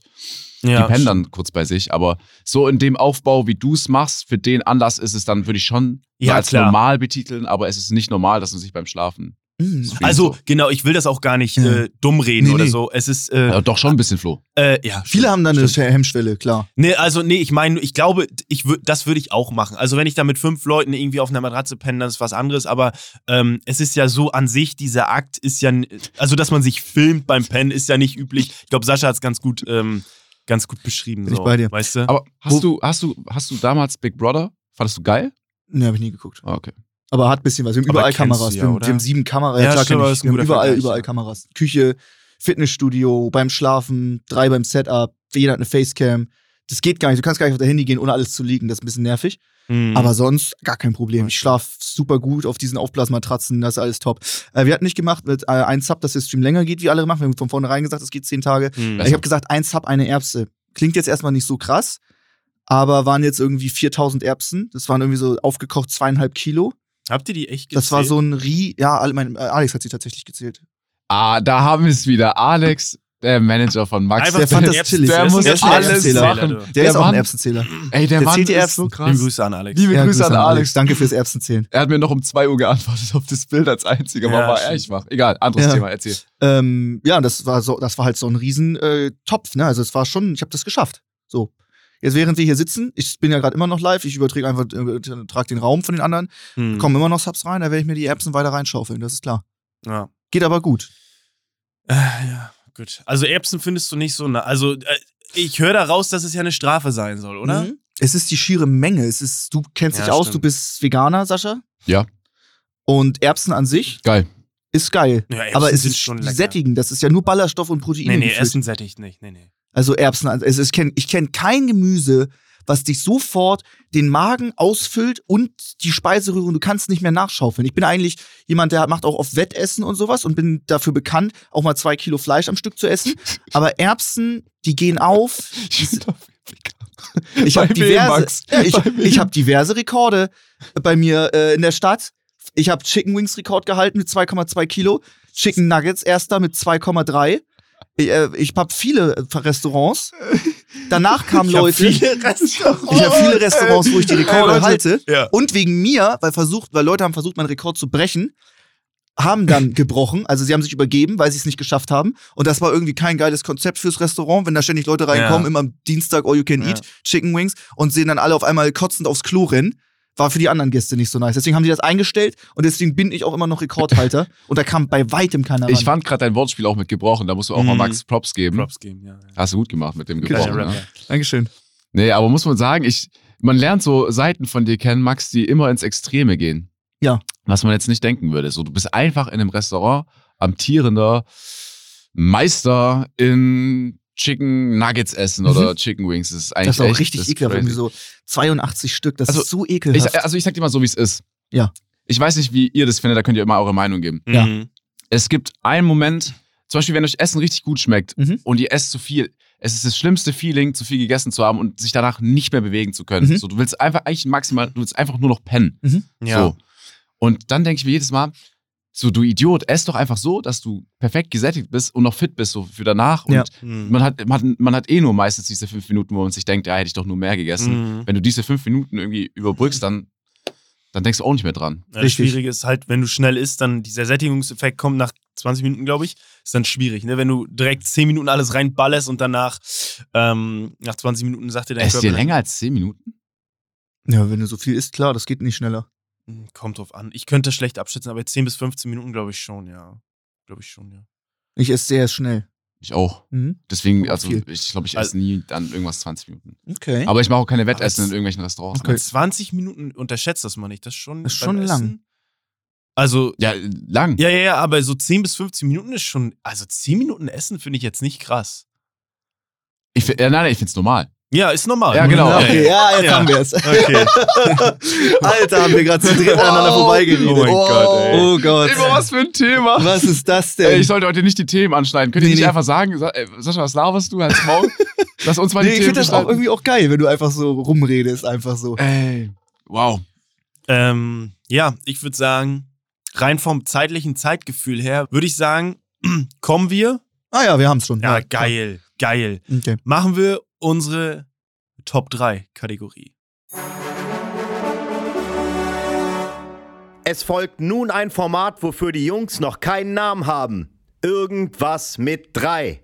[SPEAKER 4] ja.
[SPEAKER 3] die pennen dann kurz bei sich, aber so in dem Aufbau, wie du es machst, für den Anlass ist es dann, würde ich schon
[SPEAKER 4] Ja,
[SPEAKER 3] als
[SPEAKER 4] klar.
[SPEAKER 3] normal betiteln, aber es ist nicht normal, dass man sich beim Schlafen.
[SPEAKER 2] Mhm.
[SPEAKER 3] streamt,
[SPEAKER 4] Also,
[SPEAKER 3] so.
[SPEAKER 4] genau, ich will das auch gar nicht
[SPEAKER 2] Ja.
[SPEAKER 4] äh, dumm reden
[SPEAKER 2] Nee,
[SPEAKER 4] oder
[SPEAKER 2] nee.
[SPEAKER 4] so. Es ist, äh,
[SPEAKER 3] ja, also doch schon ein bisschen, Flo.
[SPEAKER 4] äh, ja.
[SPEAKER 2] Viele haben da eine Hemmschwelle, klar.
[SPEAKER 4] Nee, also nee, ich meine, ich glaube, ich wür- das würde ich auch machen. Also wenn ich da mit fünf Leuten irgendwie auf einer Matratze penne, das ist was anderes, aber ähm, es ist ja so an sich, dieser Akt ist ja, n- also dass man sich filmt beim Pennen, ist ja nicht üblich. Ich glaube, Sascha hat es ganz gut, ähm, ganz gut beschrieben.
[SPEAKER 2] Bin
[SPEAKER 4] so.
[SPEAKER 2] ich bei dir.
[SPEAKER 4] Weißt du?
[SPEAKER 3] Aber
[SPEAKER 2] Wo-
[SPEAKER 3] hast du, hast du, hast du damals Big Brother? Fandest du geil?
[SPEAKER 2] Ne, habe ich nie geguckt.
[SPEAKER 3] Ah, Okay.
[SPEAKER 2] Aber hat ein bisschen was. Wir haben
[SPEAKER 4] Aber
[SPEAKER 2] überall
[SPEAKER 4] kennst
[SPEAKER 2] Kameras.
[SPEAKER 4] du ja,
[SPEAKER 2] wir, haben,
[SPEAKER 4] oder?
[SPEAKER 2] wir haben sieben Kameras.
[SPEAKER 4] Ja,
[SPEAKER 2] klar
[SPEAKER 4] stimmt,
[SPEAKER 2] kenn
[SPEAKER 4] aber
[SPEAKER 2] ich.
[SPEAKER 4] ist ein
[SPEAKER 2] Wir haben
[SPEAKER 4] guter
[SPEAKER 2] überall,
[SPEAKER 4] Vergleich,
[SPEAKER 2] überall
[SPEAKER 4] ja.
[SPEAKER 2] Kameras. Küche, Fitnessstudio, beim Schlafen, drei beim Setup. Jeder hat eine Facecam. Das geht gar nicht. Du kannst gar nicht auf dein Handy gehen, ohne alles zu liegen. Das ist ein bisschen nervig.
[SPEAKER 4] Mhm.
[SPEAKER 2] Aber sonst gar kein Problem. Ich schlaf super gut auf diesen Aufblasmatratzen, das ist alles top. Äh, wir hatten nicht gemacht mit äh, ein Sub, dass der Stream länger geht, wie alle machen. Wir haben von vornherein gesagt, es geht zehn Tage.
[SPEAKER 4] Mhm.
[SPEAKER 2] Ich habe gesagt, ein Sub, eine Erbse. Klingt jetzt erstmal nicht so krass, aber waren jetzt irgendwie 4000 Erbsen. Das waren irgendwie so aufgekocht zweieinhalb Kilo.
[SPEAKER 4] Habt ihr die echt
[SPEAKER 2] Das war so ein Rie. Ja, alle- mein, äh, Alex hat sie tatsächlich gezählt.
[SPEAKER 3] Ah, da haben wir es wieder. Alex, der Manager von Max.
[SPEAKER 4] Einfach
[SPEAKER 2] der
[SPEAKER 4] von
[SPEAKER 2] fand das
[SPEAKER 4] der
[SPEAKER 2] chillig.
[SPEAKER 3] der
[SPEAKER 2] ist
[SPEAKER 3] muss
[SPEAKER 2] ein Erbsenzähler.
[SPEAKER 3] alles machen.
[SPEAKER 4] Der
[SPEAKER 2] Der, ist auch
[SPEAKER 3] Mann-
[SPEAKER 2] ein Erbsenzähler.
[SPEAKER 3] Ey, der,
[SPEAKER 2] Der
[SPEAKER 3] Mann
[SPEAKER 2] zählt die
[SPEAKER 3] ist
[SPEAKER 2] Erbsen.
[SPEAKER 3] so
[SPEAKER 4] Liebe
[SPEAKER 3] krass.
[SPEAKER 4] Grüße an Alex.
[SPEAKER 3] Liebe
[SPEAKER 2] Ja,
[SPEAKER 3] Grüße an Alex.
[SPEAKER 2] Danke fürs Erbsenzählen.
[SPEAKER 3] Er hat mir noch um 2 Uhr geantwortet auf das Bild als einziger, aber
[SPEAKER 4] Ja,
[SPEAKER 3] war
[SPEAKER 4] stimmt.
[SPEAKER 3] ehrlich wach. Egal, anderes
[SPEAKER 2] Ja.
[SPEAKER 3] Thema, erzähl.
[SPEAKER 2] Ähm, ja, das war so, das war halt so ein riesen äh, Topf, ne? Also es war schon, ich habe das geschafft. So. Jetzt während wir hier sitzen, ich bin ja gerade immer noch live, ich überträge einfach äh, trag den Raum von den anderen,
[SPEAKER 4] Mhm.
[SPEAKER 2] kommen immer noch Subs rein, da werde ich mir die Erbsen weiter reinschaufeln, das ist klar.
[SPEAKER 4] Ja.
[SPEAKER 2] Geht aber gut.
[SPEAKER 4] Äh, ja, gut. Also Erbsen findest du nicht so nah. Also äh, ich höre daraus, dass es ja eine Strafe sein soll, oder?
[SPEAKER 2] Mhm. Es ist die schiere Menge. Es ist, du kennst
[SPEAKER 4] Ja,
[SPEAKER 2] dich aus,
[SPEAKER 4] stimmt.
[SPEAKER 2] du bist Veganer, Sascha.
[SPEAKER 3] Ja.
[SPEAKER 2] Und Erbsen an sich
[SPEAKER 3] Geil.
[SPEAKER 2] ist geil.
[SPEAKER 4] Ja, Erbsen
[SPEAKER 2] aber es
[SPEAKER 4] sind
[SPEAKER 2] ist
[SPEAKER 4] schon
[SPEAKER 2] die
[SPEAKER 4] lecker.
[SPEAKER 2] sättigen, das ist ja nur Ballaststoff und Proteine.
[SPEAKER 4] Nee, nee,
[SPEAKER 2] gefüllt.
[SPEAKER 4] Essen sättigt nicht. Nee, nee.
[SPEAKER 2] Also Erbsen. Also es ist- ich kenne ich kenn kein Gemüse, was dich sofort den Magen ausfüllt und die Speiseröhre und du kannst nicht mehr nachschaufeln. Ich bin eigentlich jemand, der macht auch auf Wettessen und sowas und bin dafür bekannt, auch mal zwei Kilo Fleisch am Stück zu essen. Aber Erbsen, die gehen auf.
[SPEAKER 3] Ich bin auf
[SPEAKER 2] Ich
[SPEAKER 3] Bei
[SPEAKER 2] habe
[SPEAKER 3] wem,
[SPEAKER 2] diverse,
[SPEAKER 3] Max?
[SPEAKER 2] ja, ich,
[SPEAKER 3] Bei wem?
[SPEAKER 2] ich hab diverse Rekorde bei mir äh, in der Stadt. Ich habe Chicken Wings Rekord gehalten mit 2,2 Kilo, Chicken Nuggets erster mit 2,3. Ich, äh, ich habe viele äh, Restaurants. Danach kamen Leute. ich habe viele Restaurants, wo ich die Rekorde
[SPEAKER 3] Leute.
[SPEAKER 2] halte.
[SPEAKER 4] Ja.
[SPEAKER 2] Und wegen mir, weil versucht, weil Leute haben versucht, meinen Rekord zu brechen, haben dann gebrochen. Also sie haben sich übergeben, weil sie es nicht geschafft haben. Und das war irgendwie kein geiles Konzept fürs Restaurant, wenn da ständig Leute reinkommen,
[SPEAKER 4] Ja.
[SPEAKER 2] immer am Dienstag All You Can
[SPEAKER 4] Ja.
[SPEAKER 2] Eat, Chicken Wings und sehen dann alle auf einmal kotzend aufs Klo rennen. War für die anderen Gäste nicht so nice. Deswegen haben die das eingestellt und deswegen bin ich auch immer noch Rekordhalter. und da kam bei weitem keiner ran.
[SPEAKER 3] Ich fand gerade dein Wortspiel auch mit gebrochen, da musst du auch mal
[SPEAKER 4] Mhm.
[SPEAKER 3] Max Props geben.
[SPEAKER 4] Props geben, ja. ja.
[SPEAKER 3] Hast du gut gemacht mit dem gebrochen.
[SPEAKER 4] Kleiner
[SPEAKER 3] Ne?
[SPEAKER 4] Rapper.
[SPEAKER 2] Dankeschön.
[SPEAKER 3] Nee, aber muss man sagen, ich, man lernt so Seiten von dir kennen, Max, die immer ins Extreme gehen.
[SPEAKER 2] Ja.
[SPEAKER 3] Was man jetzt nicht denken würde. So, du bist einfach in einem Restaurant amtierender Meister in Chicken Nuggets essen oder Chicken Wings. Das ist eigentlich
[SPEAKER 2] Mhm. Das ist auch
[SPEAKER 3] echt,
[SPEAKER 2] richtig
[SPEAKER 3] das ist
[SPEAKER 2] ekelhaft.
[SPEAKER 3] crazy.
[SPEAKER 2] Irgendwie so 82 Stück. Das
[SPEAKER 3] Also,
[SPEAKER 2] ist so
[SPEAKER 3] Ich,
[SPEAKER 2] ekelhaft.
[SPEAKER 3] sa- also ich sag dir mal so, wie es ist.
[SPEAKER 2] Ja.
[SPEAKER 3] Ich weiß nicht, wie ihr das findet, da könnt ihr immer eure Meinung geben.
[SPEAKER 2] Ja.
[SPEAKER 4] Mhm.
[SPEAKER 3] Es gibt einen Moment, zum Beispiel, wenn euch Essen richtig gut schmeckt
[SPEAKER 2] Mhm.
[SPEAKER 3] und ihr esst zu viel, es ist das schlimmste Feeling, zu viel gegessen zu haben und sich danach nicht mehr bewegen zu können.
[SPEAKER 2] Mhm.
[SPEAKER 3] So, du willst einfach eigentlich maximal, du willst einfach nur noch pennen.
[SPEAKER 4] ja.
[SPEAKER 3] So. Und dann denke ich mir jedes Mal, so du Idiot, ess doch einfach so, dass du perfekt gesättigt bist und noch fit bist so für danach.
[SPEAKER 2] Ja.
[SPEAKER 3] Und man hat, man, hat- man hat eh nur meistens diese fünf Minuten, wo man sich denkt, ja, hätte ich doch nur mehr gegessen.
[SPEAKER 4] Mhm.
[SPEAKER 3] Wenn du diese fünf Minuten irgendwie überbrückst, dann, dann denkst du auch nicht mehr dran.
[SPEAKER 4] Ja, das
[SPEAKER 2] Richtig.
[SPEAKER 4] Schwierige ist halt, wenn du schnell isst, dann dieser Sättigungseffekt kommt nach 20 Minuten, glaube ich. Ist dann schwierig, ne? Wenn du direkt 10 Minuten alles reinballerst und danach, ähm, nach 20 Minuten sagt dir dein
[SPEAKER 3] Esst
[SPEAKER 4] Körper.
[SPEAKER 3] dir länger als zehn Minuten?
[SPEAKER 2] ja, wenn du so viel isst, klar, das geht nicht schneller.
[SPEAKER 4] Hm, Kommt drauf an. Ich könnte das schlecht abschätzen, aber 10 bis 15 Minuten, glaube ich schon, ja. Glaube ich schon, ja.
[SPEAKER 2] Ich esse sehr schnell.
[SPEAKER 3] Ich auch.
[SPEAKER 2] Mhm.
[SPEAKER 3] Deswegen,
[SPEAKER 2] Oh,
[SPEAKER 3] also
[SPEAKER 2] viel.
[SPEAKER 3] ich glaube, ich
[SPEAKER 4] Also-
[SPEAKER 3] esse nie dann irgendwas 20 Minuten.
[SPEAKER 2] Okay.
[SPEAKER 3] Aber ich mache auch keine
[SPEAKER 4] Aber
[SPEAKER 3] Wettessen
[SPEAKER 4] es-
[SPEAKER 3] in irgendwelchen Restaurants.
[SPEAKER 2] Okay.
[SPEAKER 3] Okay.
[SPEAKER 4] 20 Minuten unterschätzt das mal nicht. Das ist schon,
[SPEAKER 2] Das ist
[SPEAKER 4] beim
[SPEAKER 2] schon lang.
[SPEAKER 4] Essen- Also,
[SPEAKER 3] Ja, lang.
[SPEAKER 4] ja, ja, ja, aber so 10 bis 15 Minuten ist schon. Also 10 Minuten Essen finde ich jetzt nicht krass.
[SPEAKER 3] Ich, fi- ja, nein, nein, ich finde es normal.
[SPEAKER 4] Ja, ist normal.
[SPEAKER 3] Ja, genau.
[SPEAKER 2] Okay, ja, jetzt
[SPEAKER 4] Ja.
[SPEAKER 2] haben wir es.
[SPEAKER 4] Okay.
[SPEAKER 2] Alter, haben wir gerade zu dritt aneinander
[SPEAKER 3] Wow.
[SPEAKER 2] vorbeigeredet.
[SPEAKER 4] Oh mein Gott, ey.
[SPEAKER 2] Oh Gott.
[SPEAKER 3] Über was für ein Thema.
[SPEAKER 2] Was ist das denn?
[SPEAKER 3] Ey, ich sollte heute nicht die Themen anschneiden. Könnt ihr
[SPEAKER 2] Nee,
[SPEAKER 3] nicht
[SPEAKER 2] nee.
[SPEAKER 3] einfach sagen, Sa- äh, Sascha, was laberst du als Maul? Lass uns mal die
[SPEAKER 2] nee, ich
[SPEAKER 3] Themen
[SPEAKER 2] finde das auch
[SPEAKER 3] gestalten.
[SPEAKER 2] irgendwie auch geil, wenn du einfach so rumredest, einfach so.
[SPEAKER 3] Ey, wow.
[SPEAKER 4] Ähm, ja, ich würde sagen, rein vom zeitlichen Zeitgefühl her, würde ich sagen, kommen wir.
[SPEAKER 2] Ah ja, wir haben es schon.
[SPEAKER 4] Ja, geil, geil.
[SPEAKER 2] Okay.
[SPEAKER 4] Machen wir unsere Top 3 Kategorie.
[SPEAKER 1] Es folgt nun ein Format, wofür die Jungs noch keinen Namen haben. Irgendwas mit drei.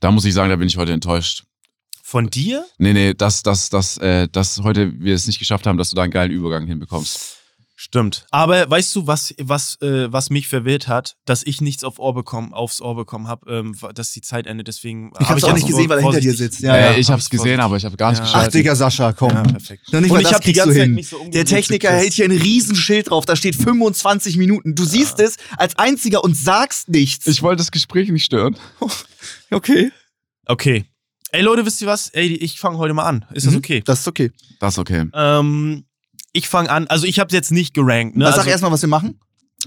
[SPEAKER 3] Da muss ich sagen, da bin ich heute enttäuscht.
[SPEAKER 4] Von dir?
[SPEAKER 3] Nee, nee, dass, dass, dass, äh, dass heute wir es nicht geschafft haben, dass du da einen geilen Übergang hinbekommst.
[SPEAKER 4] Stimmt. Aber weißt du, was, was, äh, was mich verwirrt hat, dass ich nichts auf Ohr bekommen, aufs Ohr bekommen habe, ähm, wa- dass die Zeit endet. Deswegen
[SPEAKER 2] Ich hab's auch nicht gesehen, weil er hinter dir
[SPEAKER 4] vorsichtig-
[SPEAKER 2] sitzt. Ja,
[SPEAKER 3] äh,
[SPEAKER 2] ja.
[SPEAKER 3] ich hab's gesehen,
[SPEAKER 4] vorsichtig.
[SPEAKER 3] aber ich habe gar nicht
[SPEAKER 4] Ja.
[SPEAKER 2] Ach,
[SPEAKER 3] geschaltet.
[SPEAKER 2] Digga, Scha, komm.
[SPEAKER 4] Ja, perfekt.
[SPEAKER 2] Noch nicht
[SPEAKER 4] Und
[SPEAKER 2] mal
[SPEAKER 4] ich
[SPEAKER 2] das
[SPEAKER 4] hab die
[SPEAKER 2] kriegst
[SPEAKER 4] ganze
[SPEAKER 2] du
[SPEAKER 4] Zeit
[SPEAKER 2] hin.
[SPEAKER 4] mich so umgedreht
[SPEAKER 2] Der Techniker
[SPEAKER 4] geküsst.
[SPEAKER 2] hält hier ein Riesenschild drauf, da steht 25 Minuten. Du siehst es als einziger und sagst nichts.
[SPEAKER 3] ich wollte das Gespräch nicht stören.
[SPEAKER 2] okay.
[SPEAKER 4] Okay. Ey Leute, wisst ihr was? Ey, ich fange heute mal an. Ist das
[SPEAKER 2] Mhm.
[SPEAKER 4] okay?
[SPEAKER 2] Das ist okay.
[SPEAKER 3] Das ist okay.
[SPEAKER 4] Ähm, ich fange an. Also ich habe jetzt nicht gerankt. Ne?
[SPEAKER 2] Na,
[SPEAKER 4] Also,
[SPEAKER 2] sag erstmal, was wir machen.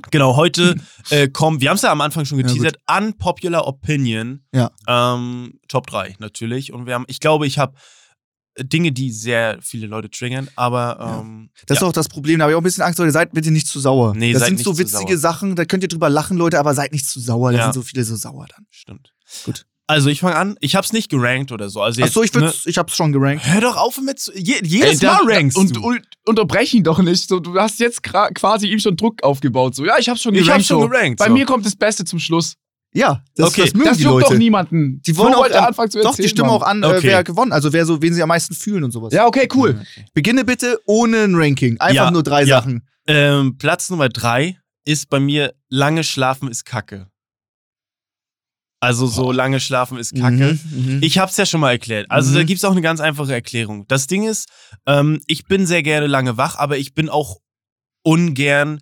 [SPEAKER 4] Genau, heute äh, kommen, wir haben es ja am Anfang schon
[SPEAKER 2] Ja,
[SPEAKER 4] geteasert, Unpopular Opinion.
[SPEAKER 2] Ja.
[SPEAKER 4] Ähm, Top 3 natürlich. Und wir haben, ich glaube, ich habe äh, Dinge, die sehr viele Leute triggern, aber ähm,
[SPEAKER 2] Das ist auch das Problem, da habe ich auch ein bisschen Angst, Leute, seid bitte nicht zu sauer.
[SPEAKER 4] Nee,
[SPEAKER 2] das
[SPEAKER 4] seid
[SPEAKER 2] sind
[SPEAKER 4] nicht
[SPEAKER 2] so
[SPEAKER 4] zu
[SPEAKER 2] witzige
[SPEAKER 4] sauer.
[SPEAKER 2] Sachen, da könnt ihr drüber lachen, Leute, aber seid nicht zu sauer, da
[SPEAKER 4] Ja.
[SPEAKER 2] sind so viele so sauer dann.
[SPEAKER 4] stimmt.
[SPEAKER 2] Gut.
[SPEAKER 4] Also ich fange an, ich habe es nicht gerankt oder so. Also jetzt,
[SPEAKER 2] Achso, ich,
[SPEAKER 4] ne,
[SPEAKER 2] würd's- ich hab's schon gerankt.
[SPEAKER 4] Hör doch auf mit zu, je, jedes Mal rankst
[SPEAKER 3] und,
[SPEAKER 4] du.
[SPEAKER 3] und unterbrech ihn doch nicht. So, du hast jetzt gra- quasi ihm schon Druck aufgebaut. So, ja, ich hab's schon
[SPEAKER 4] Ich
[SPEAKER 3] gerankt.
[SPEAKER 4] hab schon
[SPEAKER 3] so.
[SPEAKER 4] gerankt,
[SPEAKER 3] Bei
[SPEAKER 4] so.
[SPEAKER 3] mir kommt das Beste zum Schluss.
[SPEAKER 2] Ja, das,
[SPEAKER 4] Okay,
[SPEAKER 2] das mögen
[SPEAKER 3] das
[SPEAKER 2] die
[SPEAKER 3] juckt
[SPEAKER 2] Leute.
[SPEAKER 3] doch niemanden.
[SPEAKER 2] Die wollen
[SPEAKER 3] Nur
[SPEAKER 2] auch,
[SPEAKER 3] weil
[SPEAKER 2] ähm,
[SPEAKER 3] der anfängt zu
[SPEAKER 2] doch,
[SPEAKER 3] erzählen,
[SPEAKER 2] die stimmen
[SPEAKER 3] Mann.
[SPEAKER 2] auch an,
[SPEAKER 4] Okay.
[SPEAKER 2] äh, wer gewonnen, also wer so, wen sie am meisten fühlen und sowas.
[SPEAKER 3] Ja, okay, cool.
[SPEAKER 4] Mhm.
[SPEAKER 2] Beginne bitte ohne ein Ranking. Einfach
[SPEAKER 4] Ja,
[SPEAKER 2] nur drei
[SPEAKER 4] ja.
[SPEAKER 2] Sachen.
[SPEAKER 4] Ähm, Platz Nummer 3 ist bei mir, lange schlafen ist Kacke. Also so lange schlafen ist Kacke.
[SPEAKER 2] Mhm, mhm.
[SPEAKER 4] Ich habe es ja schon mal erklärt. Also
[SPEAKER 2] Mhm.
[SPEAKER 4] da gibt es auch eine ganz einfache Erklärung. Das Ding ist, ähm, ich bin sehr gerne lange wach, aber ich bin auch ungern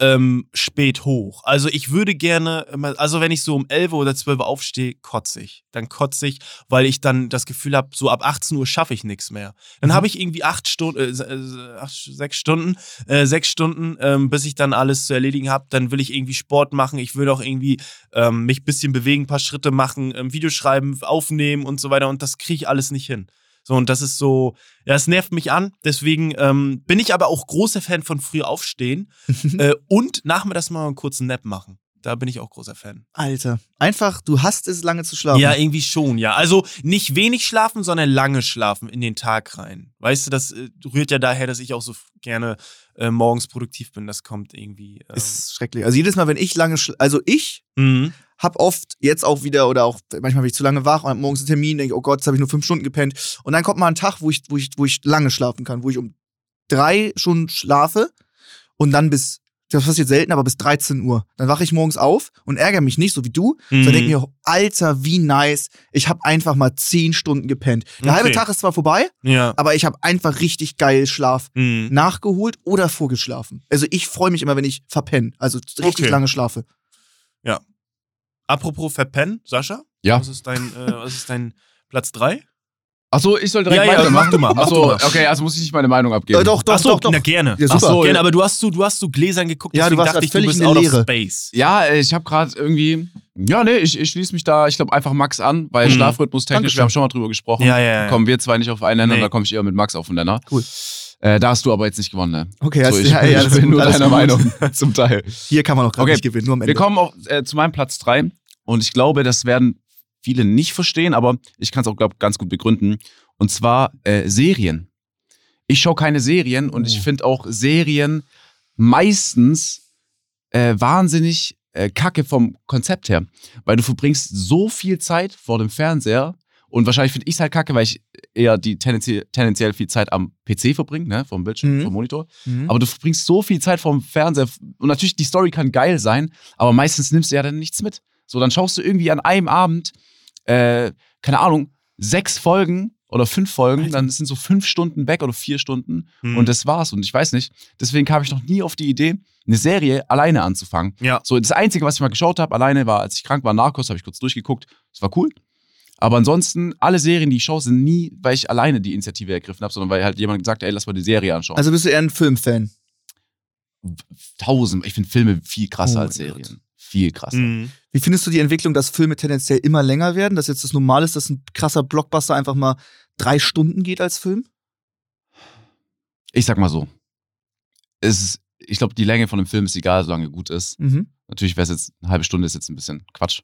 [SPEAKER 4] ähm, spät hoch. Also ich würde gerne, immer- also wenn ich so um 11 Uhr oder 12 Uhr aufstehe, kotze ich. Dann kotze ich, weil ich dann das Gefühl habe, so ab 18 Uhr schaffe ich nichts mehr.
[SPEAKER 2] Mhm.
[SPEAKER 4] Dann habe ich irgendwie acht Stunden, äh, se- äh, acht, sechs Stunden, äh, sechs Stunden, ähm, bis ich dann alles zu erledigen habe. Dann will ich irgendwie Sport machen. Ich will auch irgendwie ähm, mich ein bisschen bewegen, ein paar Schritte machen, ähm, Video schreiben, aufnehmen und so weiter. Und das kriege ich alles nicht hin. So, und das ist so, ja, das nervt mich an. Deswegen ähm, bin ich aber auch großer Fan von früh aufstehen äh, und nachmittags mal einen kurzen Nap machen. Da bin ich auch großer Fan.
[SPEAKER 2] Alter, einfach, du hast es lange zu schlafen.
[SPEAKER 4] Ja, irgendwie schon, ja. Also nicht wenig schlafen, sondern lange schlafen in den Tag rein. Weißt du, das äh, rührt ja daher, dass ich auch so f- gerne äh, morgens produktiv bin. Das kommt irgendwie. Ähm,
[SPEAKER 2] ist schrecklich. Also jedes Mal, wenn ich lange, schla- also ich
[SPEAKER 4] mhm.
[SPEAKER 2] hab oft jetzt auch wieder oder auch manchmal bin ich zu lange wach und hab morgens einen Termin, denke, oh Gott, jetzt habe ich nur fünf Stunden gepennt. Und dann kommt mal ein Tag, wo ich, wo ich, wo ich lange schlafen kann, wo ich um drei schon schlafe und dann bis, das passiert selten, aber bis 13 Uhr. Dann wache ich morgens auf und ärgere mich nicht, so wie du,
[SPEAKER 4] Mhm.
[SPEAKER 2] sondern denke mir, Alter, wie nice, ich habe einfach mal zehn Stunden gepennt. Der halbe
[SPEAKER 4] Okay.
[SPEAKER 2] Tag ist zwar vorbei,
[SPEAKER 4] Ja.
[SPEAKER 2] aber ich habe einfach richtig geil Schlaf
[SPEAKER 4] Mhm.
[SPEAKER 2] nachgeholt oder vorgeschlafen. Also ich freue mich immer, wenn ich verpenne, also richtig
[SPEAKER 4] Okay.
[SPEAKER 2] lange schlafe.
[SPEAKER 4] Apropos verpennen, Sascha?
[SPEAKER 3] Ja.
[SPEAKER 4] Was ist dein, äh, was ist dein Platz 3?
[SPEAKER 3] Achso, ich soll direkt
[SPEAKER 4] Ja, ja,
[SPEAKER 3] weitermachen.
[SPEAKER 4] mach du mal, mach
[SPEAKER 3] Achso,
[SPEAKER 4] du mal.
[SPEAKER 3] okay, also muss ich nicht meine Meinung abgeben.
[SPEAKER 2] Äh, doch, doch,
[SPEAKER 4] Achso,
[SPEAKER 2] doch, doch.
[SPEAKER 4] na gerne.
[SPEAKER 2] Ja,
[SPEAKER 3] Ach
[SPEAKER 2] super.
[SPEAKER 3] so,
[SPEAKER 4] gerne, aber du hast zu, du hast zu Gläsern geguckt,
[SPEAKER 2] Ja, du
[SPEAKER 4] deswegen
[SPEAKER 2] warst
[SPEAKER 4] dachte
[SPEAKER 2] grad
[SPEAKER 4] ich, du
[SPEAKER 2] völlig
[SPEAKER 4] bist
[SPEAKER 2] in der
[SPEAKER 4] out
[SPEAKER 2] Leere.
[SPEAKER 4] of space.
[SPEAKER 3] Ja, äh, ich habe gerade irgendwie. Ja, nee, ich, ich schließe mich da, ich glaube, einfach Max an, weil
[SPEAKER 4] Mhm.
[SPEAKER 3] Schlafrhythmus technisch, wir haben schon mal drüber gesprochen.
[SPEAKER 4] Ja, ja, ja.
[SPEAKER 3] Kommen wir zwei nicht auf einen Nenner,
[SPEAKER 4] Nee.
[SPEAKER 3] da komme ich eher mit Max auf den Nenner.
[SPEAKER 2] Cool.
[SPEAKER 3] Äh, da hast du aber jetzt nicht gewonnen, ne?
[SPEAKER 2] Okay,
[SPEAKER 3] so,
[SPEAKER 2] also,
[SPEAKER 3] ich,
[SPEAKER 2] ja, ja,
[SPEAKER 3] ich
[SPEAKER 2] alles
[SPEAKER 3] bin
[SPEAKER 2] gut,
[SPEAKER 3] nur
[SPEAKER 2] alles
[SPEAKER 3] deiner
[SPEAKER 2] gut.
[SPEAKER 3] Meinung zum Teil.
[SPEAKER 2] Hier kann man auch gerade
[SPEAKER 3] Okay.
[SPEAKER 2] nicht gewinnen, nur am Ende.
[SPEAKER 3] Wir kommen auch, äh, zu meinem Platz 3 und ich glaube, das werden viele nicht verstehen, aber ich kann es auch glaub, ganz gut begründen. Und zwar äh, Serien. Ich schaue keine Serien und
[SPEAKER 2] Oh.
[SPEAKER 3] ich finde auch Serien meistens äh, wahnsinnig äh, kacke vom Konzept her, weil du verbringst so viel Zeit vor dem Fernseher und wahrscheinlich finde ich es halt kacke, weil ich eher die tendenziell, tendenziell viel Zeit am PC verbringe, ne, vom Bildschirm,
[SPEAKER 2] Mhm.
[SPEAKER 3] vom Monitor.
[SPEAKER 2] Mhm.
[SPEAKER 3] Aber du verbringst so viel Zeit vorm Fernseher. Und natürlich, die Story kann geil sein, aber meistens nimmst du ja dann nichts mit. So, dann schaust du irgendwie an einem Abend, äh, keine Ahnung, sechs Folgen oder fünf Folgen, dann sind so fünf Stunden weg oder vier Stunden
[SPEAKER 4] Hm.
[SPEAKER 3] und das war's. Und ich weiß nicht, deswegen kam ich noch nie auf die Idee, eine Serie alleine anzufangen.
[SPEAKER 4] Ja.
[SPEAKER 3] So, das Einzige, was ich mal geschaut habe, alleine war, als ich krank war, Narcos, habe ich kurz durchgeguckt. Das war cool. Aber ansonsten, alle Serien, die ich schaue, sind nie, weil ich alleine die Initiative ergriffen habe, sondern weil halt jemand gesagt hat, ey, lass mal die Serie anschauen.
[SPEAKER 2] also bist du eher ein Filmfan.
[SPEAKER 3] tausend. Ich finde Filme viel krasser
[SPEAKER 2] Oh
[SPEAKER 3] als
[SPEAKER 2] mein
[SPEAKER 3] Serien. Viel krasser.
[SPEAKER 4] Mhm.
[SPEAKER 2] Wie findest du die Entwicklung, dass Filme tendenziell immer länger werden? Dass jetzt das Normal ist, dass ein krasser Blockbuster einfach mal drei Stunden geht als Film?
[SPEAKER 3] Ich sag mal so. Es ist, ich glaube, die Länge von einem Film ist egal, solange er gut ist.
[SPEAKER 2] Mhm.
[SPEAKER 3] Natürlich wäre es jetzt eine halbe Stunde, ist jetzt ein bisschen Quatsch.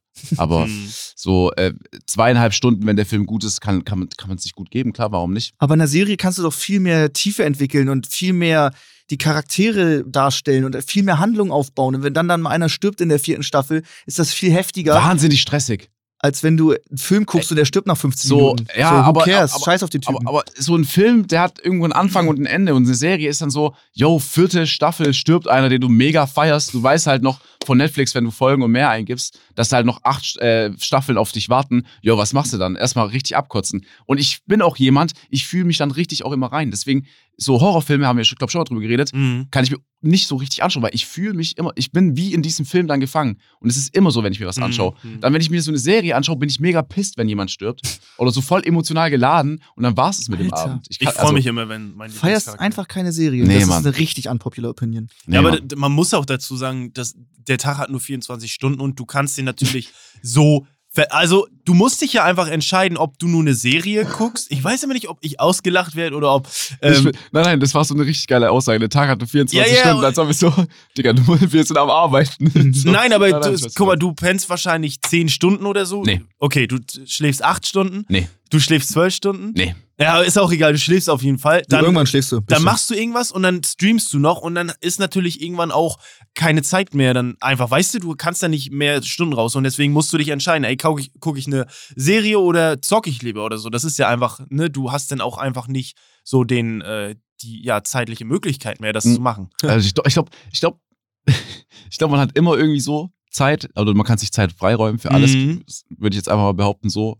[SPEAKER 3] Aber
[SPEAKER 4] Mhm.
[SPEAKER 3] so äh, zweieinhalb Stunden, wenn der Film gut ist, kann, kann man es sich gut geben. Klar, warum nicht?
[SPEAKER 2] Aber in einer Serie kannst du doch viel mehr Tiefe entwickeln und viel mehr die Charaktere darstellen und viel mehr Handlung aufbauen. Und wenn dann dann mal einer stirbt in der vierten Staffel, ist das viel heftiger.
[SPEAKER 3] Wahnsinnig stressig.
[SPEAKER 2] als wenn du einen Film guckst und der stirbt nach 15
[SPEAKER 3] so,
[SPEAKER 2] Minuten.
[SPEAKER 3] ja,
[SPEAKER 2] so, who
[SPEAKER 3] aber-
[SPEAKER 2] cares?
[SPEAKER 3] aber-
[SPEAKER 2] Scheiß auf den Typen.
[SPEAKER 3] Aber, aber so ein Film, der hat irgendwo einen Anfang und ein Ende. Und eine Serie ist dann so, yo, vierte Staffel stirbt einer, den du mega feierst. Du weißt halt noch von Netflix, wenn du Folgen und mehr eingibst, dass da halt noch acht äh, Staffeln auf dich warten. Yo, was machst du dann? Erstmal richtig abkotzen. Und ich bin auch jemand, ich fühle mich dann richtig auch immer rein. Deswegen, so Horrorfilme haben wir, ich glaube, schon mal drüber geredet,
[SPEAKER 4] Mhm.
[SPEAKER 3] kann ich mir nicht so richtig anschauen, weil ich fühle mich immer, ich bin wie in diesem Film dann gefangen. Und es ist immer so, wenn ich mir
[SPEAKER 4] Mhm,
[SPEAKER 3] was anschaue. Dann, wenn ich mir so eine Serie anschaue, bin ich mega pisst, wenn jemand stirbt. Oder so voll emotional geladen und dann war es es mit dem
[SPEAKER 2] Alter.
[SPEAKER 3] Abend.
[SPEAKER 4] Ich
[SPEAKER 3] kann-
[SPEAKER 4] freue
[SPEAKER 3] also,
[SPEAKER 4] mich immer, wenn mein
[SPEAKER 2] Du feierst
[SPEAKER 4] Lieblingscharakter-
[SPEAKER 2] einfach keine Serie.
[SPEAKER 3] Nee,
[SPEAKER 2] das
[SPEAKER 3] Mann.
[SPEAKER 2] ist eine richtig unpopular Opinion.
[SPEAKER 3] Nee,
[SPEAKER 4] ja, aber
[SPEAKER 3] Mann.
[SPEAKER 4] d- man muss auch dazu sagen, dass der Tag hat nur 24 Stunden und du kannst den natürlich so. ver- Also, du musst dich ja einfach entscheiden, ob du nur eine Serie guckst. Ich weiß immer nicht, ob ich ausgelacht werde oder ob.
[SPEAKER 3] Ich
[SPEAKER 4] Ähm,
[SPEAKER 3] will- nein, nein, das war so eine richtig geile Aussage. Der Tag hatte 24
[SPEAKER 4] Ja, ja,
[SPEAKER 3] Stunden,
[SPEAKER 4] und- Mhm.
[SPEAKER 3] als ob ich so, Digga, du, wir sind am Arbeiten. So.
[SPEAKER 4] nein, aber
[SPEAKER 3] nein,
[SPEAKER 4] du,
[SPEAKER 3] ich weiß
[SPEAKER 4] guck mal,
[SPEAKER 3] nicht.
[SPEAKER 4] du pennst wahrscheinlich 10 Stunden oder so.
[SPEAKER 3] Nee.
[SPEAKER 4] Okay, du t- schläfst 8 Stunden.
[SPEAKER 3] Nee.
[SPEAKER 4] Du schläfst 12 Stunden.
[SPEAKER 3] Nee. Also
[SPEAKER 4] Ja, ist auch egal, du schläfst auf jeden Fall.
[SPEAKER 2] Du,
[SPEAKER 4] Dann,
[SPEAKER 2] irgendwann schläfst du.
[SPEAKER 4] dann machst du irgendwas und dann streamst du noch und dann ist natürlich irgendwann auch keine Zeit mehr. Dann einfach, weißt du, du kannst da nicht mehr Stunden raus und deswegen musst du dich entscheiden, ey, gucke ich, guck ich eine Serie oder zock ich lieber oder so. Das ist ja einfach, ne, du hast dann auch einfach nicht so den, äh, die ja, zeitliche Möglichkeit mehr, das
[SPEAKER 3] Mhm.
[SPEAKER 4] zu machen.
[SPEAKER 3] Also ich glaube, ich glaube, ich glaube, ich glaub, man hat immer irgendwie so Zeit, also man kann sich Zeit freiräumen für alles,
[SPEAKER 4] Mhm.
[SPEAKER 3] Das würde ich jetzt einfach mal behaupten, so.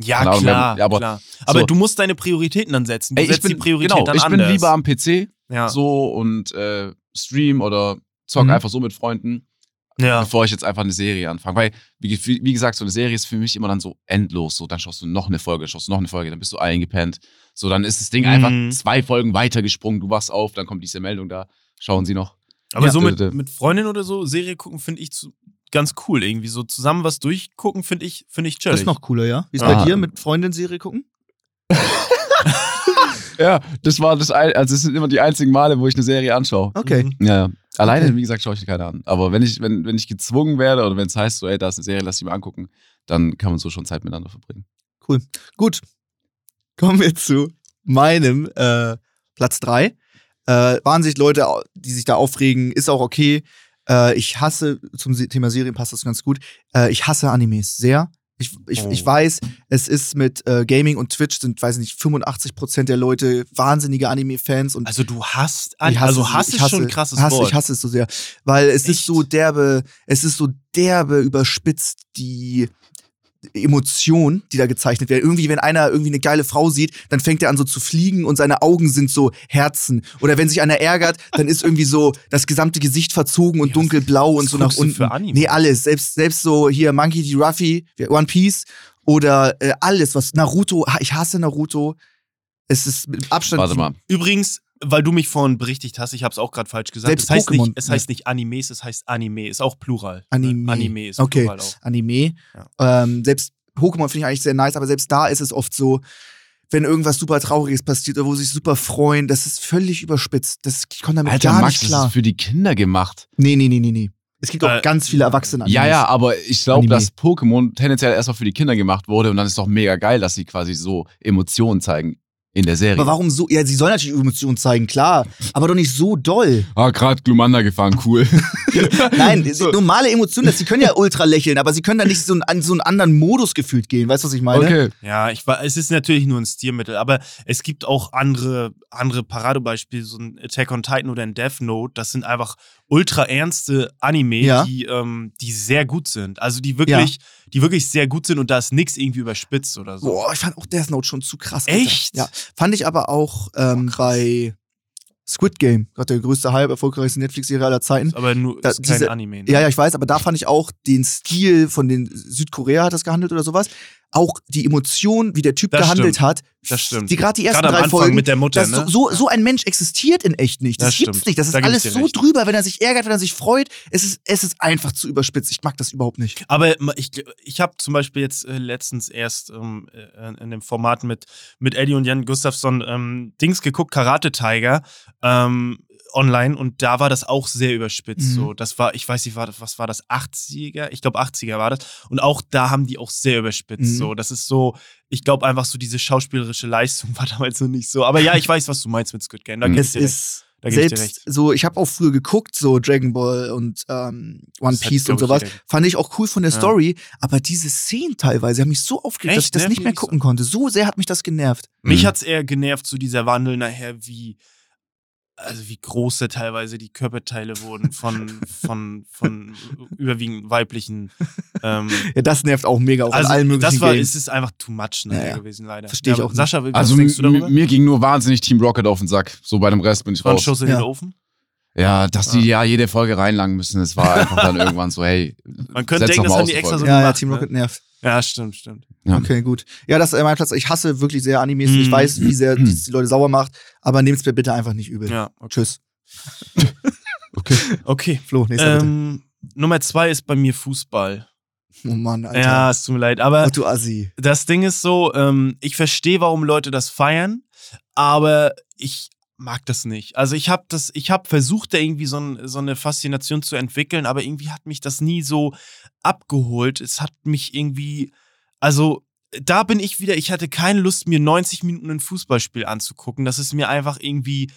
[SPEAKER 4] Ja,
[SPEAKER 3] Keine Ahnung,
[SPEAKER 4] klar,
[SPEAKER 3] ja, aber-
[SPEAKER 4] aber, klar. Aber du musst deine Prioritäten dann setzen. Du
[SPEAKER 3] Ey, ich
[SPEAKER 4] setzt
[SPEAKER 3] bin,
[SPEAKER 4] die Priorität
[SPEAKER 3] genau,
[SPEAKER 4] dann
[SPEAKER 3] ich
[SPEAKER 4] anders. Ah.
[SPEAKER 3] bin lieber am PC
[SPEAKER 4] ja.
[SPEAKER 3] so und äh, stream oder zock
[SPEAKER 2] Mhm.
[SPEAKER 3] einfach so mit Freunden,
[SPEAKER 4] ja.
[SPEAKER 3] bevor ich jetzt einfach eine Serie anfange. Weil, wie, ge- wie wie gesagt, so eine Serie ist für mich immer dann so endlos. So, dann schaust du noch eine Folge, schaust du noch eine Folge, dann bist du eingepennt. So, dann ist das Ding
[SPEAKER 4] Mhm.
[SPEAKER 3] einfach zwei Folgen weitergesprungen, du wachst auf, dann kommt diese Meldung da, schauen sie noch.
[SPEAKER 4] Aber
[SPEAKER 3] Ja.
[SPEAKER 4] so mit,
[SPEAKER 3] Dö, dö.
[SPEAKER 4] mit Freundin oder so, Serie gucken, finde ich zu, ganz cool irgendwie. So zusammen was durchgucken, finde ich, finde ich chillig.
[SPEAKER 2] das ist noch cooler, ja? Wie ist
[SPEAKER 3] Ah.
[SPEAKER 2] bei dir mit Freundin Serie gucken?
[SPEAKER 3] Ja, das war das, ein- also das sind immer die einzigen Male, wo ich eine Serie anschaue.
[SPEAKER 2] Okay.
[SPEAKER 4] Mhm.
[SPEAKER 3] Ja, ja. Alleine,
[SPEAKER 2] Okay.
[SPEAKER 3] wie gesagt, schaue ich keine an. Aber wenn ich, wenn, wenn ich gezwungen werde oder wenn es heißt, so, ey, da ist eine Serie, lass die mal angucken, dann kann man so schon Zeit miteinander verbringen.
[SPEAKER 2] Gut. Kommen wir zu meinem äh, Platz 3. Äh, wahnsinnig Leute, die sich da aufregen, ist auch okay. Äh, ich hasse, zum Se- Thema Serien passt das ganz gut, äh, ich hasse Animes sehr. Ich, ich, ich weiß, es ist mit äh, Gaming und Twitch sind, weiß nicht, 85% der Leute wahnsinnige Anime-Fans und
[SPEAKER 4] Also du hast,
[SPEAKER 2] Ich
[SPEAKER 4] also
[SPEAKER 2] es,
[SPEAKER 4] hast
[SPEAKER 2] ich
[SPEAKER 4] ist schon ein krasses
[SPEAKER 2] hasse,
[SPEAKER 4] Wort.
[SPEAKER 2] Ich hasse es so sehr, weil es ist
[SPEAKER 4] Echt?
[SPEAKER 2] so derbe, es ist so derbe überspitzt die Emotion, die da gezeichnet werden. Irgendwie, wenn einer irgendwie eine geile Frau sieht, dann fängt er an so zu fliegen und seine Augen sind so Herzen. Oder wenn sich einer ärgert, dann ist irgendwie so das gesamte Gesicht verzogen und
[SPEAKER 4] Ja, was-
[SPEAKER 2] dunkelblau und
[SPEAKER 4] was
[SPEAKER 2] so nach
[SPEAKER 4] guckst du
[SPEAKER 2] unten.
[SPEAKER 4] für Anime?
[SPEAKER 2] Nee, alles. Selbst, selbst so hier Monkey D. Ruffy, One Piece oder äh, alles, was Naruto, ich hasse Naruto. Es ist mit Abstand
[SPEAKER 3] Warte mal.
[SPEAKER 4] Übrigens, weil du mich vorhin berichtigt hast, ich habe es auch gerade falsch gesagt.
[SPEAKER 2] Selbst
[SPEAKER 4] es heißt,
[SPEAKER 2] Pokémon-
[SPEAKER 4] nicht, es heißt nicht Animes, es heißt Anime, ist auch Plural.
[SPEAKER 2] Anime.
[SPEAKER 4] Anime ist
[SPEAKER 2] Okay.
[SPEAKER 4] Plural auch.
[SPEAKER 2] Anime. Ähm, selbst Pokémon finde ich eigentlich sehr nice, aber selbst da ist es oft so, wenn irgendwas super Trauriges passiert oder wo sie sich super freuen, das ist völlig überspitzt. Das, ich komme damit
[SPEAKER 3] Alter,
[SPEAKER 2] gar
[SPEAKER 3] Max,
[SPEAKER 2] nicht
[SPEAKER 3] das ist
[SPEAKER 2] klar.
[SPEAKER 3] für die Kinder gemacht.
[SPEAKER 2] Nee, nee, nee, nee, nee. Es gibt auch
[SPEAKER 4] Äh,
[SPEAKER 2] ganz viele Erwachsene.
[SPEAKER 3] Ja, ja, aber ich glaube,
[SPEAKER 2] Anime.
[SPEAKER 3] dass Pokémon tendenziell erstmal für die Kinder gemacht wurde und dann ist doch mega geil, dass sie quasi so Emotionen zeigen in der Serie.
[SPEAKER 2] Aber warum so? Ja, sie sollen natürlich Emotionen zeigen, klar. Aber doch nicht so doll.
[SPEAKER 3] Ah, gerade Glumanda gefahren, cool.
[SPEAKER 2] Nein,
[SPEAKER 3] So.
[SPEAKER 2] normale Emotionen, das- sie können ja ultra lächeln, aber sie können da nicht so in an so einen anderen Modus gefühlt gehen. Weißt du, was ich meine?
[SPEAKER 3] Okay.
[SPEAKER 4] Ja, ich war, es ist natürlich nur ein Stilmittel, aber es gibt auch andere, andere Paradebeispiele, so ein Attack on Titan oder ein Death Note. Das sind einfach ultra ernste Anime,
[SPEAKER 2] Ja.
[SPEAKER 4] die, ähm, die sehr gut sind. Also die wirklich, die wirklich sehr gut sind und da ist nichts irgendwie überspitzt oder so.
[SPEAKER 2] Boah, ich fand auch Death Note schon zu krass. Alter.
[SPEAKER 4] Echt?
[SPEAKER 2] Ja. Fand ich aber auch ähm, bei Squid Game, Gott, der größte Hype, erfolgreichste Netflix-Serie aller Zeiten.
[SPEAKER 4] Ist Aber nur
[SPEAKER 2] Da-
[SPEAKER 4] ist kein
[SPEAKER 2] diese-
[SPEAKER 4] Anime. Ne?
[SPEAKER 2] Ja, ja, ich weiß, aber da fand ich auch den Stil von den Südkorea hat das gehandelt oder sowas. Auch die Emotion, wie der Typ
[SPEAKER 4] Das
[SPEAKER 2] gehandelt
[SPEAKER 4] stimmt.
[SPEAKER 2] hat.
[SPEAKER 4] Das stimmt.
[SPEAKER 2] Die gerade die ersten
[SPEAKER 4] Gerade am
[SPEAKER 2] drei
[SPEAKER 4] Anfang
[SPEAKER 2] Folgen.
[SPEAKER 4] mit der Mutter,
[SPEAKER 2] das,
[SPEAKER 4] ne?
[SPEAKER 2] so, so, so ein Mensch existiert in echt nicht. Das,
[SPEAKER 4] Das
[SPEAKER 2] gibt's
[SPEAKER 4] stimmt.
[SPEAKER 2] nicht. Das ist
[SPEAKER 4] Da geb ich
[SPEAKER 2] alles
[SPEAKER 4] dir
[SPEAKER 2] so
[SPEAKER 4] recht.
[SPEAKER 2] drüber, wenn er sich ärgert, wenn er sich freut. Es ist, es ist einfach zu überspitzt. Ich mag das überhaupt nicht.
[SPEAKER 4] Aber ma- ich, gl- ich habe zum Beispiel jetzt äh, letztens erst ähm, äh, in dem Format mit, mit Eddie und Jan Gustafsson ähm, Dings geguckt, Karate Tiger ähm, online und da war das auch sehr überspitzt.
[SPEAKER 2] Mhm.
[SPEAKER 4] So, das war, ich weiß nicht, war das, was war das, 80er? Ich glaube 80er war das. Und auch da haben die auch sehr überspitzt.
[SPEAKER 2] Mhm.
[SPEAKER 4] So, das ist so, ich glaube einfach so diese schauspielerische Leistung war damals noch nicht so. Aber ja, ich weiß, was du meinst mit Squid Game. Da
[SPEAKER 3] Mhm.
[SPEAKER 4] gibt's
[SPEAKER 2] Es
[SPEAKER 4] dir recht.
[SPEAKER 2] ist
[SPEAKER 4] Da gebe ich dir
[SPEAKER 2] selbst
[SPEAKER 4] recht.
[SPEAKER 2] so, ich habe auch früher geguckt, so Dragon Ball und ähm, One
[SPEAKER 4] Das hat,
[SPEAKER 2] Piece und
[SPEAKER 4] glaub ich,
[SPEAKER 2] sowas.
[SPEAKER 4] jeder geguckt.
[SPEAKER 2] Fand ich auch cool von der
[SPEAKER 4] Ja.
[SPEAKER 2] Story, aber diese Szenen teilweise haben mich so aufgeregt, dass
[SPEAKER 4] Echt,
[SPEAKER 2] ich das
[SPEAKER 4] ne?
[SPEAKER 2] nicht
[SPEAKER 4] Mir
[SPEAKER 2] mehr
[SPEAKER 4] nicht so.
[SPEAKER 2] gucken konnte. So sehr hat mich das genervt.
[SPEAKER 4] Mich
[SPEAKER 3] Mhm.
[SPEAKER 4] hat's eher genervt, so dieser Wandel nachher, wie, also wie groß da teilweise die Körperteile wurden von, von, von überwiegend weiblichen. Ähm,
[SPEAKER 2] Ja, das nervt auch mega auch
[SPEAKER 4] also
[SPEAKER 2] an allen möglichen
[SPEAKER 4] das war,
[SPEAKER 2] Games.
[SPEAKER 4] es ist einfach too much nachher
[SPEAKER 2] Ja, ja.
[SPEAKER 4] gewesen, leider.
[SPEAKER 2] Versteh ich
[SPEAKER 4] aber
[SPEAKER 2] auch nicht.
[SPEAKER 4] Sascha, was
[SPEAKER 3] Also
[SPEAKER 4] denkst du darüber?
[SPEAKER 3] m- mir ging nur wahnsinnig Team Rocket auf den Sack. So bei dem Rest bin ich
[SPEAKER 4] War ein
[SPEAKER 3] raus.
[SPEAKER 4] Schuss in
[SPEAKER 2] Ja.
[SPEAKER 4] den Ofen?
[SPEAKER 3] Ja, dass die
[SPEAKER 2] Ah.
[SPEAKER 3] ja jede Folge reinlangen müssen, das war einfach dann irgendwann so, hey,
[SPEAKER 4] Man könnte denken,
[SPEAKER 3] setz doch
[SPEAKER 4] das
[SPEAKER 3] mal
[SPEAKER 4] haben die
[SPEAKER 3] aus
[SPEAKER 4] extra so
[SPEAKER 3] Folge.
[SPEAKER 2] ja, ja,
[SPEAKER 4] gemacht,
[SPEAKER 2] Team
[SPEAKER 4] ne?
[SPEAKER 2] Rocket nervt.
[SPEAKER 4] Ja, stimmt, stimmt.
[SPEAKER 3] Ja.
[SPEAKER 2] Okay, gut. Ja, das ist mein Platz. Ich hasse wirklich sehr Animes. Ich
[SPEAKER 4] Mm.
[SPEAKER 2] weiß, wie sehr das die Leute sauer macht, aber nehmt es mir bitte einfach nicht übel.
[SPEAKER 4] Ja, okay.
[SPEAKER 2] Tschüss.
[SPEAKER 4] okay.
[SPEAKER 2] Flo, nächster
[SPEAKER 4] Ähm, Nummer zwei ist bei mir Fußball.
[SPEAKER 2] bitte. Oh Mann, Alter.
[SPEAKER 4] Ja, es tut mir leid, aber
[SPEAKER 2] Oh, du Assi.
[SPEAKER 4] das Ding ist so, ähm, ich verstehe, warum Leute das feiern, aber ich mag das nicht. Also ich habe das, ich habe versucht, da irgendwie so, ein, so eine Faszination zu entwickeln, aber irgendwie hat mich das nie so abgeholt. Es hat mich irgendwie, also da bin ich wieder, ich hatte keine Lust, mir 90 Minuten ein Fußballspiel anzugucken. Das ist mir einfach irgendwie,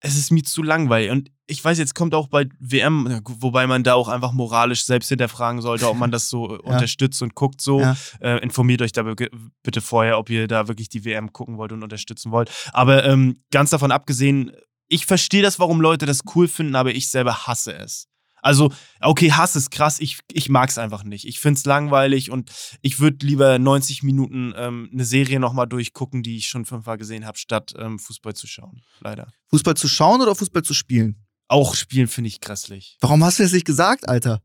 [SPEAKER 4] es ist mir zu langweilig. Und ich weiß, jetzt kommt auch bei WM, na gut, wobei man da auch einfach moralisch selbst hinterfragen sollte, ob man das so äh,
[SPEAKER 2] Ja.
[SPEAKER 4] unterstützt und guckt so.
[SPEAKER 2] Ja.
[SPEAKER 4] Äh, informiert euch da be- bitte vorher, ob ihr da wirklich die WM gucken wollt und unterstützen wollt. Aber ähm, ganz davon abgesehen, ich verstehe das, warum Leute das cool finden, aber ich selber hasse es. Also, okay, Hass ist krass, ich, ich mag es einfach nicht. Ich find's langweilig und ich würde lieber 90 Minuten ähm, eine Serie nochmal durchgucken, die ich schon fünfmal gesehen habe, statt ähm, Fußball zu schauen. Leider.
[SPEAKER 2] Fußball zu schauen oder Fußball zu spielen?
[SPEAKER 4] Auch Spielen finde ich grässlich.
[SPEAKER 2] Warum hast du das nicht gesagt, Alter?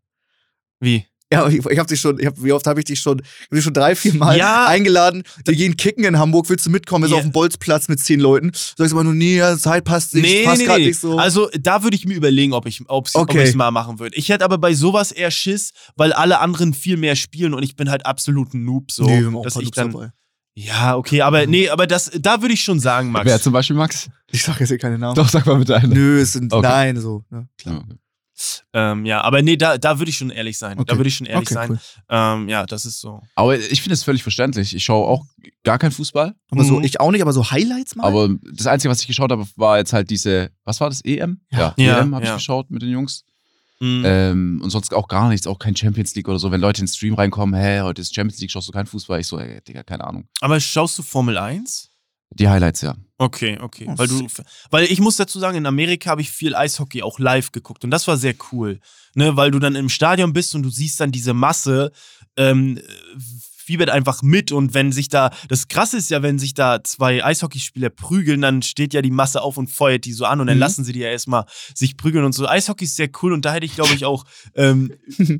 [SPEAKER 4] Wie?
[SPEAKER 2] Ja, ich, ich habe dich schon, ich hab, wie oft habe ich dich schon, ich hab dich schon drei, vier Mal
[SPEAKER 4] Ja.
[SPEAKER 2] eingeladen. Wir gehen kicken in Hamburg, willst du mitkommen? Wir sind
[SPEAKER 4] Ja.
[SPEAKER 2] auf dem Bolzplatz mit zehn Leuten. Sagst immer nur, nee, ja, Zeit passt nicht, passt gerade nicht so.
[SPEAKER 4] Also da würde ich mir überlegen, ob ich ob's, ob
[SPEAKER 2] Okay.
[SPEAKER 4] ich's mal machen würde. Ich hätte aber bei sowas eher Schiss, weil alle anderen viel mehr spielen und ich bin halt absolut ein Noob so.
[SPEAKER 2] nee, wir haben auch ein
[SPEAKER 4] dass
[SPEAKER 2] paar
[SPEAKER 4] ich
[SPEAKER 2] Loops
[SPEAKER 4] dann,
[SPEAKER 2] dabei.
[SPEAKER 4] ja, okay, aber nee, aber das, da würde ich schon sagen, Max.
[SPEAKER 3] Wer zum Beispiel Max?
[SPEAKER 2] Ich sag jetzt hier keine Namen.
[SPEAKER 3] Doch, sag mal bitte einen.
[SPEAKER 2] Nö, es sind,
[SPEAKER 3] Okay.
[SPEAKER 2] nein, so. Ne?
[SPEAKER 3] Klar.
[SPEAKER 4] Ähm, ja, aber nee, da, da würde ich schon ehrlich sein.
[SPEAKER 2] Okay.
[SPEAKER 4] Da würde ich schon ehrlich
[SPEAKER 2] Okay,
[SPEAKER 4] sein.
[SPEAKER 2] cool.
[SPEAKER 4] Ähm, ja, das ist so.
[SPEAKER 3] Aber ich finde es völlig verständlich. Ich schaue auch gar keinen Fußball.
[SPEAKER 2] Aber so,
[SPEAKER 4] Mhm.
[SPEAKER 2] ich auch nicht, aber so Highlights mal?
[SPEAKER 3] Aber das Einzige, was ich geschaut habe, war jetzt halt diese, was war das, EM? Ja,
[SPEAKER 4] Ja,
[SPEAKER 3] EM habe
[SPEAKER 4] ja.
[SPEAKER 3] ich geschaut mit den Jungs.
[SPEAKER 4] Mhm.
[SPEAKER 2] Äh.
[SPEAKER 3] Ähm, und sonst auch gar nichts, auch kein Champions League oder so. Wenn Leute in den Stream reinkommen, hä, heute ist Champions League, schaust du keinen Fußball? Ich so, ey, Digga, keine Ahnung.
[SPEAKER 4] Aber schaust du Formel 1?
[SPEAKER 3] Die Highlights, ja.
[SPEAKER 4] Okay, okay.
[SPEAKER 2] Oh,
[SPEAKER 4] weil, du, weil ich muss dazu sagen, in Amerika habe ich viel Eishockey auch live geguckt und das war sehr cool. Ne, weil du dann im Stadion bist und du siehst dann diese Masse, ähm, fiebert einfach mit und wenn sich da, das krasse ist ja, wenn sich da zwei Eishockeyspieler prügeln, dann steht ja die Masse auf und feuert die so an und dann
[SPEAKER 2] Mhm.
[SPEAKER 4] lassen sie die ja erstmal sich prügeln und so. Eishockey ist sehr cool und da hätte ich glaube ich auch ähm,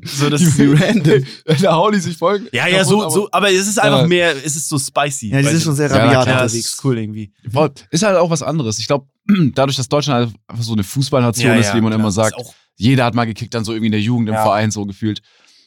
[SPEAKER 4] so das.
[SPEAKER 2] random.
[SPEAKER 3] da hauen die sich folgen.
[SPEAKER 4] Ja, ja, so, so, aber es ist einfach
[SPEAKER 3] Ja.
[SPEAKER 4] mehr, es ist so spicy.
[SPEAKER 2] Ja, die
[SPEAKER 4] Weißt
[SPEAKER 2] sind
[SPEAKER 4] du?
[SPEAKER 2] schon sehr
[SPEAKER 3] Ja,
[SPEAKER 2] rabiat
[SPEAKER 4] ja, das
[SPEAKER 2] unterwegs.
[SPEAKER 4] ist cool irgendwie.
[SPEAKER 3] Voll. Ist halt auch was anderes. Ich glaube, dadurch, dass Deutschland halt einfach so eine Fußballnation ist, wie man
[SPEAKER 4] klar.
[SPEAKER 3] immer
[SPEAKER 4] Ist
[SPEAKER 3] sagt,
[SPEAKER 4] auch
[SPEAKER 3] jeder hat mal gekickt, dann so irgendwie in der Jugend, im
[SPEAKER 4] Ja.
[SPEAKER 3] Verein so gefühlt.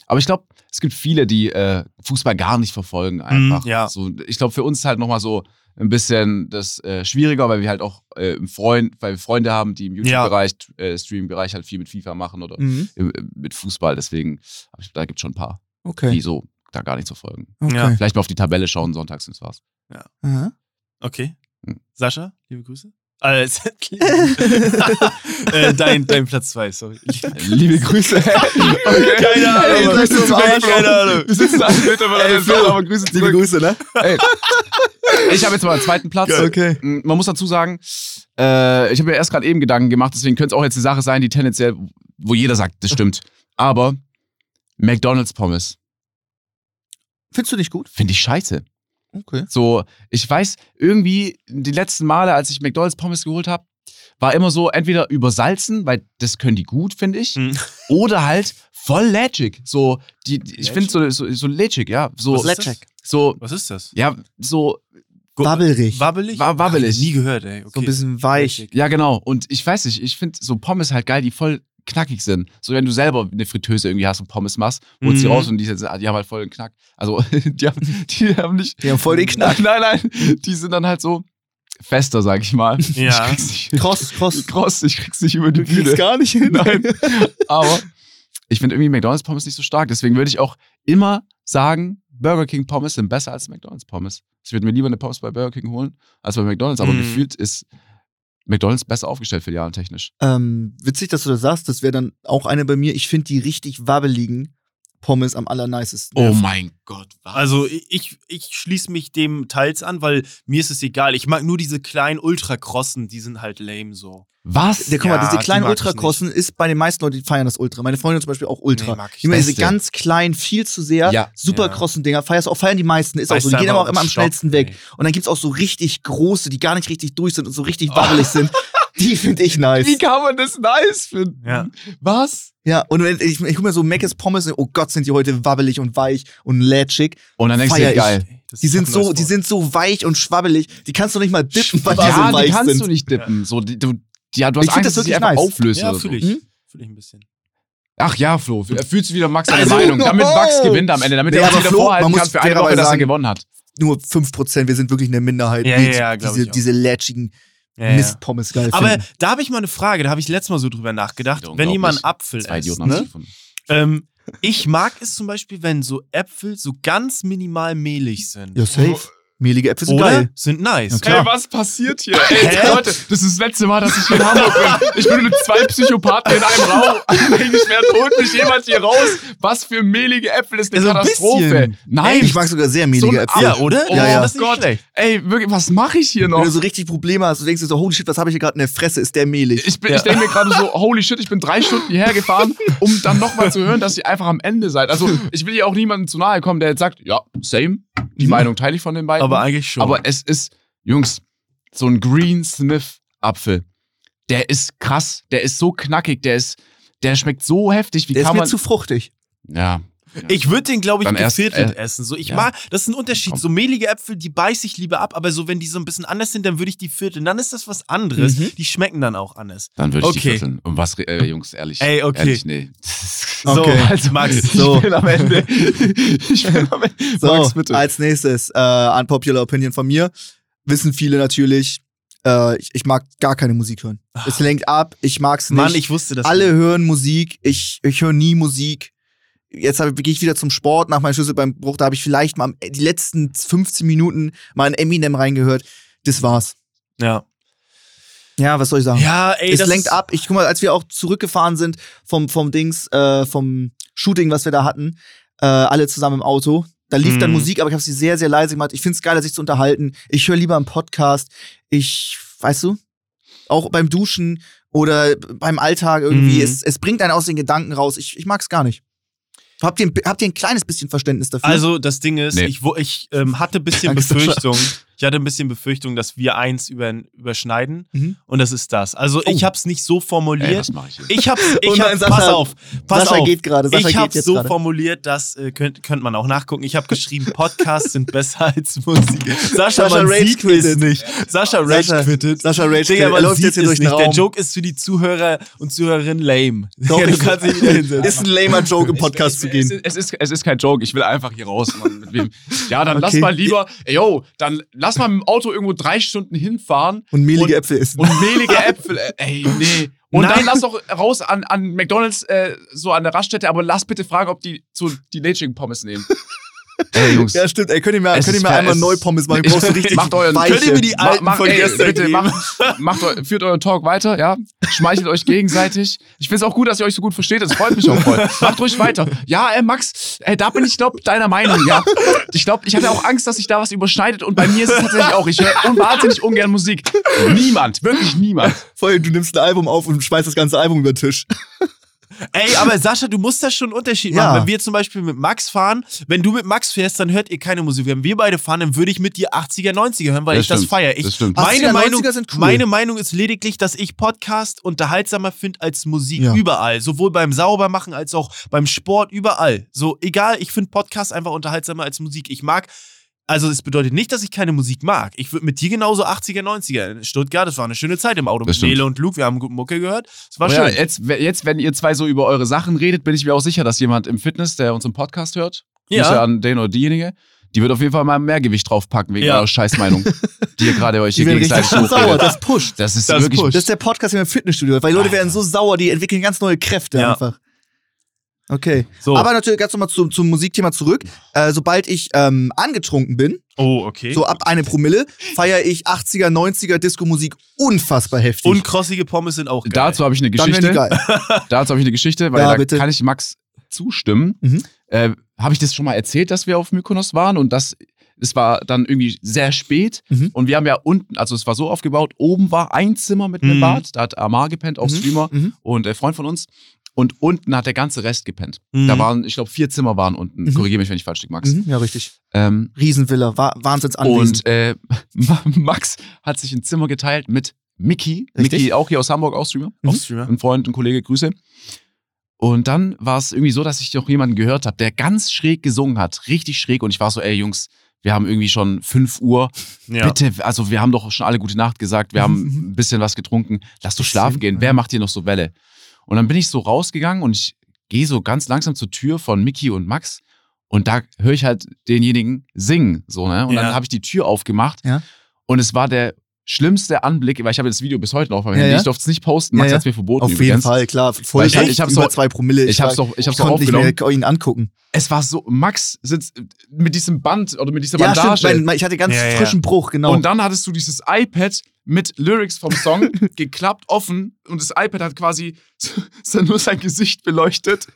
[SPEAKER 3] Aber ich glaube, es gibt viele, die äh, Fußball gar nicht verfolgen einfach.
[SPEAKER 4] Mhm, ja.
[SPEAKER 3] so, ich glaube, für uns ist halt nochmal so ein bisschen das äh, schwieriger, weil wir halt auch äh, im Freund, weil wir Freunde haben, die im YouTube-Bereich, äh, Stream-Bereich halt viel mit FIFA machen oder
[SPEAKER 2] Mhm.
[SPEAKER 3] im- äh, mit Fußball. Deswegen, aber ich, glaub, da gibt es schon ein paar, die
[SPEAKER 2] Okay.
[SPEAKER 3] so da gar nichts verfolgen.
[SPEAKER 2] okay.
[SPEAKER 4] Ja.
[SPEAKER 3] Vielleicht mal auf die Tabelle schauen sonntags, das war's.
[SPEAKER 2] Aha.
[SPEAKER 4] Okay.
[SPEAKER 3] Hm.
[SPEAKER 4] Sascha, liebe Grüße. Alles. äh, dein, dein Platz 2, sorry.
[SPEAKER 3] Liebe Grüße.
[SPEAKER 4] Keine Ahnung.
[SPEAKER 2] Grüße
[SPEAKER 4] Grüße
[SPEAKER 2] zum
[SPEAKER 4] Max,
[SPEAKER 2] Arschloch.
[SPEAKER 4] keine Ahnung.
[SPEAKER 3] Wir sitzen alle miteinander,
[SPEAKER 2] Ey, Flo,
[SPEAKER 3] aber Grüße
[SPEAKER 2] Liebe
[SPEAKER 3] zurück.
[SPEAKER 2] Grüße, ne?
[SPEAKER 3] Ey. Ich habe jetzt mal einen zweiten Platz.
[SPEAKER 2] Okay.
[SPEAKER 3] Mm, Man muss dazu sagen, äh, ich habe mir erst gerade eben Gedanken gemacht, deswegen könnte es auch jetzt eine Sache sein, die tendenziell, wo jeder sagt, das stimmt. Aber McDonalds Pommes
[SPEAKER 2] Findest du nicht gut?
[SPEAKER 3] finde ich scheiße.
[SPEAKER 2] Okay.
[SPEAKER 3] So, ich weiß, irgendwie die letzten Male, als ich McDonalds Pommes geholt habe, war immer so, entweder übersalzen, weil das können die gut, finde ich,
[SPEAKER 4] Hm.
[SPEAKER 3] oder halt voll legit. So, die, die, ich finde so, so, so legit, ja. So,
[SPEAKER 4] Was ist das?
[SPEAKER 3] so,
[SPEAKER 4] Was ist das?
[SPEAKER 3] ja, so
[SPEAKER 2] Wabbelrig.
[SPEAKER 4] Wabbelig?
[SPEAKER 3] Wa- wabbelig.
[SPEAKER 4] Hab ich Nie gehört, ey. Okay.
[SPEAKER 2] So ein bisschen weich.
[SPEAKER 3] Ja, genau. Und ich weiß nicht, ich finde so Pommes halt geil, die voll knackig sind. So wenn du selber eine Fritteuse irgendwie hast und Pommes machst, holst die
[SPEAKER 4] Mhm.
[SPEAKER 3] raus und die, sind, die haben halt voll den Knack. Also die haben, die haben nicht...
[SPEAKER 2] Die haben voll den Knack.
[SPEAKER 3] Nein, nein, die sind dann halt so fester, sag ich mal.
[SPEAKER 4] Ja.
[SPEAKER 3] Ich krieg's nicht,
[SPEAKER 2] Kross, kross.
[SPEAKER 3] Kross, ich krieg's nicht über die
[SPEAKER 2] Kriegst
[SPEAKER 3] Bühne.
[SPEAKER 2] gar nicht hin.
[SPEAKER 3] Nein. Aber ich finde irgendwie McDonalds Pommes nicht so stark. Deswegen würde ich auch immer sagen, Burger King Pommes sind besser als McDonalds Pommes. Ich würde mir lieber eine Pommes bei Burger King holen als bei McDonalds. Aber
[SPEAKER 4] Mhm.
[SPEAKER 3] gefühlt ist McDonalds besser aufgestellt filialentechnisch.
[SPEAKER 2] Ähm, witzig, dass du das sagst. Das wäre dann auch eine bei mir. Ich finde die richtig wabbeligen Pommes am allernicesten.
[SPEAKER 3] Oh mein Gott, was?
[SPEAKER 4] Also ich, ich schließe mich dem teils an, weil mir ist es egal. Ich mag nur diese kleinen Ultracrossen, die sind halt lame so.
[SPEAKER 3] was?
[SPEAKER 2] Der, guck mal,
[SPEAKER 4] Ja,
[SPEAKER 2] diese
[SPEAKER 4] die
[SPEAKER 2] kleinen
[SPEAKER 4] mag ich
[SPEAKER 2] Ultrakosten ist bei den meisten Leuten, die feiern das Ultra. Meine Freundin zum Beispiel auch Ultra.
[SPEAKER 4] Nee, mag ich
[SPEAKER 2] immer
[SPEAKER 3] nicht.
[SPEAKER 2] diese
[SPEAKER 3] Beste.
[SPEAKER 2] ganz kleinen, viel zu sehr,
[SPEAKER 3] Ja.
[SPEAKER 2] super
[SPEAKER 4] Ja.
[SPEAKER 2] krossen Dinger. Feierst auch, feiern die meisten, ist
[SPEAKER 4] Weißt
[SPEAKER 2] auch so.
[SPEAKER 4] du
[SPEAKER 2] Die gehen
[SPEAKER 4] aber
[SPEAKER 2] aber
[SPEAKER 4] auch
[SPEAKER 2] auch immer am
[SPEAKER 4] Stock,
[SPEAKER 2] schnellsten weg.
[SPEAKER 4] ey.
[SPEAKER 2] Und dann gibt's auch so richtig große, die gar nicht richtig durch sind und so
[SPEAKER 4] Oh.
[SPEAKER 2] richtig wabbelig sind. Die finde ich nice.
[SPEAKER 3] Wie kann man das nice finden?
[SPEAKER 2] Mhm.
[SPEAKER 4] Ja.
[SPEAKER 3] Was?
[SPEAKER 2] Ja, und wenn, ich, ich hol mir so Mc's Pommes, oh Gott, sind die heute wabbelig und weich und lätschig.
[SPEAKER 3] Und dann denkst
[SPEAKER 2] Feier ich.
[SPEAKER 3] du, dir, geil.
[SPEAKER 4] Das
[SPEAKER 2] Die
[SPEAKER 4] ist
[SPEAKER 2] sind
[SPEAKER 4] doch ein
[SPEAKER 2] so,
[SPEAKER 4] neues
[SPEAKER 2] die
[SPEAKER 4] Wort.
[SPEAKER 2] sind so weich und schwabbelig. Die kannst du nicht mal dippen, weil die
[SPEAKER 3] ja,
[SPEAKER 2] so
[SPEAKER 3] die,
[SPEAKER 2] weich
[SPEAKER 3] kannst
[SPEAKER 2] sind.
[SPEAKER 3] du nicht dippen. So, die, du, ja, du hast
[SPEAKER 2] Ich find
[SPEAKER 3] Angst,
[SPEAKER 2] das
[SPEAKER 3] dass ich
[SPEAKER 2] wirklich
[SPEAKER 3] einfach
[SPEAKER 2] nice.
[SPEAKER 3] auflöse.
[SPEAKER 4] Ja,
[SPEAKER 3] oder so.
[SPEAKER 4] fühle ich.
[SPEAKER 2] Hm?
[SPEAKER 4] Fühle ich ein bisschen.
[SPEAKER 3] Ach ja, Flo, er fühlt sich wieder Max seine
[SPEAKER 2] Also,
[SPEAKER 3] Meinung. Damit
[SPEAKER 2] wow.
[SPEAKER 3] Max gewinnt am Ende, damit
[SPEAKER 2] Nee,
[SPEAKER 3] er uns
[SPEAKER 2] aber
[SPEAKER 3] wieder
[SPEAKER 2] Flo,
[SPEAKER 3] vorhalten
[SPEAKER 2] man muss
[SPEAKER 3] kann für eine Woche,
[SPEAKER 2] fairerweise
[SPEAKER 3] dass er
[SPEAKER 2] sagen-
[SPEAKER 3] gewonnen hat.
[SPEAKER 2] Nur 5%, wir sind wirklich in der Minderheit.
[SPEAKER 4] Ja,
[SPEAKER 2] die
[SPEAKER 4] ja, ja, glaub
[SPEAKER 2] diese,
[SPEAKER 4] ich auch.
[SPEAKER 2] diese lätschigen
[SPEAKER 4] Ja, ja.
[SPEAKER 2] Mistpommes geil
[SPEAKER 4] Aber
[SPEAKER 2] finden.
[SPEAKER 4] da habe ich mal eine Frage, da habe ich letztes Mal so drüber nachgedacht.
[SPEAKER 3] Ja,
[SPEAKER 4] Wenn jemand
[SPEAKER 3] unglaublich.
[SPEAKER 4] Apfel
[SPEAKER 3] Zwei
[SPEAKER 4] isst,
[SPEAKER 3] Idioten haben sich
[SPEAKER 4] ne?
[SPEAKER 3] gefunden.
[SPEAKER 4] ähm, ich mag es zum Beispiel, wenn so Äpfel so ganz minimal mehlig sind.
[SPEAKER 2] Ja, safe. Mehlige Äpfel sind
[SPEAKER 4] Oder
[SPEAKER 2] geil.
[SPEAKER 4] sind nice.
[SPEAKER 2] Ja, klar. Ey,
[SPEAKER 3] was passiert hier? Leute, das ist das letzte Mal, dass ich hier in Hamburg bin. Ich bin mit zwei Psychopathen in einem Raum. Eigentlich mehr holt mich jemand hier raus. Was für mehlige Äpfel ist eine
[SPEAKER 2] Also
[SPEAKER 4] Ja, so ein bisschen.
[SPEAKER 3] Nein,
[SPEAKER 2] Ich mag sogar sehr mehlige
[SPEAKER 3] ein
[SPEAKER 2] Äpfel.
[SPEAKER 4] Ja, oder?
[SPEAKER 3] Oh
[SPEAKER 2] Ja, ja.
[SPEAKER 4] Das ist nicht
[SPEAKER 3] Gott.
[SPEAKER 4] schlecht.
[SPEAKER 3] Ey, wirklich, was mache ich hier
[SPEAKER 2] Wenn
[SPEAKER 3] noch?
[SPEAKER 2] du so richtig Probleme hast, du denkst dir so, holy shit, was habe ich hier gerade in der Fresse? Ist der mehlig?
[SPEAKER 3] Ich, bin- ich denke mir gerade so, holy shit, ich bin drei Stunden hierher gefahren, um dann nochmal zu hören, dass ihr einfach am Ende seid. Also ich will hier auch niemandem zu nahe kommen, der jetzt sagt, ja, same,
[SPEAKER 2] Mhm.
[SPEAKER 3] die Meinung teile ich von den beiden.
[SPEAKER 4] Aber eigentlich schon.
[SPEAKER 3] Aber es ist, Jungs, so ein Green Smith Apfel, der ist krass, der ist so knackig, der ist, der schmeckt so heftig, wie
[SPEAKER 2] Der ist
[SPEAKER 3] kann
[SPEAKER 2] mir
[SPEAKER 3] man...
[SPEAKER 2] zu fruchtig.
[SPEAKER 3] ja,
[SPEAKER 4] Ich würde den, glaube ich,
[SPEAKER 3] Dann erst,
[SPEAKER 4] geviertelt
[SPEAKER 3] äh,
[SPEAKER 4] essen. So, ich
[SPEAKER 3] ja.
[SPEAKER 4] mag, das ist ein Unterschied.
[SPEAKER 3] Komm.
[SPEAKER 4] So mehlige Äpfel, die beiße ich lieber ab, aber so, wenn die so ein bisschen anders sind, dann würde ich die vierteln. Dann ist das was anderes.
[SPEAKER 2] Mhm.
[SPEAKER 4] Die schmecken dann auch anders.
[SPEAKER 3] dann würde ich die
[SPEAKER 4] Okay.
[SPEAKER 3] vierteln. Und was, äh, Jungs, ehrlich,
[SPEAKER 4] Ey, okay.
[SPEAKER 3] ehrlich, nee.
[SPEAKER 4] So,
[SPEAKER 2] Okay.
[SPEAKER 4] also Max,
[SPEAKER 2] So.
[SPEAKER 3] Ich bin am Ende. Ich bin am Ende.
[SPEAKER 2] So,
[SPEAKER 3] Max, bitte.
[SPEAKER 2] als nächstes, äh, unpopular Opinion von mir. Wissen viele natürlich, äh, ich, ich mag gar keine Musik hören. Es lenkt ab, ich mag's nicht.
[SPEAKER 4] Mann, ich wusste das.
[SPEAKER 2] Alle
[SPEAKER 4] nicht.
[SPEAKER 2] hören Musik, ich, ich höre nie Musik. Jetzt hab- gehe ich wieder zum Sport nach meinem Schlüsselbeinbruch. Da habe ich vielleicht mal am- die letzten 15 Minuten mal in Eminem reingehört. Das war's.
[SPEAKER 4] Ja,
[SPEAKER 2] Ja, was soll ich sagen?
[SPEAKER 4] ja ey,
[SPEAKER 2] es
[SPEAKER 4] das
[SPEAKER 2] lenkt
[SPEAKER 4] ist-
[SPEAKER 2] ab. Ich guck mal, als wir auch zurückgefahren sind vom, vom Dings, äh, vom Shooting, was wir da hatten, äh, alle zusammen im Auto. Da lief dann
[SPEAKER 4] Mhm.
[SPEAKER 2] Musik, aber ich habe sie sehr, sehr leise gemacht. Ich find's geiler, sich zu unterhalten. Ich höre lieber einen Podcast. Ich, weißt du, auch beim Duschen oder beim Alltag irgendwie.
[SPEAKER 4] Mhm.
[SPEAKER 2] Es, es bringt einen aus den Gedanken raus. Ich, ich mag's gar nicht. Habt ihr, ein- habt ihr ein kleines bisschen Verständnis dafür?
[SPEAKER 4] Also, das Ding ist,
[SPEAKER 3] Nee.
[SPEAKER 4] ich, wo- ich ähm, hatte ein bisschen
[SPEAKER 2] Danke, Sascha.
[SPEAKER 4] Befürchtung. Ich hatte ein bisschen Befürchtung, dass wir eins über, überschneiden.
[SPEAKER 2] Mhm.
[SPEAKER 4] Und das ist das. Also, ich habe es nicht so
[SPEAKER 3] Ey,
[SPEAKER 4] formuliert.
[SPEAKER 3] was mache ich hier?
[SPEAKER 4] ich hab's, ich
[SPEAKER 2] Und
[SPEAKER 4] hab,
[SPEAKER 2] Oh nein, Sascha-
[SPEAKER 4] pass auf, pass
[SPEAKER 2] Sascha
[SPEAKER 4] auf.
[SPEAKER 2] geht gerade. Sascha
[SPEAKER 4] ich
[SPEAKER 2] geht
[SPEAKER 4] habe
[SPEAKER 2] jetzt
[SPEAKER 4] so
[SPEAKER 2] gerade.
[SPEAKER 4] formuliert, das äh, könnt, könnt man auch nachgucken. Ich habe geschrieben, Podcasts sind besser als Musik. Sascha,
[SPEAKER 2] Sascha
[SPEAKER 4] man
[SPEAKER 2] Rage
[SPEAKER 4] sieht
[SPEAKER 2] quittet.
[SPEAKER 4] es nicht. Sascha Rage
[SPEAKER 2] Sascha-
[SPEAKER 4] quittet.
[SPEAKER 2] Sascha Rage
[SPEAKER 4] Digga,
[SPEAKER 2] quittet.
[SPEAKER 4] man
[SPEAKER 2] Er läuft
[SPEAKER 4] sieht
[SPEAKER 2] jetzt hier
[SPEAKER 4] es
[SPEAKER 2] durch den
[SPEAKER 4] nicht. Der
[SPEAKER 2] Raum.
[SPEAKER 4] Joke ist für die Zuhörer und Zuhörerinnen lame. Digga,
[SPEAKER 2] Doch,
[SPEAKER 4] du
[SPEAKER 2] ist-
[SPEAKER 4] kannst dich wieder hinsetzen.
[SPEAKER 2] ist ein lamer Joke, im Podcast zu gehen.
[SPEAKER 3] Es ist, es ist kein Joke, ich will einfach hier raus. Mann, mit wem. Ja, dann lass
[SPEAKER 2] Okay.
[SPEAKER 3] mal lieber, ey, yo, dann lass mal mit dem Auto irgendwo drei Stunden hinfahren
[SPEAKER 2] Und mehlige Äpfel essen.
[SPEAKER 3] und mehlige Äpfel, äh, ey, nee. Und
[SPEAKER 4] Nein.
[SPEAKER 3] dann lass doch raus an, an McDonalds, äh, so an der Raststätte, aber lass bitte fragen, ob die zu die Lätschigen Pommes nehmen. Ey, Jungs.
[SPEAKER 2] Ja, stimmt. Ey, könnt ihr mir,
[SPEAKER 3] Es
[SPEAKER 2] Äh, könnt ihr
[SPEAKER 3] ist
[SPEAKER 2] mir
[SPEAKER 3] fair,
[SPEAKER 2] einmal
[SPEAKER 3] es-
[SPEAKER 2] neu Pommes machen? Ich brauch so richtig
[SPEAKER 3] macht euren
[SPEAKER 2] weiche.
[SPEAKER 4] Könnt ihr mir die alten von
[SPEAKER 3] ey,
[SPEAKER 4] gestern
[SPEAKER 3] bitte,
[SPEAKER 4] geben?
[SPEAKER 3] macht, macht eu, führt euren Talk weiter, ja? Schmeichelt euch gegenseitig. Ich finde es auch gut, dass ihr euch so gut versteht. Das freut mich auch voll. Macht ruhig weiter. Ja, äh, Max, äh, da bin ich, glaube deiner Meinung, ja. Ich glaube, ich hatte auch Angst, dass sich da was überschneidet. Und bei mir ist es tatsächlich auch. Ich höre un wahnsinnig ungern Musik. Niemand, wirklich niemand.
[SPEAKER 2] Voll, du nimmst ein Album auf und schmeißt das ganze Album über den Tisch.
[SPEAKER 4] Ey, aber Sascha, du musst da schon einen Unterschied
[SPEAKER 2] Ja.
[SPEAKER 4] machen. Wenn wir zum Beispiel mit Max fahren, wenn du mit Max fährst, dann hört ihr keine Musik. Wenn wir beide fahren, dann würde ich mit dir 80er, 90er hören, weil
[SPEAKER 3] Das
[SPEAKER 4] ich das
[SPEAKER 3] stimmt,
[SPEAKER 4] feiere. Ich-
[SPEAKER 3] das stimmt.
[SPEAKER 4] Meine
[SPEAKER 2] 80er,
[SPEAKER 4] Meinung,
[SPEAKER 2] 90er sind cool.
[SPEAKER 4] meine Meinung ist lediglich, dass ich Podcast unterhaltsamer finde als Musik
[SPEAKER 2] Ja.
[SPEAKER 4] überall. Sowohl beim Saubermachen als auch beim Sport, überall. So, egal, ich finde Podcast einfach unterhaltsamer als Musik. Ich mag. Also, es bedeutet nicht, dass ich keine Musik mag. Ich würde mit dir genauso 80er, 90er. In Stuttgart, das war eine schöne Zeit im Auto
[SPEAKER 3] Das
[SPEAKER 4] mit
[SPEAKER 3] stimmt.
[SPEAKER 4] Nele und Luke. Wir haben gut Mucke gehört. Es war
[SPEAKER 3] Oh ja,
[SPEAKER 4] schön.
[SPEAKER 3] jetzt, we- jetzt, wenn ihr zwei so über eure Sachen redet, bin ich mir auch sicher, dass jemand im Fitness, der unseren Podcast hört,
[SPEAKER 4] Ja.
[SPEAKER 3] Grüße an den oder diejenige, die wird auf jeden Fall mal mehr Gewicht draufpacken wegen
[SPEAKER 4] Ja.
[SPEAKER 3] eurer Scheißmeinung, die ihr gerade euch
[SPEAKER 2] Die
[SPEAKER 3] hier
[SPEAKER 2] werden richtig
[SPEAKER 3] gegenseitig
[SPEAKER 2] schön sauer.
[SPEAKER 3] hochredet.
[SPEAKER 2] Das pusht.
[SPEAKER 3] Das ist
[SPEAKER 4] Das
[SPEAKER 3] wirklich.
[SPEAKER 4] pusht.
[SPEAKER 2] Das ist der Podcast in meinem Fitnessstudio, weil die Leute werden so sauer, die entwickeln ganz neue Kräfte
[SPEAKER 4] Ja.
[SPEAKER 2] einfach. Okay.
[SPEAKER 4] So.
[SPEAKER 2] Aber natürlich ganz nochmal zum, zum Musikthema zurück. Äh, sobald ich ähm, angetrunken bin,
[SPEAKER 4] Oh, okay.
[SPEAKER 2] so ab eine Promille, feiere ich 80er, 90er Disco-Musik unfassbar heftig.
[SPEAKER 4] Und krossige Pommes sind auch geil.
[SPEAKER 3] Dazu habe ich eine
[SPEAKER 2] dann
[SPEAKER 3] Geschichte.
[SPEAKER 2] werden die geil.
[SPEAKER 3] Dazu habe ich eine Geschichte, weil
[SPEAKER 2] Ja,
[SPEAKER 3] da
[SPEAKER 2] bitte.
[SPEAKER 3] kann ich Max zustimmen.
[SPEAKER 2] Mhm.
[SPEAKER 3] Äh, habe ich das schon mal erzählt, dass wir auf Mykonos waren und das es war dann irgendwie sehr spät
[SPEAKER 2] Mhm.
[SPEAKER 3] und wir haben ja unten, also es war so aufgebaut, oben war ein Zimmer mit
[SPEAKER 4] Mhm.
[SPEAKER 3] einem Bad, da hat Amar gepennt, auch
[SPEAKER 2] Mhm.
[SPEAKER 3] Streamer
[SPEAKER 2] Mhm.
[SPEAKER 3] und äh, Freund von uns und unten hat der ganze Rest gepennt.
[SPEAKER 4] Mhm.
[SPEAKER 3] Da waren, ich glaube, vier Zimmer waren unten.
[SPEAKER 2] Mhm.
[SPEAKER 3] Korrigiere mich, wenn ich falsch liege, Max.
[SPEAKER 2] Mhm, ja, richtig.
[SPEAKER 3] Ähm,
[SPEAKER 2] Riesenvilla, wa Wahnsinnsanwesen.
[SPEAKER 3] und äh, Max hat sich ein Zimmer geteilt mit Mickey.
[SPEAKER 2] Richtig.
[SPEAKER 3] Mickey auch hier aus Hamburg, auch Streamer.
[SPEAKER 2] Mhm.
[SPEAKER 4] Auch Streamer.
[SPEAKER 3] Ein Freund, ein Kollege, Grüße. Und dann war es irgendwie so, dass ich noch jemanden gehört habe, der ganz schräg gesungen hat. Richtig schräg. Und ich war so, ey Jungs, wir haben irgendwie schon 5 Uhr.
[SPEAKER 4] Ja.
[SPEAKER 3] Bitte, also wir haben doch schon alle gute Nacht gesagt. Wir haben ein bisschen was getrunken. Lass doch schlafen gehen. Wer macht hier noch so Welle? Und dann bin ich so rausgegangen und ich gehe so ganz langsam zur Tür von Mickey und Max. Und da höre ich halt denjenigen singen. So, ne? Und
[SPEAKER 4] Ja.
[SPEAKER 3] dann habe ich die Tür aufgemacht.
[SPEAKER 2] Ja.
[SPEAKER 3] Und es war der schlimmste Anblick, weil ich habe das Video bis heute noch auf meinem
[SPEAKER 2] Ja,
[SPEAKER 3] Handy.
[SPEAKER 2] ja.
[SPEAKER 3] Ich durfte es nicht posten.
[SPEAKER 2] Ja,
[SPEAKER 3] Max
[SPEAKER 2] ja.
[SPEAKER 3] hat es mir verboten.
[SPEAKER 2] Auf jeden
[SPEAKER 3] übrigens.
[SPEAKER 2] Fall, klar. Voll
[SPEAKER 3] Weil ich-
[SPEAKER 2] recht,
[SPEAKER 3] ich hab's
[SPEAKER 2] über
[SPEAKER 3] doch-
[SPEAKER 2] zwei Promille.
[SPEAKER 3] Ich hab's doch, ich hab's doch
[SPEAKER 2] konnte nicht
[SPEAKER 3] aufgenommen.
[SPEAKER 2] mehr ihn angucken.
[SPEAKER 3] Es war so, Max sitzt mit diesem Band oder mit dieser
[SPEAKER 2] Ja,
[SPEAKER 3] Bandage.
[SPEAKER 2] stimmt, weil weil ich hatte ganz
[SPEAKER 4] Ja, ja.
[SPEAKER 2] frischen Bruch, genau.
[SPEAKER 3] Und dann hattest du dieses iPad mit Lyrics vom Song geklappt, offen. Und das iPad hat quasi so- nur sein Gesicht beleuchtet.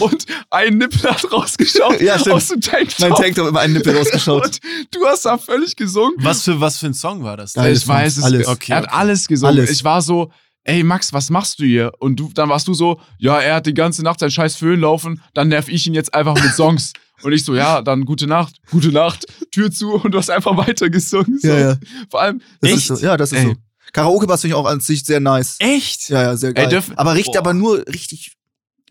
[SPEAKER 3] Und ein Nippel hat rausgeschaut
[SPEAKER 2] Ja, stimmt.
[SPEAKER 3] aus dem Tanktop.
[SPEAKER 2] mein Tanktop immer einen Nippel rausgeschaut.
[SPEAKER 3] Und du hast da völlig gesungen.
[SPEAKER 4] Was für, was für ein Song war das?
[SPEAKER 2] Geil. Alles
[SPEAKER 3] ich weiß es.
[SPEAKER 2] alles.
[SPEAKER 4] Okay,
[SPEAKER 3] er hat
[SPEAKER 4] okay.
[SPEAKER 3] alles gesungen.
[SPEAKER 2] Alles.
[SPEAKER 3] Ich war so, ey Max, was machst du hier? Und du, dann warst du so, ja, er hat die ganze Nacht seinen scheiß Föhn laufen, dann nerv ich ihn jetzt einfach mit Songs. und ich so, ja, dann gute Nacht, gute Nacht, Tür zu und du hast einfach weiter gesungen. So.
[SPEAKER 2] Ja, ja.
[SPEAKER 3] Vor allem,
[SPEAKER 2] Das
[SPEAKER 3] echt?
[SPEAKER 2] ist so. Ja, das ist
[SPEAKER 3] Ey.
[SPEAKER 2] so. Karaoke-Bass finde ich auch an sich sehr nice.
[SPEAKER 4] Echt?
[SPEAKER 2] Ja, ja, sehr geil.
[SPEAKER 3] dürfen-
[SPEAKER 2] aber richtig,
[SPEAKER 4] Boah.
[SPEAKER 2] aber nur richtig.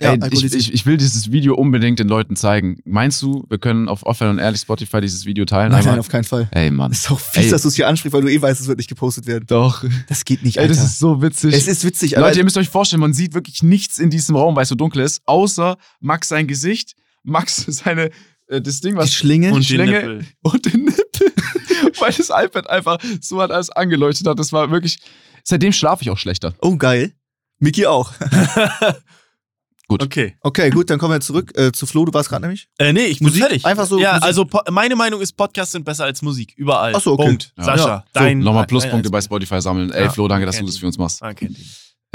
[SPEAKER 2] Ja,
[SPEAKER 3] Ey, ich,
[SPEAKER 2] alkoholisiert.
[SPEAKER 3] ich, ich will dieses Video unbedingt den Leuten zeigen. Meinst du, wir können auf Offline und Ehrlich Spotify dieses Video teilen?
[SPEAKER 2] nein,
[SPEAKER 3] Einmal?
[SPEAKER 2] nein, auf keinen Fall.
[SPEAKER 3] ey, Mann.
[SPEAKER 2] Ist auch fies,
[SPEAKER 3] Ey.
[SPEAKER 2] dass du es hier ansprichst, weil du eh weißt, es wird nicht gepostet werden.
[SPEAKER 3] Doch.
[SPEAKER 2] Das geht nicht,
[SPEAKER 3] Ey,
[SPEAKER 2] Alter.
[SPEAKER 3] das ist so witzig.
[SPEAKER 2] es ist witzig, aber
[SPEAKER 3] Leute, ihr müsst euch vorstellen, man sieht wirklich nichts in diesem Raum, weil es so dunkel ist, außer Max sein Gesicht, Max seine, äh, das Ding,
[SPEAKER 2] die
[SPEAKER 3] was
[SPEAKER 2] Schlinge.
[SPEAKER 4] Und den
[SPEAKER 3] Schlinge
[SPEAKER 4] Nippel.
[SPEAKER 3] und den Nippel, weil das iPad einfach so hat alles angeleuchtet hat. Das war wirklich, seitdem schlafe ich auch schlechter.
[SPEAKER 2] oh, geil. Mickey auch.
[SPEAKER 4] Okay.
[SPEAKER 2] Okay, gut, dann kommen wir zurück äh, zu Flo. Du warst gerade nämlich.
[SPEAKER 4] Äh, nee, ich bin
[SPEAKER 2] Musik?
[SPEAKER 4] fertig.
[SPEAKER 2] Einfach so
[SPEAKER 4] Ja,
[SPEAKER 2] Musik?
[SPEAKER 4] also po meine Meinung ist, Podcasts sind besser als Musik. Überall.
[SPEAKER 2] Ach so, okay.
[SPEAKER 4] Punkt.
[SPEAKER 3] Ja.
[SPEAKER 4] Sascha,
[SPEAKER 2] Ja.
[SPEAKER 4] dein.
[SPEAKER 3] Nochmal
[SPEAKER 4] dein-
[SPEAKER 3] Pluspunkte bei Spotify sammeln. Ey,
[SPEAKER 4] Ja,
[SPEAKER 3] Flo, danke, dass
[SPEAKER 4] kennt
[SPEAKER 3] du das
[SPEAKER 4] ihn.
[SPEAKER 3] für uns machst.
[SPEAKER 4] Okay.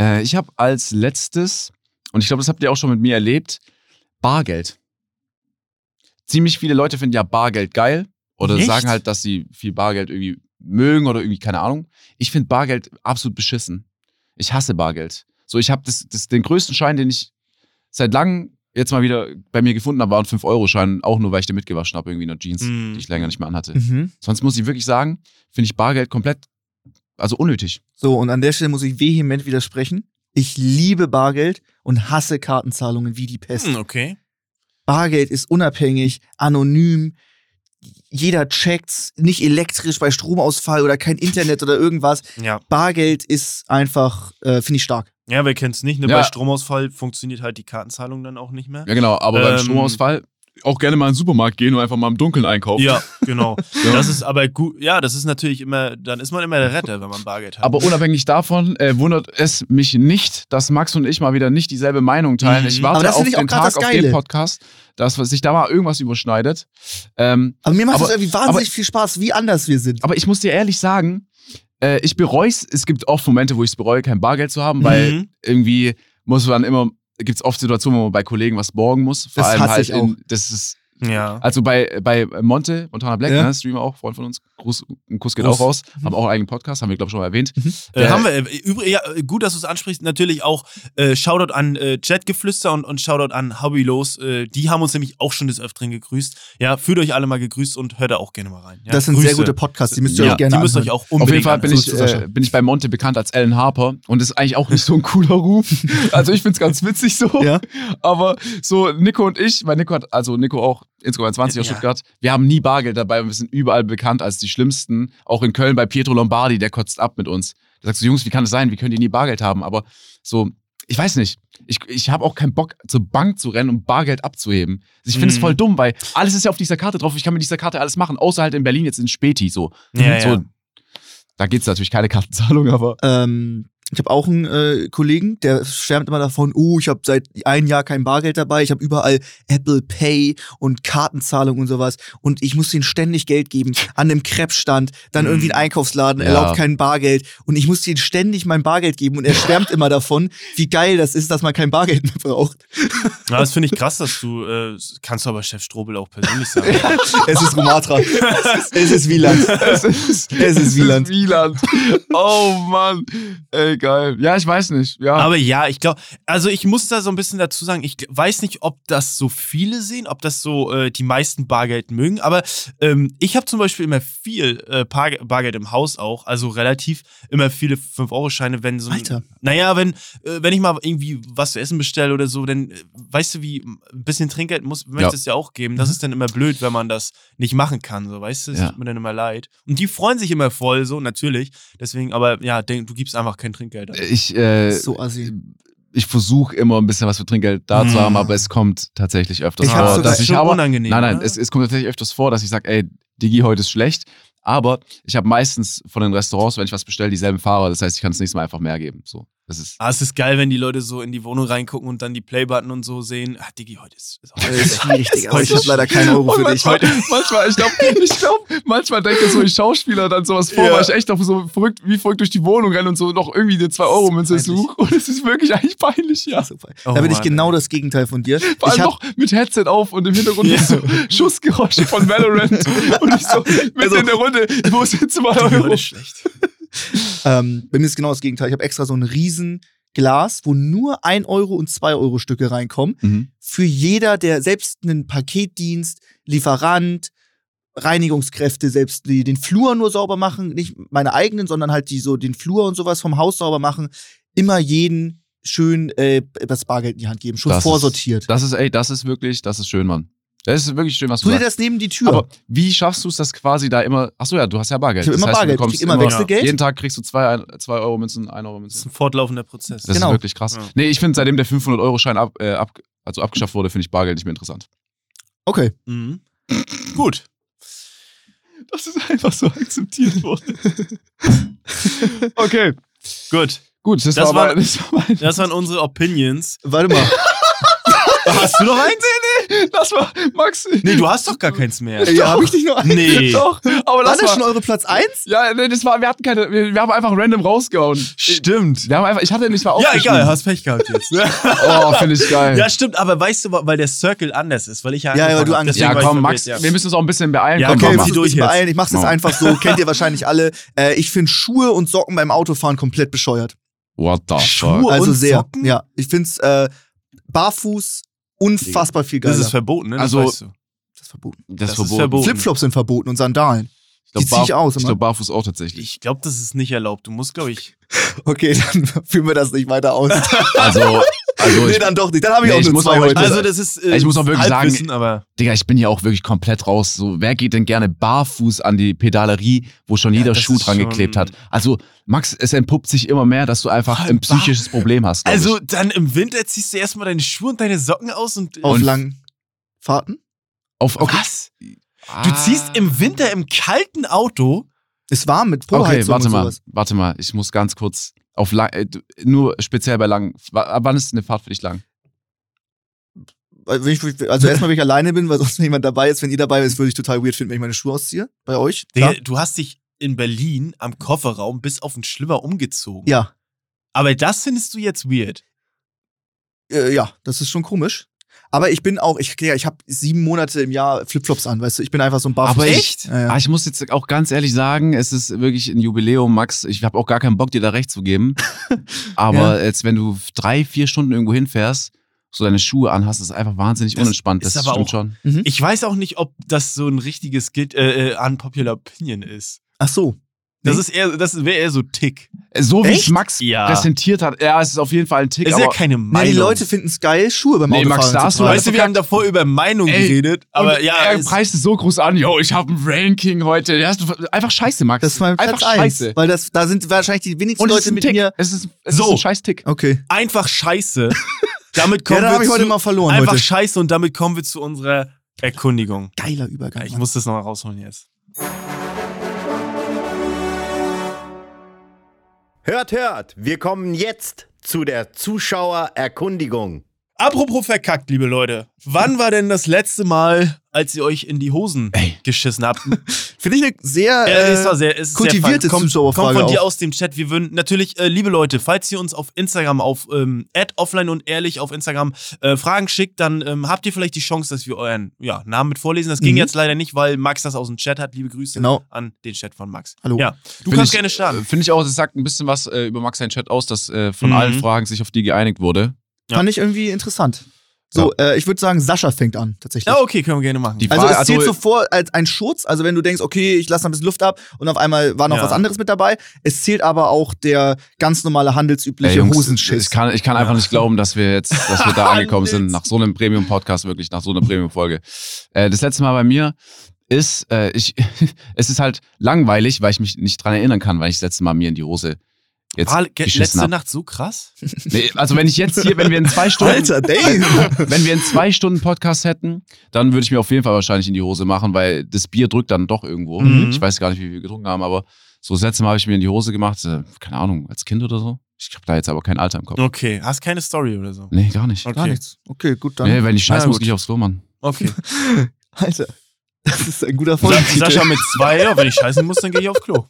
[SPEAKER 3] Äh, ich habe als letztes, und ich glaube, das habt ihr auch schon mit mir erlebt, Bargeld. Ziemlich viele Leute finden ja Bargeld geil oder
[SPEAKER 4] Echt?
[SPEAKER 3] sagen halt, dass sie viel Bargeld irgendwie mögen oder irgendwie, keine Ahnung. Ich finde Bargeld absolut beschissen. Ich hasse Bargeld. So, ich habe das, das, den größten Schein, den ich seit langem jetzt mal wieder bei mir gefunden habe, war ein 5-Euro-Schein, auch nur, weil ich den mitgewaschen habe, irgendwie in der Jeans,
[SPEAKER 4] Mhm.
[SPEAKER 3] die ich länger nicht mehr anhatte.
[SPEAKER 2] Mhm.
[SPEAKER 3] Sonst muss ich wirklich sagen, finde ich Bargeld komplett, also unnötig.
[SPEAKER 2] So, und an der Stelle muss ich vehement widersprechen. Ich liebe Bargeld und hasse Kartenzahlungen wie die Pest.
[SPEAKER 4] Hm, okay.
[SPEAKER 2] Bargeld ist unabhängig, anonym. Jeder checkt's, nicht elektrisch bei Stromausfall oder kein Internet oder irgendwas.
[SPEAKER 4] Ja.
[SPEAKER 2] Bargeld ist einfach, äh, finde ich stark.
[SPEAKER 4] Ja, wer kennt's nicht? Ne?
[SPEAKER 3] Ja.
[SPEAKER 4] Bei Stromausfall funktioniert halt die Kartenzahlung dann auch nicht mehr.
[SPEAKER 3] Ja, genau, aber
[SPEAKER 4] Ähm,
[SPEAKER 3] beim Stromausfall auch gerne mal in den Supermarkt gehen und einfach mal im Dunkeln einkaufen.
[SPEAKER 4] Ja, genau.
[SPEAKER 3] Ja.
[SPEAKER 4] Das ist aber gut. Ja, das ist natürlich immer, dann ist man immer der Retter, wenn man Bargeld hat.
[SPEAKER 3] Aber unabhängig davon äh, wundert es mich nicht, dass Max und ich mal wieder nicht dieselbe Meinung teilen.
[SPEAKER 4] Mhm.
[SPEAKER 3] Ich warte
[SPEAKER 2] Aber das
[SPEAKER 3] auf
[SPEAKER 2] finde ich auch
[SPEAKER 3] den
[SPEAKER 2] grad
[SPEAKER 3] Tag,
[SPEAKER 2] das
[SPEAKER 3] auf den
[SPEAKER 2] Geile.
[SPEAKER 3] Podcast, dass was- sich da mal irgendwas überschneidet. Ähm,
[SPEAKER 2] Aber mir macht
[SPEAKER 3] Aber-
[SPEAKER 2] das irgendwie
[SPEAKER 3] aber-
[SPEAKER 2] wahnsinnig viel Spaß, wie anders wir sind.
[SPEAKER 3] aber ich muss dir ehrlich sagen, äh, ich bereue es. Es gibt oft Momente, wo ich es bereue, kein Bargeld zu haben, weil
[SPEAKER 4] Mhm.
[SPEAKER 3] irgendwie muss man immer, gibt es oft Situationen, wo man bei Kollegen was borgen muss. Vor
[SPEAKER 2] Das
[SPEAKER 3] allem
[SPEAKER 2] hasse
[SPEAKER 3] halt
[SPEAKER 2] ich
[SPEAKER 3] in, das ist
[SPEAKER 4] Ja.
[SPEAKER 3] Also bei, bei Monte, Montana Black,
[SPEAKER 2] Ja.
[SPEAKER 3] ne, Streamer auch, Freund von uns, Gruß, ein Kuss geht
[SPEAKER 4] Gruß.
[SPEAKER 3] auch raus, haben auch einen eigenen Podcast, haben wir, glaube ich, schon mal erwähnt.
[SPEAKER 4] Äh,
[SPEAKER 3] Äh,
[SPEAKER 4] haben wir. äh, Übr ja, äh, gut, dass du es ansprichst. Natürlich auch äh, Shoutout an äh, Chatgeflüster und, und Shoutout an Hobbylos. Äh, die haben uns nämlich auch schon des Öfteren gegrüßt. Ja, fühlt euch alle mal gegrüßt und hört da auch gerne mal rein. Ja,
[SPEAKER 2] das sind
[SPEAKER 4] Grüße.
[SPEAKER 2] sehr gute Podcasts, die müsst ihr
[SPEAKER 4] ja,
[SPEAKER 2] euch gerne
[SPEAKER 4] Die müsst ihr euch
[SPEAKER 2] anhören.
[SPEAKER 4] auch unbedingt
[SPEAKER 3] Auf jeden Fall
[SPEAKER 4] anhören.
[SPEAKER 3] bin ich,
[SPEAKER 2] Grüß zu Sascha.
[SPEAKER 3] äh, bin ich bei Monte bekannt als Alan Harper und das ist eigentlich auch nicht so ein cooler Ruf. Also ich find's ganz witzig so.
[SPEAKER 2] Ja.
[SPEAKER 3] Aber so Nico und ich, weil Nico hat, also Nico auch Instagram 20 aus
[SPEAKER 4] Ja.
[SPEAKER 3] Stuttgart, wir haben nie Bargeld dabei und wir sind überall bekannt als die Schlimmsten. Auch in Köln bei Pietro Lombardi, der kotzt ab mit uns. Da sagst du, Jungs, wie kann das sein? Wie könnt ihr nie Bargeld haben? Aber so, ich weiß nicht. Ich, ich habe auch keinen Bock, zur Bank zu rennen, um Bargeld abzuheben. Also Ich finde es
[SPEAKER 4] Mhm.
[SPEAKER 3] voll dumm, weil alles ist ja auf dieser Karte drauf. Ich kann mit dieser Karte alles machen, außer halt in Berlin jetzt in Späti so.
[SPEAKER 4] Ja,
[SPEAKER 3] so
[SPEAKER 4] ja.
[SPEAKER 3] Da gibt es natürlich keine Kartenzahlung, aber
[SPEAKER 2] Ähm, Ich habe auch einen äh, Kollegen, der schwärmt immer davon, oh, ich habe seit ein Jahr kein Bargeld dabei, ich habe überall Apple Pay und Kartenzahlung und sowas und ich muss denen ständig Geld geben an einem Krebsstand, dann irgendwie ein Einkaufsladen
[SPEAKER 3] Ja.
[SPEAKER 2] erlaubt kein Bargeld und ich muss denen ständig mein Bargeld geben und er schwärmt immer davon, wie geil das ist, dass man kein Bargeld mehr braucht. äh,
[SPEAKER 4] Ja, das finde ich krass, dass du, äh, kannst du aber Chef Strobel auch persönlich sagen.
[SPEAKER 2] Es ist Romatra. es ist Wieland. Es ist, es ist Wieland.
[SPEAKER 3] Wieland. Oh Mann. Ey, geil. Ja, ich weiß nicht. Ja.
[SPEAKER 4] Aber ja, ich glaube, also ich muss da so ein bisschen dazu sagen, ich gl- weiß nicht, ob das so viele sehen, ob das so äh, die meisten Bargeld mögen, aber ähm, ich habe zum Beispiel immer viel äh, Par Bargeld im Haus auch, also relativ immer viele 5-Euro-Scheine, wenn so ein,
[SPEAKER 2] Alter.
[SPEAKER 4] Naja, wenn, äh, wenn ich mal irgendwie was zu essen bestelle oder so, dann äh, weißt du, wie m, ein bisschen Trinkgeld muss, möchtest ja. ja auch geben. Das ist dann immer blöd, wenn man das nicht machen kann, so, weißt du? Das
[SPEAKER 3] Ja.
[SPEAKER 4] tut mir dann immer leid. Und die freuen sich immer voll, so, natürlich. Deswegen, aber ja, denk, du gibst einfach kein Trinkgeld. An.
[SPEAKER 3] ich äh,
[SPEAKER 2] So assi.
[SPEAKER 3] ich versuche immer ein bisschen was für Trinkgeld da zu haben, aber es kommt tatsächlich öfters
[SPEAKER 2] Ich hab's
[SPEAKER 3] vor,
[SPEAKER 2] sogar-
[SPEAKER 3] dass
[SPEAKER 2] ist
[SPEAKER 3] ich
[SPEAKER 4] schon
[SPEAKER 3] aber
[SPEAKER 4] unangenehm, ne?
[SPEAKER 3] nein, nein,
[SPEAKER 4] oder?
[SPEAKER 3] es, es kommt tatsächlich öfters vor, dass ich sage, ey, Digi, heute ist schlecht. Aber ich habe meistens von den Restaurants, wenn ich was bestelle, dieselben Fahrer. Das heißt, ich kann es nächstes Mal einfach mehr geben. So, das ist
[SPEAKER 4] Ah, es ist geil, wenn die Leute so in die Wohnung reingucken und dann die Playbutton und so sehen. Ah, Digi, heute ist. ist heute
[SPEAKER 2] Das ist schwierig, Digga. aber Ich habe
[SPEAKER 3] Heute-
[SPEAKER 2] leider keinen Euro für
[SPEAKER 3] Und
[SPEAKER 2] dich.
[SPEAKER 3] manchmal, manchmal, ich glaube, ich glaub, manchmal denken so die Schauspieler dann sowas vor,
[SPEAKER 4] Ja.
[SPEAKER 3] weil ich echt noch so verrückt, wie verrückt durch die Wohnung renne und so noch irgendwie eine 2-Euro-Münze
[SPEAKER 2] Das ist peinlich.
[SPEAKER 3] suche. Und es ist wirklich eigentlich peinlich, ja.
[SPEAKER 2] So, voll.
[SPEAKER 4] Oh
[SPEAKER 2] da bin ich
[SPEAKER 4] Mann,
[SPEAKER 2] genau das Gegenteil von dir.
[SPEAKER 3] Vor
[SPEAKER 2] Ich
[SPEAKER 3] allem
[SPEAKER 2] hab,
[SPEAKER 3] noch mit Headset auf und im Hintergrund
[SPEAKER 4] Ja.
[SPEAKER 3] so Schussgeräusche von Valorant. und ich so mitten
[SPEAKER 2] Also
[SPEAKER 3] in der Runde, ich muss jetzt 2
[SPEAKER 4] Digi, heute
[SPEAKER 3] Euro.
[SPEAKER 4] ist schlecht.
[SPEAKER 2] ähm, bei mir ist genau das Gegenteil. Ich habe extra so ein riesen Glas, wo nur 1 Euro und 2 Euro Stücke reinkommen. Für jeder, der selbst einen Paketdienst, Lieferant, Reinigungskräfte, selbst die den Flur nur sauber machen, nicht meine eigenen, sondern halt die so den Flur und sowas vom Haus sauber machen, immer jeden schön äh, das Bargeld in die Hand geben, schon
[SPEAKER 3] Das ist-
[SPEAKER 2] vorsortiert.
[SPEAKER 3] Das ist, ey, das ist wirklich, das ist schön, Mann. Das ist wirklich schön, was
[SPEAKER 2] Tu dir das neben die Tür.
[SPEAKER 3] Aber wie schaffst du es, dass quasi da immer. Achso, ja, du hast ja Bargeld.
[SPEAKER 2] ich habe
[SPEAKER 3] Das
[SPEAKER 2] immer
[SPEAKER 3] heißt, du
[SPEAKER 2] Bargeld, ich
[SPEAKER 3] bekommst
[SPEAKER 2] krieg immer
[SPEAKER 3] immer-
[SPEAKER 2] Wechselgeld.
[SPEAKER 3] Jeden Tag kriegst du 2 Euro Münzen, 1 Euro
[SPEAKER 4] Das
[SPEAKER 3] Münzen.
[SPEAKER 4] ist ein fortlaufender Prozess.
[SPEAKER 3] Das
[SPEAKER 2] Genau.
[SPEAKER 3] ist wirklich krass.
[SPEAKER 4] Ja.
[SPEAKER 3] Nee, ich finde, seitdem der 500-Euro-Schein ab, äh, ab, also abgeschafft wurde, finde ich Bargeld nicht mehr interessant.
[SPEAKER 2] okay.
[SPEAKER 4] Mhm. Gut.
[SPEAKER 3] Das ist einfach so akzeptiert worden. okay,
[SPEAKER 4] Gut.
[SPEAKER 3] gut, das,
[SPEAKER 4] Das
[SPEAKER 3] war,
[SPEAKER 4] war-
[SPEAKER 3] mein, das war mein,
[SPEAKER 4] Das waren unsere Opinions.
[SPEAKER 2] Warte mal.
[SPEAKER 4] Hast du noch eins?
[SPEAKER 3] das war Max.
[SPEAKER 4] Nee, du hast doch gar keins mehr.
[SPEAKER 2] Ja, habe ich nicht nur einen?
[SPEAKER 4] Nee.
[SPEAKER 3] Doch, aber
[SPEAKER 2] War
[SPEAKER 3] das
[SPEAKER 2] das schon
[SPEAKER 3] war,
[SPEAKER 2] eure Platz 1?
[SPEAKER 3] ja, nee, das war, wir hatten keine, wir, wir haben einfach random rausgehauen.
[SPEAKER 4] Stimmt.
[SPEAKER 3] Wir haben einfach, ich hatte nicht mal
[SPEAKER 4] Ja,
[SPEAKER 3] aufgeschrieben.
[SPEAKER 4] egal, hast Pech gehabt jetzt.
[SPEAKER 3] Oh, finde ich geil.
[SPEAKER 4] ja, stimmt, aber weißt du, wa- weil der Circle anders ist, weil ich ja.
[SPEAKER 2] Ja,
[SPEAKER 4] angefangen
[SPEAKER 2] weil du
[SPEAKER 4] hab.
[SPEAKER 2] angefangen
[SPEAKER 4] Deswegen
[SPEAKER 3] Ja,
[SPEAKER 4] war ich
[SPEAKER 3] komm, Max,
[SPEAKER 4] verwirrt, ja.
[SPEAKER 3] wir müssen uns auch ein bisschen beeilen.
[SPEAKER 4] Ja,
[SPEAKER 3] komm,
[SPEAKER 4] okay,
[SPEAKER 3] komm,
[SPEAKER 4] wir
[SPEAKER 2] Okay, wir
[SPEAKER 4] müssen
[SPEAKER 2] müssen
[SPEAKER 3] Max.
[SPEAKER 2] uns
[SPEAKER 4] durch jetzt.
[SPEAKER 2] beeilen. Ich mach's jetzt
[SPEAKER 3] Mach.
[SPEAKER 2] einfach so. Kennt ihr wahrscheinlich alle. Äh, ich finde Schuhe und Socken beim Autofahren komplett bescheuert.
[SPEAKER 3] What the
[SPEAKER 4] Schuhe
[SPEAKER 3] fuck?
[SPEAKER 2] Also
[SPEAKER 4] und
[SPEAKER 2] sehr.
[SPEAKER 4] Socken?
[SPEAKER 2] Ja, ich find's äh, barfuß unfassbar viel geiler.
[SPEAKER 4] Das ist verboten, ne? Das
[SPEAKER 3] Also-
[SPEAKER 4] weißt du.
[SPEAKER 2] Das ist verboten.
[SPEAKER 3] Das,
[SPEAKER 4] ist
[SPEAKER 3] verboten.
[SPEAKER 4] verboten.
[SPEAKER 2] Flipflops sind verboten und Sandalen.
[SPEAKER 3] Ich glaub,
[SPEAKER 2] Die zieh ich
[SPEAKER 3] barf-
[SPEAKER 2] aus
[SPEAKER 3] Ich
[SPEAKER 2] immer.
[SPEAKER 3] glaube, barfuß auch tatsächlich.
[SPEAKER 4] Ich glaube, das ist nicht erlaubt. Du musst, glaube ich.
[SPEAKER 2] Okay, dann führen wir das nicht weiter aus.
[SPEAKER 3] Also, also
[SPEAKER 2] nee,
[SPEAKER 3] ich,
[SPEAKER 2] dann doch nicht. Dann habe ich
[SPEAKER 3] Nee,
[SPEAKER 2] auch
[SPEAKER 3] ich
[SPEAKER 2] nur
[SPEAKER 3] muss
[SPEAKER 2] zwei
[SPEAKER 3] auch-
[SPEAKER 2] heute.
[SPEAKER 4] Also, das ist. äh,
[SPEAKER 3] Ich muss auch wirklich sagen,
[SPEAKER 4] Halbwissen, aber
[SPEAKER 3] Digga, ich bin ja auch wirklich komplett raus. So, wer geht denn gerne barfuß an die Pedalerie, wo schon jeder
[SPEAKER 4] das
[SPEAKER 3] Schuh
[SPEAKER 4] ist
[SPEAKER 3] dran
[SPEAKER 4] schon-
[SPEAKER 3] geklebt hat? Also, Max, es entpuppt sich immer mehr, dass du einfach ein psychisches Problem hast. glaub
[SPEAKER 4] Also
[SPEAKER 3] ich.
[SPEAKER 4] dann im Winter ziehst du erstmal deine Schuhe und deine Socken aus und.
[SPEAKER 2] Auf
[SPEAKER 3] Und-
[SPEAKER 2] langen Fahrten.
[SPEAKER 3] auf, okay. Ah.
[SPEAKER 4] was? Du ziehst im Winter im kalten Auto.
[SPEAKER 2] Ist warm mit
[SPEAKER 3] Okay,
[SPEAKER 2] Poheizung
[SPEAKER 3] warte
[SPEAKER 2] und
[SPEAKER 3] mal,
[SPEAKER 2] sowas.
[SPEAKER 3] warte mal. Ich muss ganz kurz auf lang, äh, du- nur speziell bei lang. wa- ab Wann ist eine Fahrt für dich lang?
[SPEAKER 2] Also, wenn ich- also erstmal, wenn ich alleine bin, weil sonst niemand dabei ist. Wenn ihr dabei ist, würde ich total weird finden, wenn ich meine Schuhe ausziehe. Bei euch.
[SPEAKER 4] Digga,
[SPEAKER 2] Klar?
[SPEAKER 4] Du hast dich in Berlin am Kofferraum bis auf den Schlimmer umgezogen.
[SPEAKER 2] Ja.
[SPEAKER 4] Aber das findest du jetzt weird.
[SPEAKER 2] Äh, ja, das ist schon komisch. Aber ich bin auch, ich, ja, ich habe sieben Monate im Jahr Flipflops an, weißt du, ich bin einfach so ein Barfuß.
[SPEAKER 3] Aber ich-
[SPEAKER 2] Ja, ja.
[SPEAKER 3] Ah, ich muss jetzt auch ganz ehrlich sagen, es ist wirklich ein Jubiläum, Max. Ich habe auch gar keinen Bock, dir da recht zu geben. Aber jetzt, wenn du drei, vier Stunden irgendwo hinfährst, so deine Schuhe anhast, ist einfach wahnsinnig
[SPEAKER 4] Das
[SPEAKER 3] unentspannt.
[SPEAKER 4] ist
[SPEAKER 3] Das
[SPEAKER 4] aber
[SPEAKER 3] stimmt
[SPEAKER 4] auch-
[SPEAKER 3] schon.
[SPEAKER 4] Ich weiß auch nicht, ob das so ein richtiges Guilt, äh, äh, unpopular Opinion ist.
[SPEAKER 2] Ach so.
[SPEAKER 4] Das
[SPEAKER 2] Nee.
[SPEAKER 4] ist eher, das wäre eher so Tick.
[SPEAKER 3] So wie es
[SPEAKER 2] Echt?
[SPEAKER 3] Max
[SPEAKER 4] Ja.
[SPEAKER 3] präsentiert hat, ja, es ist auf jeden Fall ein Tick.
[SPEAKER 4] Das ist
[SPEAKER 3] aber
[SPEAKER 4] ja keine
[SPEAKER 2] Na,
[SPEAKER 4] Meinung.
[SPEAKER 2] die Leute finden es geil, Schuhe beim
[SPEAKER 3] Nee, Max,
[SPEAKER 2] Autofahren
[SPEAKER 3] da
[SPEAKER 2] zu
[SPEAKER 3] hast du
[SPEAKER 2] tragen.
[SPEAKER 4] weißt du, wir haben davor über Meinung
[SPEAKER 3] Ey,
[SPEAKER 4] geredet, aber
[SPEAKER 3] und
[SPEAKER 4] ja,
[SPEAKER 3] er
[SPEAKER 4] es-
[SPEAKER 3] preist es so groß an. Yo, ich habe ein Ranking heute. Ja, hast du- einfach Scheiße, Max.
[SPEAKER 2] Das ist mein
[SPEAKER 3] einfach
[SPEAKER 2] Platz eins,
[SPEAKER 3] Scheiße.
[SPEAKER 2] weil das, da sind wahrscheinlich die wenigsten
[SPEAKER 3] Und es ist
[SPEAKER 2] Leute
[SPEAKER 3] ein
[SPEAKER 2] mit
[SPEAKER 3] Tick.
[SPEAKER 2] mir.
[SPEAKER 3] Es ist, es
[SPEAKER 4] So.
[SPEAKER 3] ist ein Scheiß-Tick.
[SPEAKER 2] Okay.
[SPEAKER 4] einfach scheiße. Damit
[SPEAKER 2] Ja,
[SPEAKER 4] kommen
[SPEAKER 2] da
[SPEAKER 4] wir
[SPEAKER 2] habe ich
[SPEAKER 4] zu,
[SPEAKER 2] heute mal verloren.
[SPEAKER 4] einfach
[SPEAKER 2] Heute.
[SPEAKER 4] scheiße und damit kommen wir zu unserer Erkundigung.
[SPEAKER 2] Geiler Übergang.
[SPEAKER 4] Ich muss das nochmal rausholen jetzt.
[SPEAKER 1] Hört, hört, wir kommen jetzt zu der Zuschauererkundigung.
[SPEAKER 4] Apropos verkackt, liebe Leute. Wann war denn das letzte Mal, als ihr euch in die Hosen geschissen habt?
[SPEAKER 2] Finde ich eine sehr,
[SPEAKER 4] Äh,
[SPEAKER 2] äh,
[SPEAKER 4] es war sehr, es ist sehr
[SPEAKER 2] kultivierte
[SPEAKER 4] fun. kommt,
[SPEAKER 2] Zuschauerfrage
[SPEAKER 4] kommt von dir
[SPEAKER 2] auch.
[SPEAKER 4] aus dem Chat. Wir würden natürlich, äh, liebe Leute, falls ihr uns auf Instagram, auf ähm, offline und ehrlich auf Instagram äh, Fragen schickt, dann ähm, habt ihr vielleicht die Chance, dass wir euren ja, Namen mit vorlesen. Das ging
[SPEAKER 2] Mhm.
[SPEAKER 4] jetzt leider nicht, weil Max das aus dem Chat hat. Liebe Grüße
[SPEAKER 2] Genau.
[SPEAKER 4] an den Chat von Max.
[SPEAKER 2] Hallo. äh,
[SPEAKER 4] Ja, du
[SPEAKER 3] Find
[SPEAKER 4] kannst
[SPEAKER 3] ich-
[SPEAKER 4] gerne starten.
[SPEAKER 3] Finde ich auch, es sagt ein bisschen was äh, über Max seinen Chat aus, dass äh, von
[SPEAKER 4] Mhm.
[SPEAKER 3] allen Fragen sich auf die geeinigt wurde.
[SPEAKER 4] Ja.
[SPEAKER 2] Fand ich irgendwie interessant. So, äh, ich würde sagen, Sascha fängt an, tatsächlich.
[SPEAKER 3] Oh,
[SPEAKER 4] Ja, okay, können wir gerne machen.
[SPEAKER 3] Die
[SPEAKER 2] Also
[SPEAKER 3] Frage-
[SPEAKER 2] es zählt
[SPEAKER 3] also-
[SPEAKER 2] so vor als ein Schurz, also wenn du denkst, okay, ich lasse noch ein bisschen Luft ab und auf einmal war noch
[SPEAKER 4] Ja.
[SPEAKER 2] was anderes mit dabei. Es zählt aber auch der ganz normale handelsübliche
[SPEAKER 3] Ey, Jungs,
[SPEAKER 2] Hosenschiss.
[SPEAKER 3] Ich kann, ich kann einfach nicht glauben, dass wir jetzt, dass wir da angekommen sind,
[SPEAKER 4] Handels-
[SPEAKER 3] nach so einem Premium-Podcast, wirklich, nach so einer Premium-Folge. Äh, das letzte Mal bei mir ist, äh, ich, es ist halt langweilig, weil ich mich nicht dran erinnern kann, weil ich das letzte Mal mir in die Hose jetzt
[SPEAKER 4] war Ah, ge-
[SPEAKER 3] geschissen
[SPEAKER 4] letzte
[SPEAKER 3] habe.
[SPEAKER 4] Nacht so krass?
[SPEAKER 3] Nee, also wenn ich jetzt hier, wenn wir in zwei Stunden,
[SPEAKER 2] Alter, damn.
[SPEAKER 3] wenn wir in zwei Stunden Podcast hätten, dann würde ich mir auf jeden Fall wahrscheinlich in die Hose machen, weil das Bier drückt dann doch irgendwo.
[SPEAKER 4] Mhm.
[SPEAKER 3] Ich weiß gar nicht, wie wir getrunken haben, aber so das letzte Mal habe ich mir in die Hose gemacht, äh, keine Ahnung, als Kind oder so. Ich habe da jetzt aber kein Alter im Kopf.
[SPEAKER 4] Okay, hast keine Story oder so.
[SPEAKER 3] Nee, gar nicht.
[SPEAKER 2] Gar
[SPEAKER 4] Okay.
[SPEAKER 2] nichts. Okay, gut, dann.
[SPEAKER 3] Nee, wenn ich scheiße,
[SPEAKER 4] Na
[SPEAKER 3] muss
[SPEAKER 4] gut.
[SPEAKER 3] ich aufs Klo, Mann.
[SPEAKER 4] Okay.
[SPEAKER 2] Alter, das ist ein guter
[SPEAKER 4] Sa
[SPEAKER 2] Folgentitel.
[SPEAKER 4] Sascha mit zwei, ja, wenn ich scheißen muss, dann gehe ich auf Klo.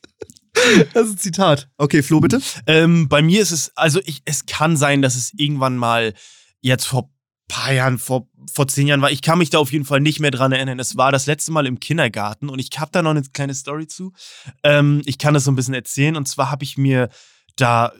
[SPEAKER 2] Das ist ein Zitat. Okay, Flo, bitte.
[SPEAKER 4] Ähm, bei mir ist es, also ich, es kann sein, dass es irgendwann mal jetzt vor paar Jahren, vor, vor zehn Jahren war. Ich kann mich da auf jeden Fall nicht mehr dran erinnern. Es war das letzte Mal im Kindergarten und ich habe da noch eine kleine Story zu. Ähm, ich kann das so ein bisschen erzählen und zwar habe ich mir da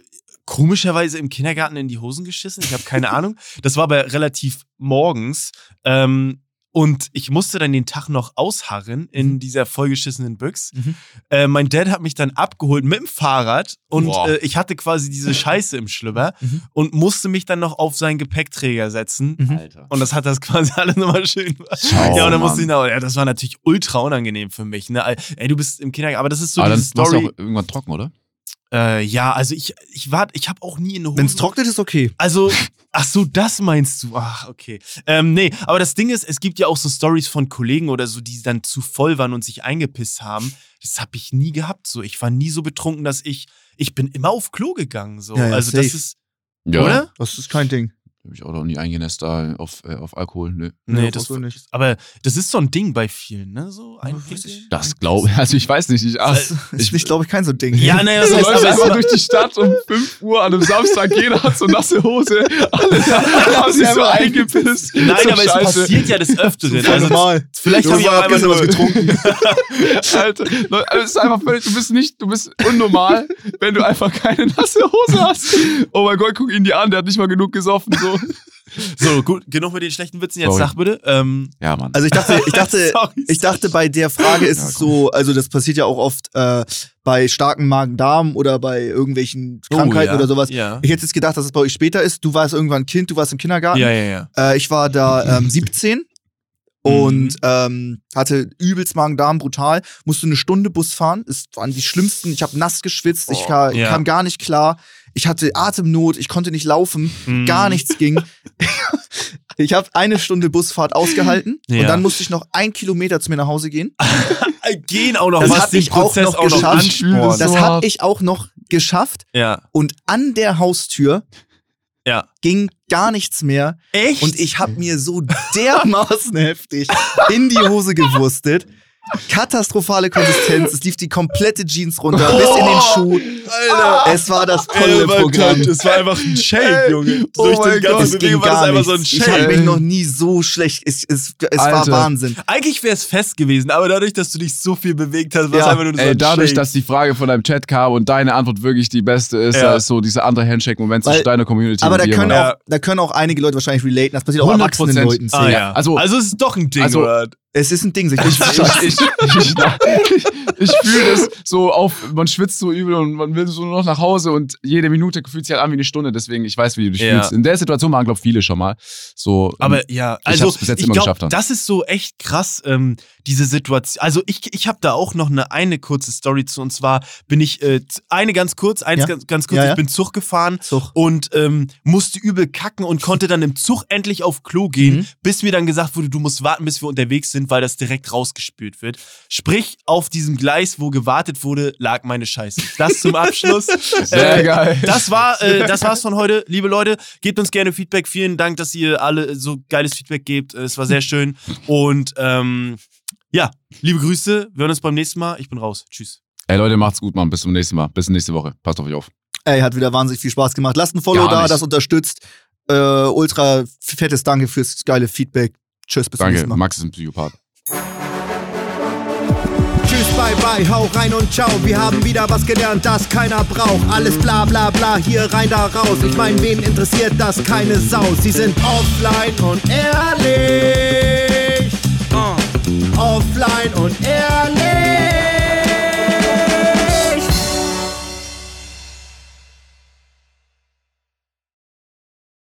[SPEAKER 4] komischerweise im Kindergarten in die Hosen geschissen. Ich habe keine Ahnung. Das war aber relativ morgens. Ähm, und ich musste dann den Tag noch ausharren
[SPEAKER 3] Mhm.
[SPEAKER 4] in dieser vollgeschissenen Büchs.
[SPEAKER 2] Mhm.
[SPEAKER 4] Äh, mein Dad hat mich dann abgeholt mit dem Fahrrad und
[SPEAKER 3] Boah.
[SPEAKER 4] äh, ich hatte quasi diese Scheiße im Schlüpper
[SPEAKER 2] Mhm.
[SPEAKER 4] und musste mich dann noch auf seinen Gepäckträger setzen.
[SPEAKER 3] Alter.
[SPEAKER 4] Und das hat das quasi alles nochmal schön.
[SPEAKER 3] Ciao,
[SPEAKER 4] ja, und dann
[SPEAKER 3] Mhm. Mann.
[SPEAKER 4] musste ich nach, ja, das war natürlich ultra unangenehm für mich. Ne? Ey, du bist im Kindergarten, aber das ist so
[SPEAKER 3] aber
[SPEAKER 4] die
[SPEAKER 3] dann warst du
[SPEAKER 4] Story.
[SPEAKER 3] auch irgendwann trocken, oder?
[SPEAKER 4] Äh, ja, also ich, ich war, ich habe auch nie in eine
[SPEAKER 2] Wenn es
[SPEAKER 4] Hose.
[SPEAKER 2] trocknet, ist okay.
[SPEAKER 4] Also, ach so, das meinst du. Ach, okay. Ähm, nee, aber das Ding ist, es gibt ja auch so Stories von Kollegen oder so, die dann zu voll waren und sich eingepisst haben. Das habe ich nie gehabt. So, ich war nie so betrunken, dass ich, ich bin immer auf Klo gegangen. So,
[SPEAKER 2] Ja, ja,
[SPEAKER 4] also das
[SPEAKER 2] safe.
[SPEAKER 4] ist, oder?
[SPEAKER 2] Das ist kein Ding.
[SPEAKER 3] Hab ich auch noch nie eingenässt da auf, äh, auf Alkohol, nö.
[SPEAKER 4] Nee,
[SPEAKER 2] auf
[SPEAKER 4] das,
[SPEAKER 2] Alkohol nicht.
[SPEAKER 4] aber das ist so ein Ding bei vielen, ne? So ein
[SPEAKER 2] weiß ich.
[SPEAKER 3] Das glaube ich, also ich weiß nicht. Ich, ach,
[SPEAKER 2] Das ist nicht, glaube ich, kein so ein Ding.
[SPEAKER 4] Ja, naja, das
[SPEAKER 3] Du
[SPEAKER 4] heißt,
[SPEAKER 3] läufst
[SPEAKER 4] aber es
[SPEAKER 3] einfach
[SPEAKER 4] war,
[SPEAKER 3] durch die Stadt um 5 Uhr an einem Samstag, jeder hat so nasse Hose, alle haben sich so eingepisst.
[SPEAKER 4] nein,
[SPEAKER 3] so
[SPEAKER 4] aber es
[SPEAKER 3] scheiße.
[SPEAKER 4] passiert ja des Öfteren.
[SPEAKER 2] Also,
[SPEAKER 4] Also,
[SPEAKER 2] normal.
[SPEAKER 4] vielleicht
[SPEAKER 2] Du
[SPEAKER 4] habe ich
[SPEAKER 2] hast
[SPEAKER 4] auch einfach
[SPEAKER 2] gestern
[SPEAKER 4] nur
[SPEAKER 2] was getrunken.
[SPEAKER 3] Alter, Leute, also es ist einfach völlig, du bist nicht, du bist unnormal, wenn du einfach keine nasse Hose hast. Oh mein Gott, guck ihn dir an, der hat nicht mal genug gesoffen. So.
[SPEAKER 4] So, gut, genug mit den schlechten Witzen. Jetzt
[SPEAKER 3] Sorry.
[SPEAKER 4] sag bitte. Ähm,
[SPEAKER 3] Ja, Mann.
[SPEAKER 2] Also ich dachte, ich dachte,
[SPEAKER 4] Sorry.
[SPEAKER 2] ich dachte, bei der Frage ist
[SPEAKER 3] Ja,
[SPEAKER 2] es
[SPEAKER 3] komm.
[SPEAKER 2] so, also das passiert ja auch oft äh, bei starken Magen-Darm oder bei irgendwelchen Krankheiten
[SPEAKER 4] Oh, ja.
[SPEAKER 2] oder sowas.
[SPEAKER 4] Ja.
[SPEAKER 2] Ich hätte jetzt gedacht, dass es bei euch später ist. Du warst irgendwann Kind, du warst im Kindergarten.
[SPEAKER 4] ja, ja, ja. Mhm.
[SPEAKER 2] Äh, ich war da ähm, 17 und ähm, hatte übelst Magen-Darm, brutal. Musste eine Stunde Bus fahren. Es waren die schlimmsten. Ich habe nass geschwitzt. ich ka
[SPEAKER 4] Oh, ja.
[SPEAKER 2] kam gar nicht klar. Ich hatte Atemnot. Ich konnte nicht laufen. Gar
[SPEAKER 4] Mhm.
[SPEAKER 2] nichts ging. ich habe eine Stunde Busfahrt ausgehalten.
[SPEAKER 4] Ja.
[SPEAKER 2] Und dann musste ich noch ein Kilometer zu mir nach Hause gehen.
[SPEAKER 4] Äh, gehen auch noch
[SPEAKER 2] Das
[SPEAKER 4] was
[SPEAKER 2] hab
[SPEAKER 4] den
[SPEAKER 2] ich auch
[SPEAKER 4] Prozess
[SPEAKER 2] noch
[SPEAKER 4] auch noch,
[SPEAKER 2] geschafft.
[SPEAKER 4] anspornen.
[SPEAKER 2] das
[SPEAKER 3] so
[SPEAKER 2] habe
[SPEAKER 3] hart.
[SPEAKER 2] ich auch noch geschafft.
[SPEAKER 4] ja,
[SPEAKER 2] Und an der Haustür
[SPEAKER 4] ja.
[SPEAKER 2] ging gar nichts mehr.
[SPEAKER 4] Echt?
[SPEAKER 2] Und ich habe mir so dermaßen heftig in die Hose gewurstet. Katastrophale Konsistenz. Es lief die komplette Jeans runter, bis in den Schuh. Alter. Es war das volle Programm.
[SPEAKER 4] das war einfach ein Shake,
[SPEAKER 3] Ey,
[SPEAKER 4] Junge.
[SPEAKER 3] oh
[SPEAKER 4] Durch
[SPEAKER 3] mein
[SPEAKER 4] den
[SPEAKER 3] Gott,
[SPEAKER 4] ganzen
[SPEAKER 2] Es ging
[SPEAKER 4] Bewegung war das
[SPEAKER 2] gar
[SPEAKER 4] einfach
[SPEAKER 2] nichts.
[SPEAKER 4] so ein
[SPEAKER 2] ich habe
[SPEAKER 4] Shake.
[SPEAKER 2] mich noch nie so schlecht. Es, es, es war
[SPEAKER 3] Alter.
[SPEAKER 2] Wahnsinn.
[SPEAKER 4] Eigentlich wäre es fest gewesen, aber dadurch, dass du dich so viel bewegt hast, war es
[SPEAKER 2] Ja,
[SPEAKER 4] einfach nur so
[SPEAKER 3] Ey,
[SPEAKER 4] ein
[SPEAKER 3] äh, dadurch,
[SPEAKER 4] Shake.
[SPEAKER 3] dass die Frage von deinem Chat kam und deine Antwort wirklich die beste ist,
[SPEAKER 4] Ja.
[SPEAKER 3] da ist so dieser andere Handshake-Moment
[SPEAKER 2] Weil-
[SPEAKER 3] zwischen deiner Community
[SPEAKER 2] Aber
[SPEAKER 3] und
[SPEAKER 2] da
[SPEAKER 3] dir,
[SPEAKER 2] können,
[SPEAKER 3] Mann.
[SPEAKER 2] auch,
[SPEAKER 4] Ja.
[SPEAKER 2] da können auch einige Leute wahrscheinlich relaten. Das passiert auch
[SPEAKER 4] 100%.
[SPEAKER 2] erwachsenen Leuten.
[SPEAKER 4] Ah,
[SPEAKER 2] safe.
[SPEAKER 4] ja. also, ähm,
[SPEAKER 3] Also-
[SPEAKER 4] es ist doch ein Ding,
[SPEAKER 3] Also-
[SPEAKER 4] oder?
[SPEAKER 2] Es ist ein Ding, sich nicht zu
[SPEAKER 3] ich, ich, ich, ich, ich fühle das so auf, man schwitzt so übel und man will so nur noch nach Hause und jede Minute fühlt sich halt an wie eine Stunde, deswegen ich weiß, wie du dich
[SPEAKER 4] Ja.
[SPEAKER 3] fühlst. In der Situation waren, glaube ich, viele schon mal. So, ähm,
[SPEAKER 4] Aber ja, also
[SPEAKER 3] hab's bis jetzt immer geschafft, Hans.
[SPEAKER 4] das ist so echt krass, ähm, diese Situation. Also ich, ich habe da auch noch eine, eine kurze Story zu. Und zwar bin ich, äh, z- eine ganz kurz, eins
[SPEAKER 2] Ja?
[SPEAKER 4] ganz, ganz kurz,
[SPEAKER 2] Ja, ja.
[SPEAKER 4] ich bin Zug gefahren
[SPEAKER 2] Zug.
[SPEAKER 4] und ähm, musste übel kacken und konnte dann im Zug endlich auf Klo gehen,
[SPEAKER 2] Mhm.
[SPEAKER 4] bis mir dann gesagt wurde, du musst warten, bis wir unterwegs sind. sind, weil das direkt rausgespült wird. Sprich, auf diesem Gleis, wo gewartet wurde, lag meine Scheiße. Das zum Abschluss.
[SPEAKER 3] Sehr
[SPEAKER 4] Äh,
[SPEAKER 3] geil.
[SPEAKER 4] Das war, äh, das war's von heute, liebe Leute. Gebt uns gerne Feedback. Vielen Dank, dass ihr alle so geiles Feedback gebt. Äh, Es war sehr schön. Und ähm, ja, liebe Grüße. Wir hören uns beim nächsten Mal. Ich bin raus. Tschüss.
[SPEAKER 3] Ey Leute, macht's gut, Mann. Bis zum nächsten Mal. Bis nächste Woche. Passt auf euch auf.
[SPEAKER 2] Ey, hat wieder wahnsinnig viel Spaß gemacht. Lasst ein Follow
[SPEAKER 3] Gar
[SPEAKER 2] da,
[SPEAKER 3] nicht.
[SPEAKER 2] das unterstützt. Äh, ultra fettes Danke fürs geile Feedback. Tschüss, bis zum
[SPEAKER 3] Danke.
[SPEAKER 2] nächsten Mal.
[SPEAKER 3] Max ist ein Psychopath.
[SPEAKER 1] Tschüss, bye, bye, hau rein und ciao. Wir haben wieder was gelernt, das keiner braucht. Alles bla, bla, bla, hier rein, da raus. Ich mein, wen interessiert das? Keine Sau. Sie sind offline und ehrlich. Uh. Offline und ehrlich.